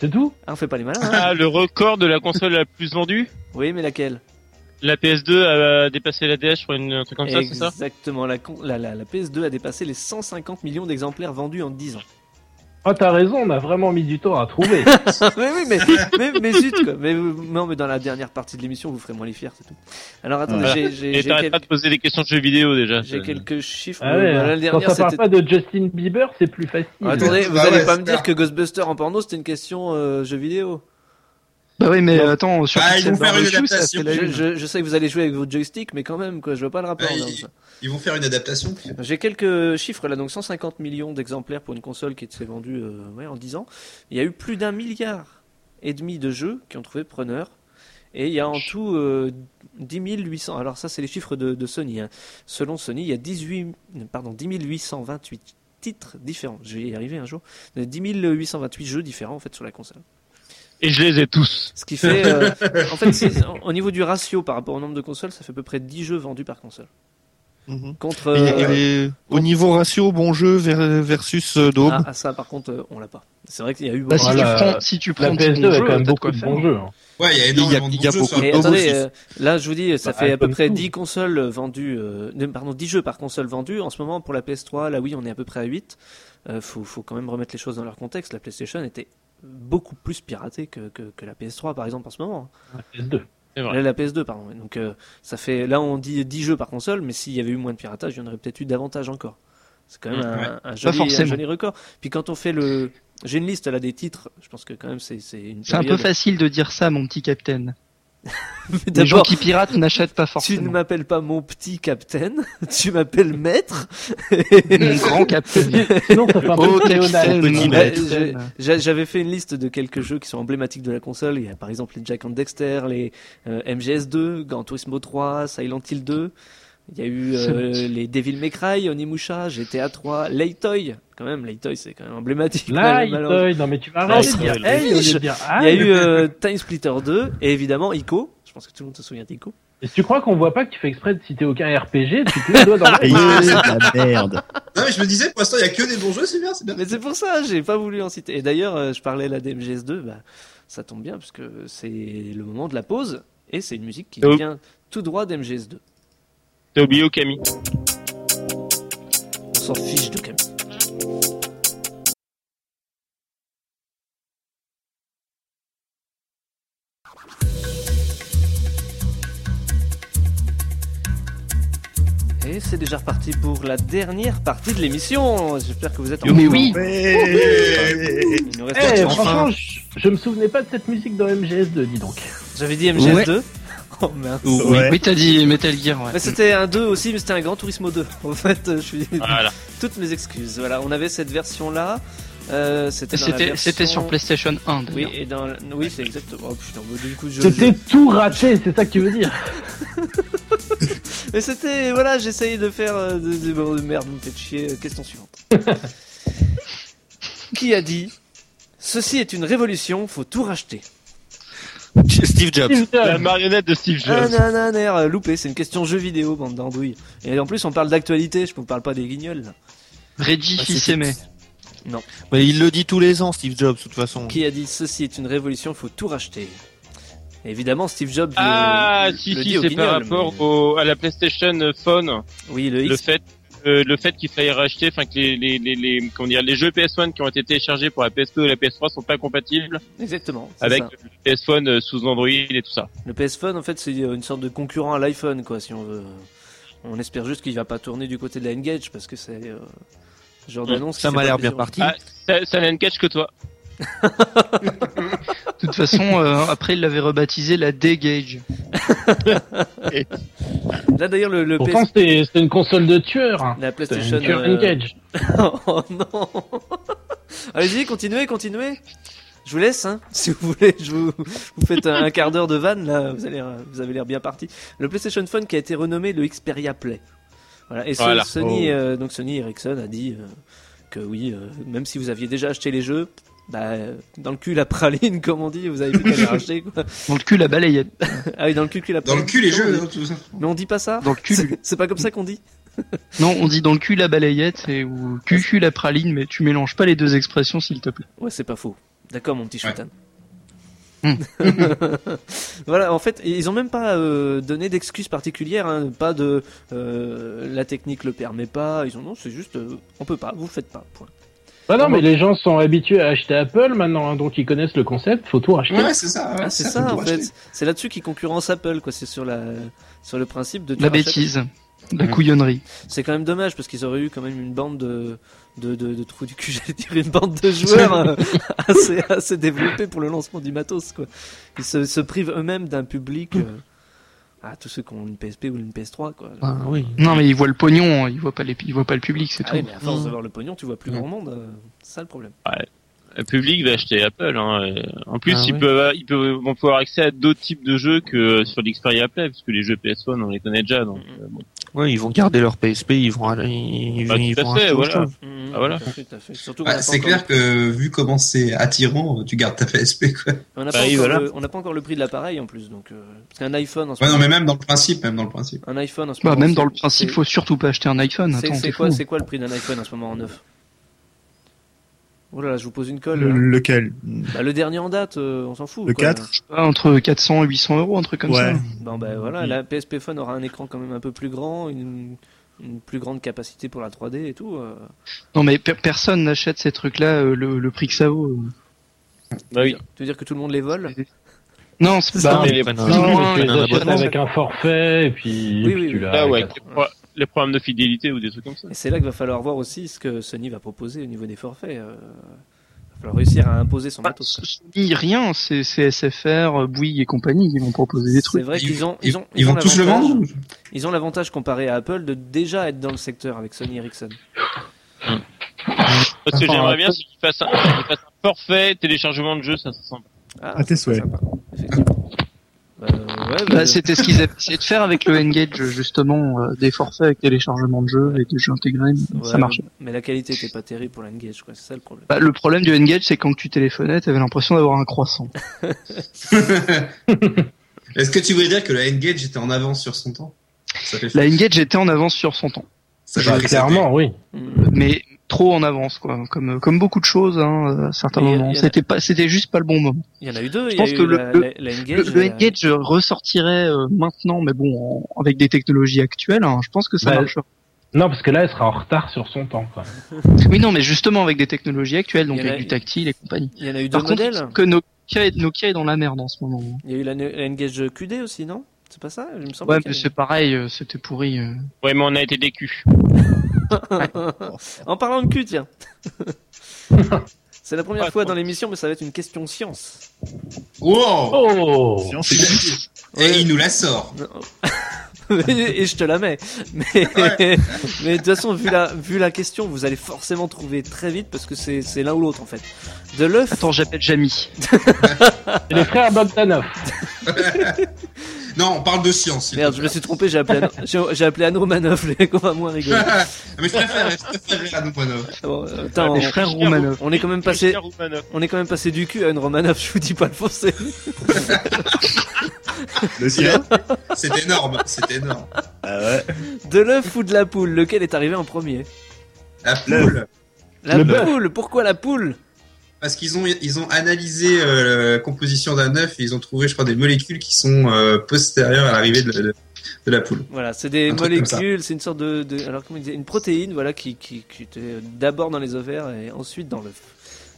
S7: C'est tout
S6: Ah, on fait pas les malins. hein
S9: Ah, le record de la console la plus vendue
S6: Oui, mais laquelle
S9: La PS2 a dépassé la DS, je crois, une, un truc comme ça, c'est ça
S6: Exactement, la, con- la, la, la PS2 a dépassé les 150 millions d'exemplaires vendus en 10 ans.
S7: Ah, t'as raison, on a vraiment mis du temps à trouver.
S9: Ah,
S6: mais oui, mais, [LAUGHS] mais, mais zut, quoi. Mais, euh, non, mais dans la dernière partie de l'émission, vous ferez moins les fiers, c'est tout. Alors attendez,
S9: Voilà.
S6: j'ai- j'ai
S9: Et
S6: j'ai
S9: t'arrêtes
S6: quelques-
S9: pas de poser des questions de jeux vidéo déjà.
S6: j'ai
S9: C'est-
S6: quelques chiffres.
S7: Ah ouais,
S6: Euh,
S7: hein.
S6: la dernière,
S7: Quand ça parle
S6: c'était-
S7: pas de Justin Bieber, c'est plus facile.
S6: Ah, Attendez, vous
S7: Bah
S6: allez
S7: ouais,
S6: pas
S7: c'est
S6: me dire
S7: clair.
S6: que Ghostbuster en porno, c'était une question euh, jeu vidéo.
S3: Bah oui, mais attends, sur
S6: Ah,
S3: Pixel Barbecue, ça fait la
S6: Je,
S3: une.
S6: je- je sais que vous allez jouer avec votre joystick, mais quand même, quoi, je vois pas le
S7: Bah,
S6: rapport. là, ça.
S5: Ils vont faire une adaptation.
S6: J'ai quelques chiffres là, donc 150 millions d'exemplaires pour une console qui s'est vendue euh, ouais, en 10 ans. Il y a eu plus d'un milliard et demi de jeux qui ont trouvé preneur. Et il y a en tout euh, 10 800. Alors, ça, c'est les chiffres de, de Sony. hein. Selon Sony, il y a 18, pardon, 10 828 titres différents. Je vais y arriver un jour. 10 828 jeux différents en fait sur la console.
S9: Et je les ai tous.
S6: Ce qui fait. euh, en fait, c'est- au niveau du ratio par rapport au nombre de consoles, ça fait à peu près 10 jeux vendus par console. Contre.
S10: Mhm. Et-
S6: euh,
S10: et- et au niveau ratio, bon jeu ver- versus euh, Daube.
S6: Ah, ah, ça, par contre, euh, on l'a pas. C'est vrai qu'il y a eu.
S10: Bah, si
S6: beaucoup-
S10: tu Voilà, prends- si tu la prends PS2 a quand même beaucoup de bons jeux, hein.
S5: Ouais, il y a énormément de bons jeux, ça.
S6: Mais attendez, euh, là, je vous dis, ça
S5: Bah,
S6: fait à peu
S5: comme
S6: près
S5: tout.
S6: 10 consoles vendues, euh, de- pardon, 10 jeux par console vendus. En ce moment, pour la PS3, là, oui, on est à peu près à 8. Euh, faut, faut quand même remettre les choses dans leur contexte. La PlayStation était beaucoup plus piratée que, que, que la PS3, par exemple, en ce moment.
S7: PS2.
S9: C'est
S6: Là, la PS2, pardon. Donc, euh, ça fait, là, on dit 10 jeux par console, mais s'il y avait eu moins de piratage, il y en aurait peut-être eu davantage encore. C'est quand même un,
S3: Ouais.
S6: un
S3: Pas
S6: joli, un
S3: forcément.
S6: joli record. Puis quand on fait le, j'ai une liste là des titres. Je pense que quand même c'est c'est une.
S3: C'est un peu
S6: période-
S3: facile de dire ça, mon petit capitaine. Les
S6: d'abord-
S3: gens qui piratent n'achètent pas
S6: Tu ne
S3: forcément.
S6: m'appelles pas mon petit capitaine, [LAUGHS] tu m'appelles
S3: [LAUGHS]
S6: maître.
S3: Mon
S6: [LAUGHS]
S3: grand capitaine.
S7: Sinon, ça fait un peu
S3: Oh, capitaine, mon petit maître.
S6: Bah, J'avais fait une liste de quelques jeux qui sont emblématiques de la console. Il y a par exemple les Jack and Dexter, les euh, MGS2, Gran Turismo 3, Silent Hill 2. Il y a eu euh,
S3: [LAUGHS]
S6: les Devil May Cry, Onimusha, GTA 3, Laytoy. Quand même, Laytoy, c'est quand même emblématique.
S7: Laytoy,
S6: malheureusement.
S7: euh, non, mais tu vas arrêter de dire
S6: Laytoy.
S7: Hey, au lieu de dire
S6: Il y a
S7: Aïe.
S6: eu euh, Time Splitter 2 et évidemment Ico. Je pense que tout le monde se souvient d'Ico.
S7: Et tu crois qu'on voit pas que tu fais exprès de citer aucun RPG, tu te mets le doigt dans
S6: Et c'est de la
S7: merde.
S5: Non, mais je me disais, pour l'instant, il y a que des bons jeux, c'est bien, c'est bien.
S6: Mais c'est pour ça, j'ai pas voulu en citer. Et d'ailleurs, euh, je parlais là d'MGS2, bah, ça tombe bien parce que c'est le moment de la pause et c'est une musique qui
S9: Oh.
S6: vient tout droit d'MGS2.
S9: T'as oublié Okami.
S6: On s'en fiche de Camille. Et c'est déjà reparti pour la dernière partie de l'émission. J'espère que vous êtes en
S7: Mais oui.
S6: Ouais. Il nous reste
S7: Eh,
S6: enfin.
S7: franchement, je, je me souvenais pas de cette musique dans MGS2, dis donc.
S6: J'avais dit MGS2. [LAUGHS] Oh mince.
S3: Oui, oui, t'as dit Metal Gear, ouais.
S6: Mais c'était un 2 aussi, mais c'était un Grand Turismo 2. [LAUGHS] En fait, euh, je suis.
S9: Ah.
S3: Voilà.
S6: Toutes mes excuses. Voilà, on avait cette version-là. Euh, c'était dans la
S3: C'était-
S6: version-
S3: c'était sur PlayStation 1,
S6: Oui,
S3: d'ailleurs.
S6: et dans. la- Oui, c'est exactement. Oh putain, bah, du coup, je.
S7: C'était tout raté, c'est ça que tu veux dire.
S6: Mais c'était. Voilà, j'essayais de faire. euh, de- de- bon, merde, vous me faites chier. Euh, Question suivante. Qui a dit Ceci est une révolution, faut tout racheter
S10: Steve Jobs.
S9: La marionnette de Steve Jobs.
S6: Ah, non, non, non, euh, loupé, c'est une question jeu vidéo, bande d'andouilles. Et en plus, on parle d'actualité, je ne vous parle pas des guignols. là.
S3: Reggie
S10: Ah,
S6: Bah, c'est-
S3: Fils-Aimé.
S6: Non.
S10: Mais il le dit tous les ans, Steve Jobs, de toute façon.
S6: Qui a dit ceci est une révolution, faut tout racheter Évidemment, Steve Jobs. le-
S9: Ah,
S6: le,
S9: si,
S6: le
S9: si,
S6: dit au
S9: c'est par
S6: guignol,
S9: rapport au, à la PlayStation Phone.
S6: Oui, le X.
S9: fait, euh, le fait qu'il faille racheter, enfin, que les, les, les, les- comment dire, les jeux PS1 qui ont été téléchargés pour la PS2 et la PS3 sont pas compatibles
S6: mais- Exactement. c'est
S9: avec
S6: ça.
S9: le PS Phone euh, sous Android et tout ça.
S6: Le PS Phone, en fait, c'est une sorte de concurrent à l'iPhone, quoi, si on veut. On espère juste qu'il va pas tourner du côté de la Engage parce que c'est. euh, ce genre d'annonce. qui
S10: Ça
S6: fait
S10: m'a
S6: pas
S10: l'air
S6: plaisir.
S10: bien parti.
S9: Ah, ça, ça n'a une catch que toi.
S3: De toute façon, euh, après, il l'avait rebaptisé la D-Gage.
S6: Là d'ailleurs, le, le
S7: Pourtant,
S6: PS...
S7: c'était c'était une console de tueur.
S6: La euh,
S9: euh,
S7: C'était
S6: PlayStation. [LAUGHS]
S7: une tueur
S6: euh,
S7: engage.
S6: oh non Allez-y, continuez, continuez. Je vous laisse, hein, si vous voulez. Je vous, vous faites un, un quart d'heure de vanne, là. Vous, allez, vous avez l'air bien parti. Le PlayStation Phone qui a été renommé le Xperia Play. Voilà. Et ce-
S9: Voilà.
S6: Sony,
S9: Oh.
S6: euh, donc Sony Ericsson a dit euh, que oui, euh, même si vous aviez déjà acheté les jeux, bah, euh, dans le cul la praline, [LAUGHS] comme on dit, vous avez plus qu'à les racheter, quoi.
S3: Dans le cul, la balayette.
S6: Ah oui, dans le cul la
S3: Dans le
S6: praline.
S3: cul, les
S6: Non,
S3: jeux,
S6: on
S3: hein,
S6: dit- Mais on dit pas ça.
S3: Dans le cul.
S6: C'est- C'est pas comme ça qu'on dit.
S3: Non, on dit dans le cul la balayette et ou cul cul la praline, mais tu mélanges pas les deux expressions s'il te plaît.
S6: Ouais, c'est pas faux. D'accord, mon petit choutan.
S3: Hmm.
S6: [LAUGHS] voilà, en fait, ils ont même pas euh, donné d'excuses particulières, hein, pas de euh, la technique le permet pas. Ils ont non, c'est juste euh, on peut pas, vous faites pas. Point.
S7: Bah non, mais les gens sont habitués à acheter Apple maintenant, hein, donc ils connaissent le concept, faut tout racheter.
S6: Ah, c'est ça, en fait. C'est là-dessus qu'ils concurrencent Apple, quoi. C'est sur la sur le principe de
S3: La bêtise, la couillonnerie.
S6: C'est quand même dommage parce qu'ils auraient eu quand même une bande de de, de, de trous du cul, [LAUGHS] j'allais dire une bande de joueurs euh, assez assez développée pour le lancement du matos quoi. Ils se, se privent eux-mêmes d'un public euh, à tous ceux qui ont une PSP ou une PS3 quoi.
S3: Ah, Non mais ils voient le pognon, hein, ils voient pas les, ils voient pas le public, c'est
S6: Ah
S3: tout.
S6: oui, mais à force
S3: Mm.
S6: de voir le pognon, tu vois plus grand monde, euh, c'est ça le problème.
S9: Ouais. Le public va acheter Apple. Hein. euh. En plus,
S6: Ah
S9: ils,
S6: ouais.
S9: peuvent, ils peuvent, vont pouvoir accès à d'autres types de jeux que euh, sur l'Xperia Play, parce que les jeux PS1, on les connaît déjà. Donc, euh, bon.
S10: Ouais, ils vont garder leur PSP, ils vont aller, ils,
S8: Ah,
S9: Bah,
S10: ils
S9: tout à
S10: vont
S9: fait,
S10: acheter autre
S9: voilà.
S10: chose.
S6: Mm,
S9: Ah, voilà.
S6: tout à fait, tout à fait. Surtout qu'on
S5: Ouais,
S6: a pas
S5: c'est
S6: encore-
S5: clair que vu comment c'est attirant, tu gardes ta PSP quoi.
S6: On
S9: Bah
S6: n'a pas, encore le- on n'a pas encore le prix de l'appareil en plus, donc euh, parce qu'un iPhone en ce
S5: Ouais, non,
S6: moment-
S5: mais même dans le principe, même dans le principe.
S6: un iPhone en ce
S3: Bah,
S6: moment,
S3: même dans
S6: c'est-
S3: le principe,
S6: c'est-
S3: faut surtout pas acheter un iPhone.
S6: c'est-
S3: Attends,
S6: C'est
S3: t'es
S6: quoi,
S3: fou.
S6: c'est quoi le prix d'un iPhone en ce moment en neuf Oh là là, je vous pose une colle.
S8: Le-
S6: là.
S8: lequel
S6: Bah, le dernier en date, euh, on s'en fout.
S3: Le
S6: quoi.
S3: 4 Je sais pas, entre 400 et 800 euros, un truc comme ça.
S6: Bon bah voilà, la PSP Phone aura un écran quand même un peu plus grand, une, une plus grande capacité pour la 3D et tout. euh.
S3: Non mais per- personne n'achète ces trucs-là euh, le, le prix que ça vaut. euh.
S9: Bah
S6: Tu veux dire que tout le monde les vole
S3: Non, c'est
S6: Ça,
S3: Ah, pas.
S6: mais les
S7: Ah,
S3: plus
S6: bananes,
S3: ou moins,
S6: les
S3: les
S6: bananes
S3: achètes
S6: abonnements.
S7: Avec un forfait, et puis, et puis tu l'as.
S9: Ah ouais,
S7: et
S9: avec les, pro- les programmes de fidélité ou des trucs comme ça.
S6: Et c'est là qu'il va falloir voir aussi ce que Sony va proposer au niveau des forfaits. euh. Il va falloir réussir à imposer
S3: Ah,
S6: son matos. quoi.
S3: Ni rien, c'est c'est SFR, euh, Bouygues et compagnie qui vont proposer des trucs.
S6: C'est vrai qu'ils ont, ils ont,
S3: ils
S6: ont
S3: vont tous le
S6: l'avantage-
S3: vendre
S6: Ils ont l'avantage comparé à Apple de déjà être dans le secteur avec Sony Ericsson.
S9: Parce que
S6: Enfin,
S9: j'aimerais bien,
S6: Apple-
S9: c'est qu'ils fassent un, qu'ils fassent un forfait téléchargement de jeux, ça, ça sympa.
S6: Ah, tes
S8: souhaits.
S3: Bah, C'était ce qu'ils avaient essayé de faire avec le N-Gage, justement, euh, des forfaits avec téléchargement de jeux et des jeux intégrés, mais
S6: Ouais,
S3: bah, ça marchait.
S6: Mais, mais la qualité était pas terrible pour l'engage, quoi. C'est ça le problème.
S3: Bah, le problème du N-Gage, c'est quand tu téléphonais, t'avais l'impression d'avoir un croissant.
S5: Est-ce que tu voulais dire que la N-Gage était en avance sur son temps Ça fait
S3: La N-Gage était en avance sur son temps.
S5: Ça
S3: Je-
S5: fait
S7: clairement, oui.
S3: Mais trop en avance, quoi. Comme, comme beaucoup de choses, hein, à certains
S6: Mais il y a-
S3: moments.
S6: il y en a-
S3: C'était pas, c'était juste pas le bon moment.
S6: Il y en a eu deux.
S3: Je
S6: il y a
S3: pense
S6: eu
S3: que le,
S6: la,
S3: le,
S6: la- la N-Gage
S3: le- le
S6: et la-
S3: N-Gage ressortirait euh, maintenant, mais bon, en- avec des technologies actuelles, hein, je pense que ça
S7: Bah,
S3: marchera.
S7: Non, parce que là, elle sera en retard sur son temps, quoi.
S3: Oui, non, mais justement avec des technologies actuelles, donc
S6: Il y en a-
S3: avec du tactile et compagnie.
S6: Il y en a eu
S3: Par
S6: deux
S3: contre,
S6: modèles.
S3: que Nokia est, Nokia est dans la merde en ce moment.
S6: Il y a eu la, E- la N-Gage QD aussi, non C'est pas ça Il me semble
S3: Ouais,
S6: qu'il
S3: mais
S6: y a-
S3: c'est pareil, euh, c'était pourri. euh.
S9: Ouais, mais on a été des culs.
S6: [LAUGHS] en parlant de cul, tiens. [LAUGHS] C'est la première fois dans l'émission, mais ça va être une question science. [LAUGHS] Oh.
S7: Wow
S5: Science Et il nous la sort.
S6: et je te la mets. Mais, [LAUGHS] mais de toute façon, vu la, vu la question, vous allez forcément trouver très vite parce que c'est c'est l'un ou l'autre en fait. De l'œuf.
S3: Attends, j'appelle Jamie.
S7: les frères Bogdanov.
S5: [LAUGHS] non, on parle de science.
S6: Merde, je me suis trompé, j'ai appelé, Anno- j'ai- j'ai appelé Anno Manoff, les qu'on va moins rigoler.
S5: [LAUGHS] mais je préfère, je préfère Anno Manoff.
S6: Bon, euh,
S3: Ah,
S6: putain,
S5: Les
S6: on-
S5: frères Romanov.
S6: On est quand même passé,
S5: frères Romanov.
S6: on est quand même passé du cul à une Romanov, je vous dis pas le français.
S5: Le sien C'est énorme, c'est énorme.
S6: De l'œuf ou de la poule, lequel est arrivé en premier
S5: La poule.
S6: La Le bœuf. poule, pourquoi la poule
S5: Parce qu'ils ont, ils ont analysé euh, la composition d'un œuf et ils ont trouvé, je crois, des molécules qui sont euh, postérieures à l'arrivée de, de- de la poule.
S6: Voilà, c'est des
S5: Un truc comme ça.
S6: molécules, c'est une sorte de, de- alors comment il disait, une protéine, voilà, qui, qui, qui était d'abord dans les ovaires et ensuite dans l'œuf.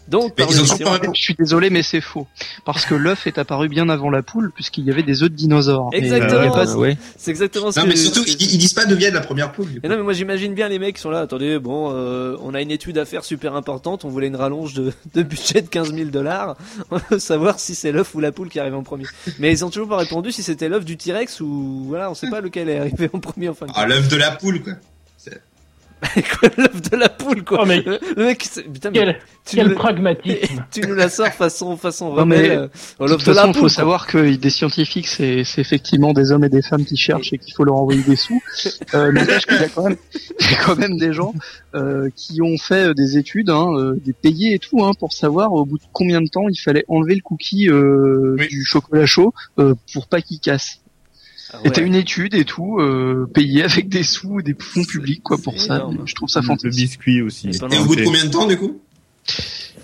S6: Donc, par l'émission-
S3: Je suis désolé, mais c'est faux. Parce que l'œuf est apparu bien avant la poule, puisqu'il y avait des œufs de dinosaures.
S6: Exactement.
S3: Et, euh,
S6: c'est- C'est exactement ce
S3: Non,
S6: que
S3: mais surtout,
S5: ils disent pas de via de la première poule.
S6: non, mais moi j'imagine bien les mecs qui sont là. Attendez, bon, euh, on a une étude à faire super importante. On voulait une rallonge de, [LAUGHS] de budget de 15 000 dollars. On veut savoir si c'est l'œuf ou la poule qui arrive en premier. Mais ils ont toujours pas répondu si c'était l'œuf du T-Rex ou voilà, on sait pas lequel est arrivé en premier en fin de
S5: Ah,
S6: compte.
S5: l'œuf de la poule, quoi.
S6: [LAUGHS] l'œuf de la poule, quoi.
S7: Oh, mais-
S6: Le le mec, c'est- putain,
S7: Quel- quel
S6: nous-
S7: pragmatisme.
S6: [LAUGHS] Tu nous la sors façon, façon
S3: Non, mais,
S6: rebelle, euh,
S3: de
S6: l'œuf
S3: toute
S6: de la
S3: façon,
S6: poule.
S3: faut
S6: quoi.
S3: savoir que des scientifiques, c'est c'est effectivement des hommes et des femmes qui cherchent et qu'il faut leur envoyer des sous. Euh, N'empêche qu'il y a quand même, [LAUGHS] il y a quand même des gens euh, qui ont fait euh, des études, hein, euh, des payés et tout, hein, pour savoir au bout de combien de temps il fallait enlever le cookie euh, du chocolat chaud euh, pour pas qu'il casse.
S6: Ah
S3: C'était une étude et tout, euh, payée avec des sous, des fonds publics quoi pour ça. Je trouve ça fantastique.
S8: Le biscuit aussi.
S6: Ah
S5: Et au bout de combien de temps, du coup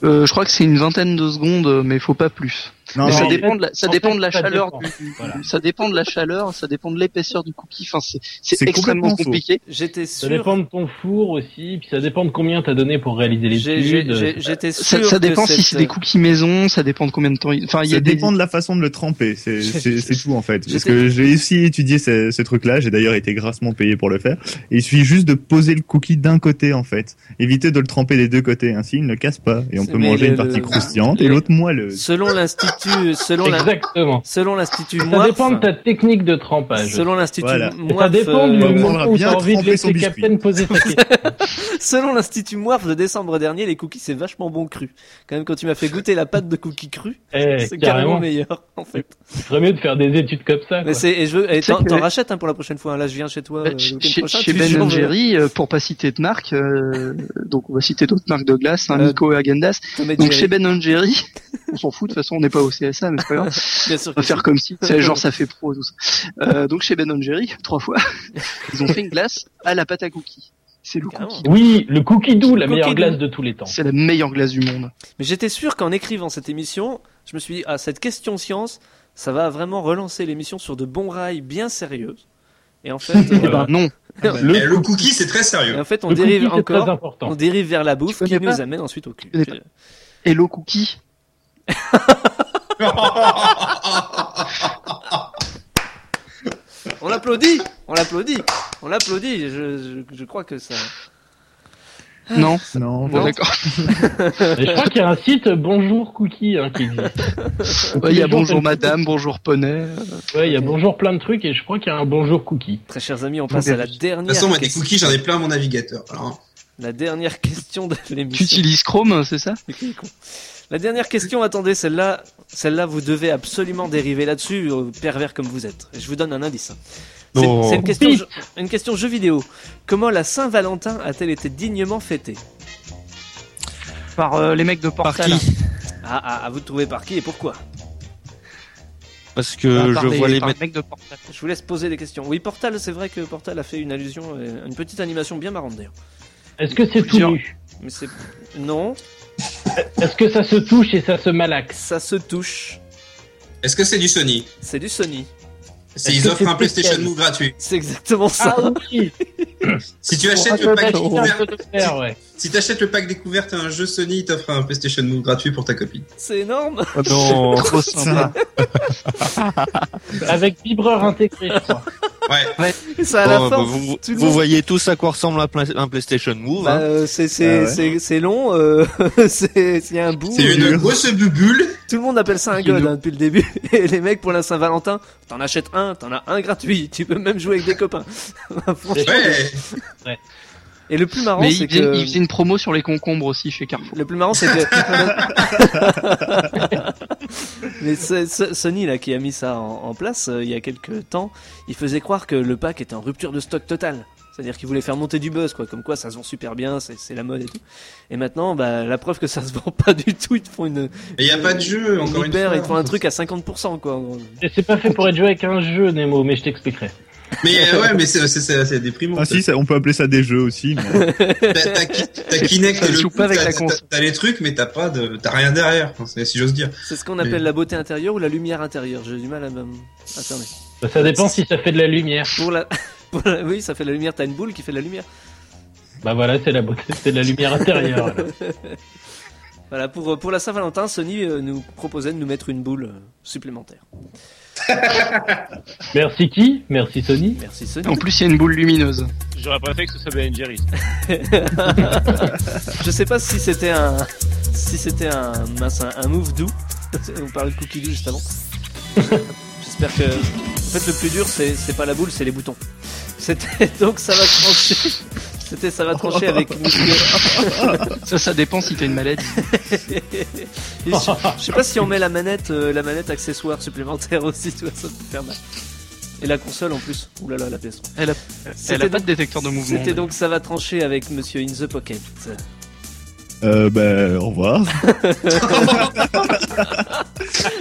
S3: Euh, je crois que c'est une vingtaine de secondes, euh, mais faut pas plus.
S8: Non,
S3: mais ça
S8: non.
S3: dépend de la, ça
S8: En
S3: dépend
S8: fait,
S3: de la
S8: ça
S3: chaleur
S8: dépend.
S3: du, du- ça dépend de la chaleur, ça dépend de l'épaisseur du cookie. Enfin, c'est, c'est
S7: C'est
S3: extrêmement
S7: complètement faux.
S3: compliqué.
S6: J'étais
S7: Ça dépend de ton four aussi, puis ça dépend de combien t'as donné pour réaliser Euh,
S6: J'ai- j'ai- j'ai-
S7: l'étude.
S6: j'étais
S3: Ça, ça dépend si
S6: euh,
S3: c'est des cookies maison, ça dépend de combien de temps. il- Enfin, il y
S8: Ça
S3: a des-
S8: dépend de la façon de le tremper,
S3: [LAUGHS]
S8: c'est c'est- c'est tout en fait. Parce
S3: j'étais-
S8: que j'ai aussi étudié ce, ce truc-là, j'ai d'ailleurs été grassement payé pour le faire. Et il suffit juste de poser le cookie d'un côté en fait. Éviter de le tremper des deux côtés, ainsi il ne casse pas. Et on peut
S6: Mais
S8: manger
S6: le-
S8: une partie
S6: le-
S8: croustillante et
S6: le-
S8: l'autre moelleuse.
S6: Selon l'institut, selon la-
S7: Exactement.
S6: selon l'institut
S7: Ça
S6: Moif,
S7: dépend de ta technique de trempage.
S6: Selon l'Institut
S7: Voilà.
S6: Moif,
S7: Ça dépend du
S6: euh,
S7: moment où t'as envie de laisser Captain poser sa
S6: [LAUGHS]
S7: question.
S6: selon l'institut Moif de décembre dernier, les cookies c'est vachement bon cru. Quand même, quand tu m'as fait goûter la pâte de cookies crus,
S7: Eh,
S6: c'est carrément
S7: carrément.
S6: meilleur en fait.
S7: Il ferait mieux de faire des études comme ça.
S6: Mais
S7: quoi.
S6: c'est et je veux- et
S3: Tu sais
S6: t'en
S3: que- Bah,
S6: t'en rachètes hein, pour la prochaine fois. hein. Là, je viens chez toi euh, le week-end
S3: Chez,
S6: prochain.
S3: chez
S6: tu-
S3: Ben
S6: j'en veux-
S3: Jerry, euh, pour pas citer de marque, euh, donc on va citer d'autres marques de glace, hein, Nico et Agendas.
S6: Tom et
S3: Donc
S6: Jerry.
S3: chez Ben Jerry, [LAUGHS] on s'en fout de toute façon, on n'est pas au CSA, mais c'est pas grave.
S6: eh, Bien sûr
S3: Ben, on va
S6: que
S3: faire
S6: si.
S3: comme si, tu sais, genre ça fait pro tout ça. Euh, donc chez Ben Jerry, trois fois, [LAUGHS] ils ont fait une glace à la pâte à cookies. C'est le cookie.
S7: Oui, le cookie doux, la meilleure
S6: Cookie
S7: glace
S6: doux.
S7: de tous les temps.
S3: C'est la meilleure glace du monde.
S6: Mais j'étais sûr qu'en écrivant cette émission, je me suis dit, ah, cette question science, ça va vraiment relancer l'émission sur de bons rails bien sérieux. Et en
S7: [LAUGHS]
S6: fait,
S3: Eh
S6: [LAUGHS]
S3: ben, non.
S5: Le, Eh, le cookie, c'est très sérieux.
S6: Et en fait, on
S5: Le
S6: dérive
S5: cookie, c'est
S6: encore.
S5: très important.
S6: On dérive vers la bouffe qui
S3: connais
S6: nous
S3: pas
S6: amène ensuite au cul.
S3: connais pas. Hello Cookie.
S6: On l'applaudit, on l'applaudit, on l'applaudit. Je, je- je crois que ça.
S3: Non.
S8: Non,
S3: bon, d'accord.
S7: Mais je crois qu'il y a un site euh, Bonjour Cookie hein,
S6: [LAUGHS]
S7: qui existe.
S3: Ouais, il y a
S7: Tous les jours,
S3: bonjour
S7: t'as une-
S3: madame, bonjour poney. euh,
S7: Ouais, il y a bonjour plein de trucs et je crois qu'il y a un bonjour cookie.
S6: Très chers amis, on passe à la
S5: De
S6: dernière.
S5: toute façon, moi, des
S6: question-
S5: cookies, j'en ai plein à mon navigateur. Alors,
S6: La dernière question de
S3: Tu
S6: l'émission.
S3: utilises Chrome, c'est ça
S6: La dernière question, attendez, celle-là, celle-là, vous devez absolument dériver là-dessus, euh, pervers comme vous êtes. Je vous donne un indice. hein. C'est
S5: Oh.
S12: Non.
S6: c'est une question, jeu- une question jeu vidéo. Comment la Saint-Valentin a-t-elle été dignement fêtée
S3: Par euh, les mecs de Portal.
S6: ah, ah, à vous de trouver par qui et pourquoi.
S10: Parce que Euh, je vois les mettre.
S3: de Portal.
S6: Je vous laisse poser des questions. Oui, Portal, c'est vrai que Portal a fait une allusion, euh, une petite animation bien marrante d'ailleurs.
S7: Est-ce que c'est tout
S6: Plusieurs-
S7: nu
S6: Mais c'est non,
S7: Est-ce que ça se touche et ça se malaxe
S6: ça se touche.
S5: Est-ce que c'est du Sony
S6: C'est du Sony.
S5: C'est-
S6: Est-ce
S5: Ils
S6: que
S5: offrent
S6: c'est
S5: un PlayStation
S6: spécial
S5: Move gratuit.
S6: C'est exactement ça.
S7: Ah oui
S5: Si tu
S7: On
S5: achètes
S7: va
S5: le pack
S7: peut-être un peu
S5: découverte,
S7: te faire, ouais.
S5: si t'achètes le pack découverte à un jeu Sony, il t'offre un PlayStation Move gratuit pour ta copine.
S6: C'est énorme. [LAUGHS]
S10: Oh, non. Oh,
S3: Trop sympa.
S7: Avec vibreur intégré, je crois.
S6: Ah Ça a la
S10: Bon, bah,
S6: force.
S10: vous,
S6: Tout le
S10: vous
S6: monde-
S10: voyez tous à quoi ressemble un, pla- un PlayStation Move.
S6: Bah,
S10: hein.
S6: euh, c'est c'est
S10: Ah ouais.
S6: c'est c'est long. euh, [LAUGHS] c'est il y a un bout.
S5: C'est une
S6: euh,
S5: grosse bubule.
S6: Tout le monde appelle ça un
S5: Chez
S6: god
S5: nous.
S6: hein, depuis le début. [LAUGHS] Et les mecs pour la Saint-Valentin, t'en achètes un, t'en as un gratuit. [LAUGHS] Tu peux même jouer avec des copains. [LAUGHS] Franchement.
S5: Ouais.
S6: Et le plus marrant,
S3: Mais
S6: c'est
S3: il faisait,
S6: que
S3: il faisait une promo sur les concombres aussi chez Carrefour.
S6: Le plus marrant, c'est que. Mais ce- ce- Sony, là, qui a mis ça en, en place euh, il y a quelques temps, il faisait croire que le pack était en rupture de stock totale. C'est-à-dire qu'il voulait faire monter du buzz, quoi. Comme quoi, ça se vend super bien, c'est c'est la mode et tout. Et maintenant, bah, la preuve que ça se vend [LAUGHS] pas du tout, ils te font une.
S5: Et y a pas de jeu,
S6: ils
S5: encore une
S6: libèrent,
S5: fois.
S6: Ils te font un truc à 50%, quoi. en gros.
S7: Et c'est pas fait pour être joué avec un jeu, Nemo, mais je t'expliquerai.
S5: Mais euh, ouais, mais c'est- c'est c'est- c'est déprimant.
S8: Ah si, ça- on peut appeler ça des jeux aussi. mais-
S5: T'as- T'as Ki-
S3: [LAUGHS]
S5: t'as Kinect,
S3: Ça
S5: et le
S3: joue
S5: coup,
S3: pas avec
S5: t'as-
S3: la
S5: t'as-
S3: console.
S5: T'as les trucs, mais t'as pas de, t'as rien derrière, c'est- si j'ose dire.
S6: C'est ce qu'on appelle
S5: Mais-
S6: la beauté intérieure ou la lumière intérieure. J'ai du mal à me. à cerner.
S7: Bah, Ça dépend si ça fait de la lumière.
S6: Pour la. [LAUGHS] pour la- Oui, ça fait de la lumière. T'as une boule qui fait de la lumière.
S7: Bah voilà, c'est la beauté, c'est de la lumière
S5: [LAUGHS]
S7: intérieure. alors.
S6: Voilà, pour, pour la Saint-Valentin, Sony euh, nous proposait de nous mettre une boule euh, supplémentaire.
S7: Merci qui Merci Sony.
S6: Merci Sony.
S3: En plus, il y a une boule lumineuse.
S9: J'aurais préféré que ce soit Ben Jerry.
S6: [LAUGHS] Je sais pas si c'était un. Si c'était un, mince, un, un move doux. [LAUGHS] On parlait de cookie doux juste avant. [LAUGHS] J'espère que. [LAUGHS] En fait, le plus dur, c'est c'est pas la boule, c'est les boutons. C'était donc ça va trancher. C'était ça va trancher avec Monsieur.
S3: ça, ça dépend si t'as une maladie.
S6: Et je, je sais pas si on met la manette, euh, la manette accessoire supplémentaire aussi, tu vois, ça peut faire mal. Et la console en plus. Ouh là là, la PS3.
S3: Elle a,
S6: C'était
S3: elle a pas
S6: donc-
S3: de détecteur de mouvement.
S6: C'était donc ça va trancher avec Monsieur In the Pocket.
S8: Euh, bah, au revoir.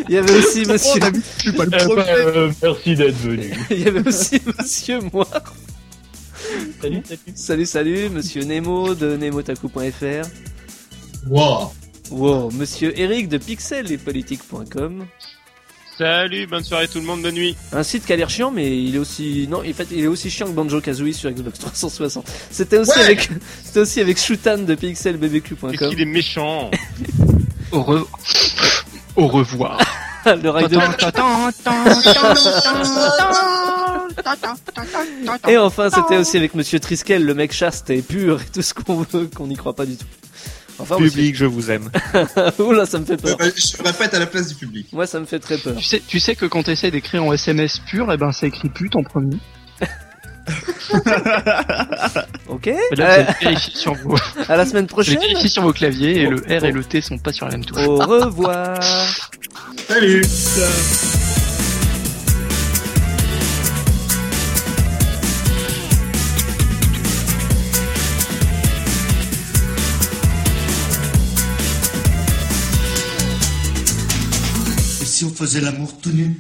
S6: Il y avait [LAUGHS] aussi Monsieur.
S4: Eh ben, euh, merci d'être venu.
S6: Il y avait aussi [LAUGHS] Monsieur Moir.
S4: Salut,
S6: salut. Salut, salut, Monsieur Nemo de nemotaku.fr.
S5: Wow.
S6: Wow, Monsieur Eric de Pixel et Politique.com.
S9: Salut, bonne soirée tout le monde, bonne nuit.
S6: Un site qui a l'air chiant, mais il est aussi non, en fait, il est aussi chiant que Banjo Kazooie sur Xbox 360. C'était aussi avec, c'était aussi avec Shutan de pixelbbq.com.
S9: Qu'est-ce qu'il est méchant.
S3: Au revoir. Au revoir.
S6: Le rail de- Et enfin, c'était aussi avec Monsieur Triskel, le mec chaste et pur et tout ce qu'on veut, qu'on n'y croit pas du tout. Enfin,
S10: Public, je vous aime.
S6: monsieur- [LAUGHS] Oula, ça me fait peur.
S5: Je répète à la place du public.
S6: Moi, ça me fait très peur.
S3: Tu sais, tu sais que quand t'essayes d'écrire en SMS pur, eh ben ça écrit pute en premier.
S6: Ok.
S3: Mais là, vous
S6: Euh,
S3: allez vérifier sur vos...
S6: À la semaine prochaine.
S3: Vous allez vérifier sur vos claviers et
S6: Oh,
S3: le R
S6: oh.
S3: et le T sont pas sur la même touche.
S6: Au revoir.
S5: Salut.
S15: Et si on faisait l'amour tout nu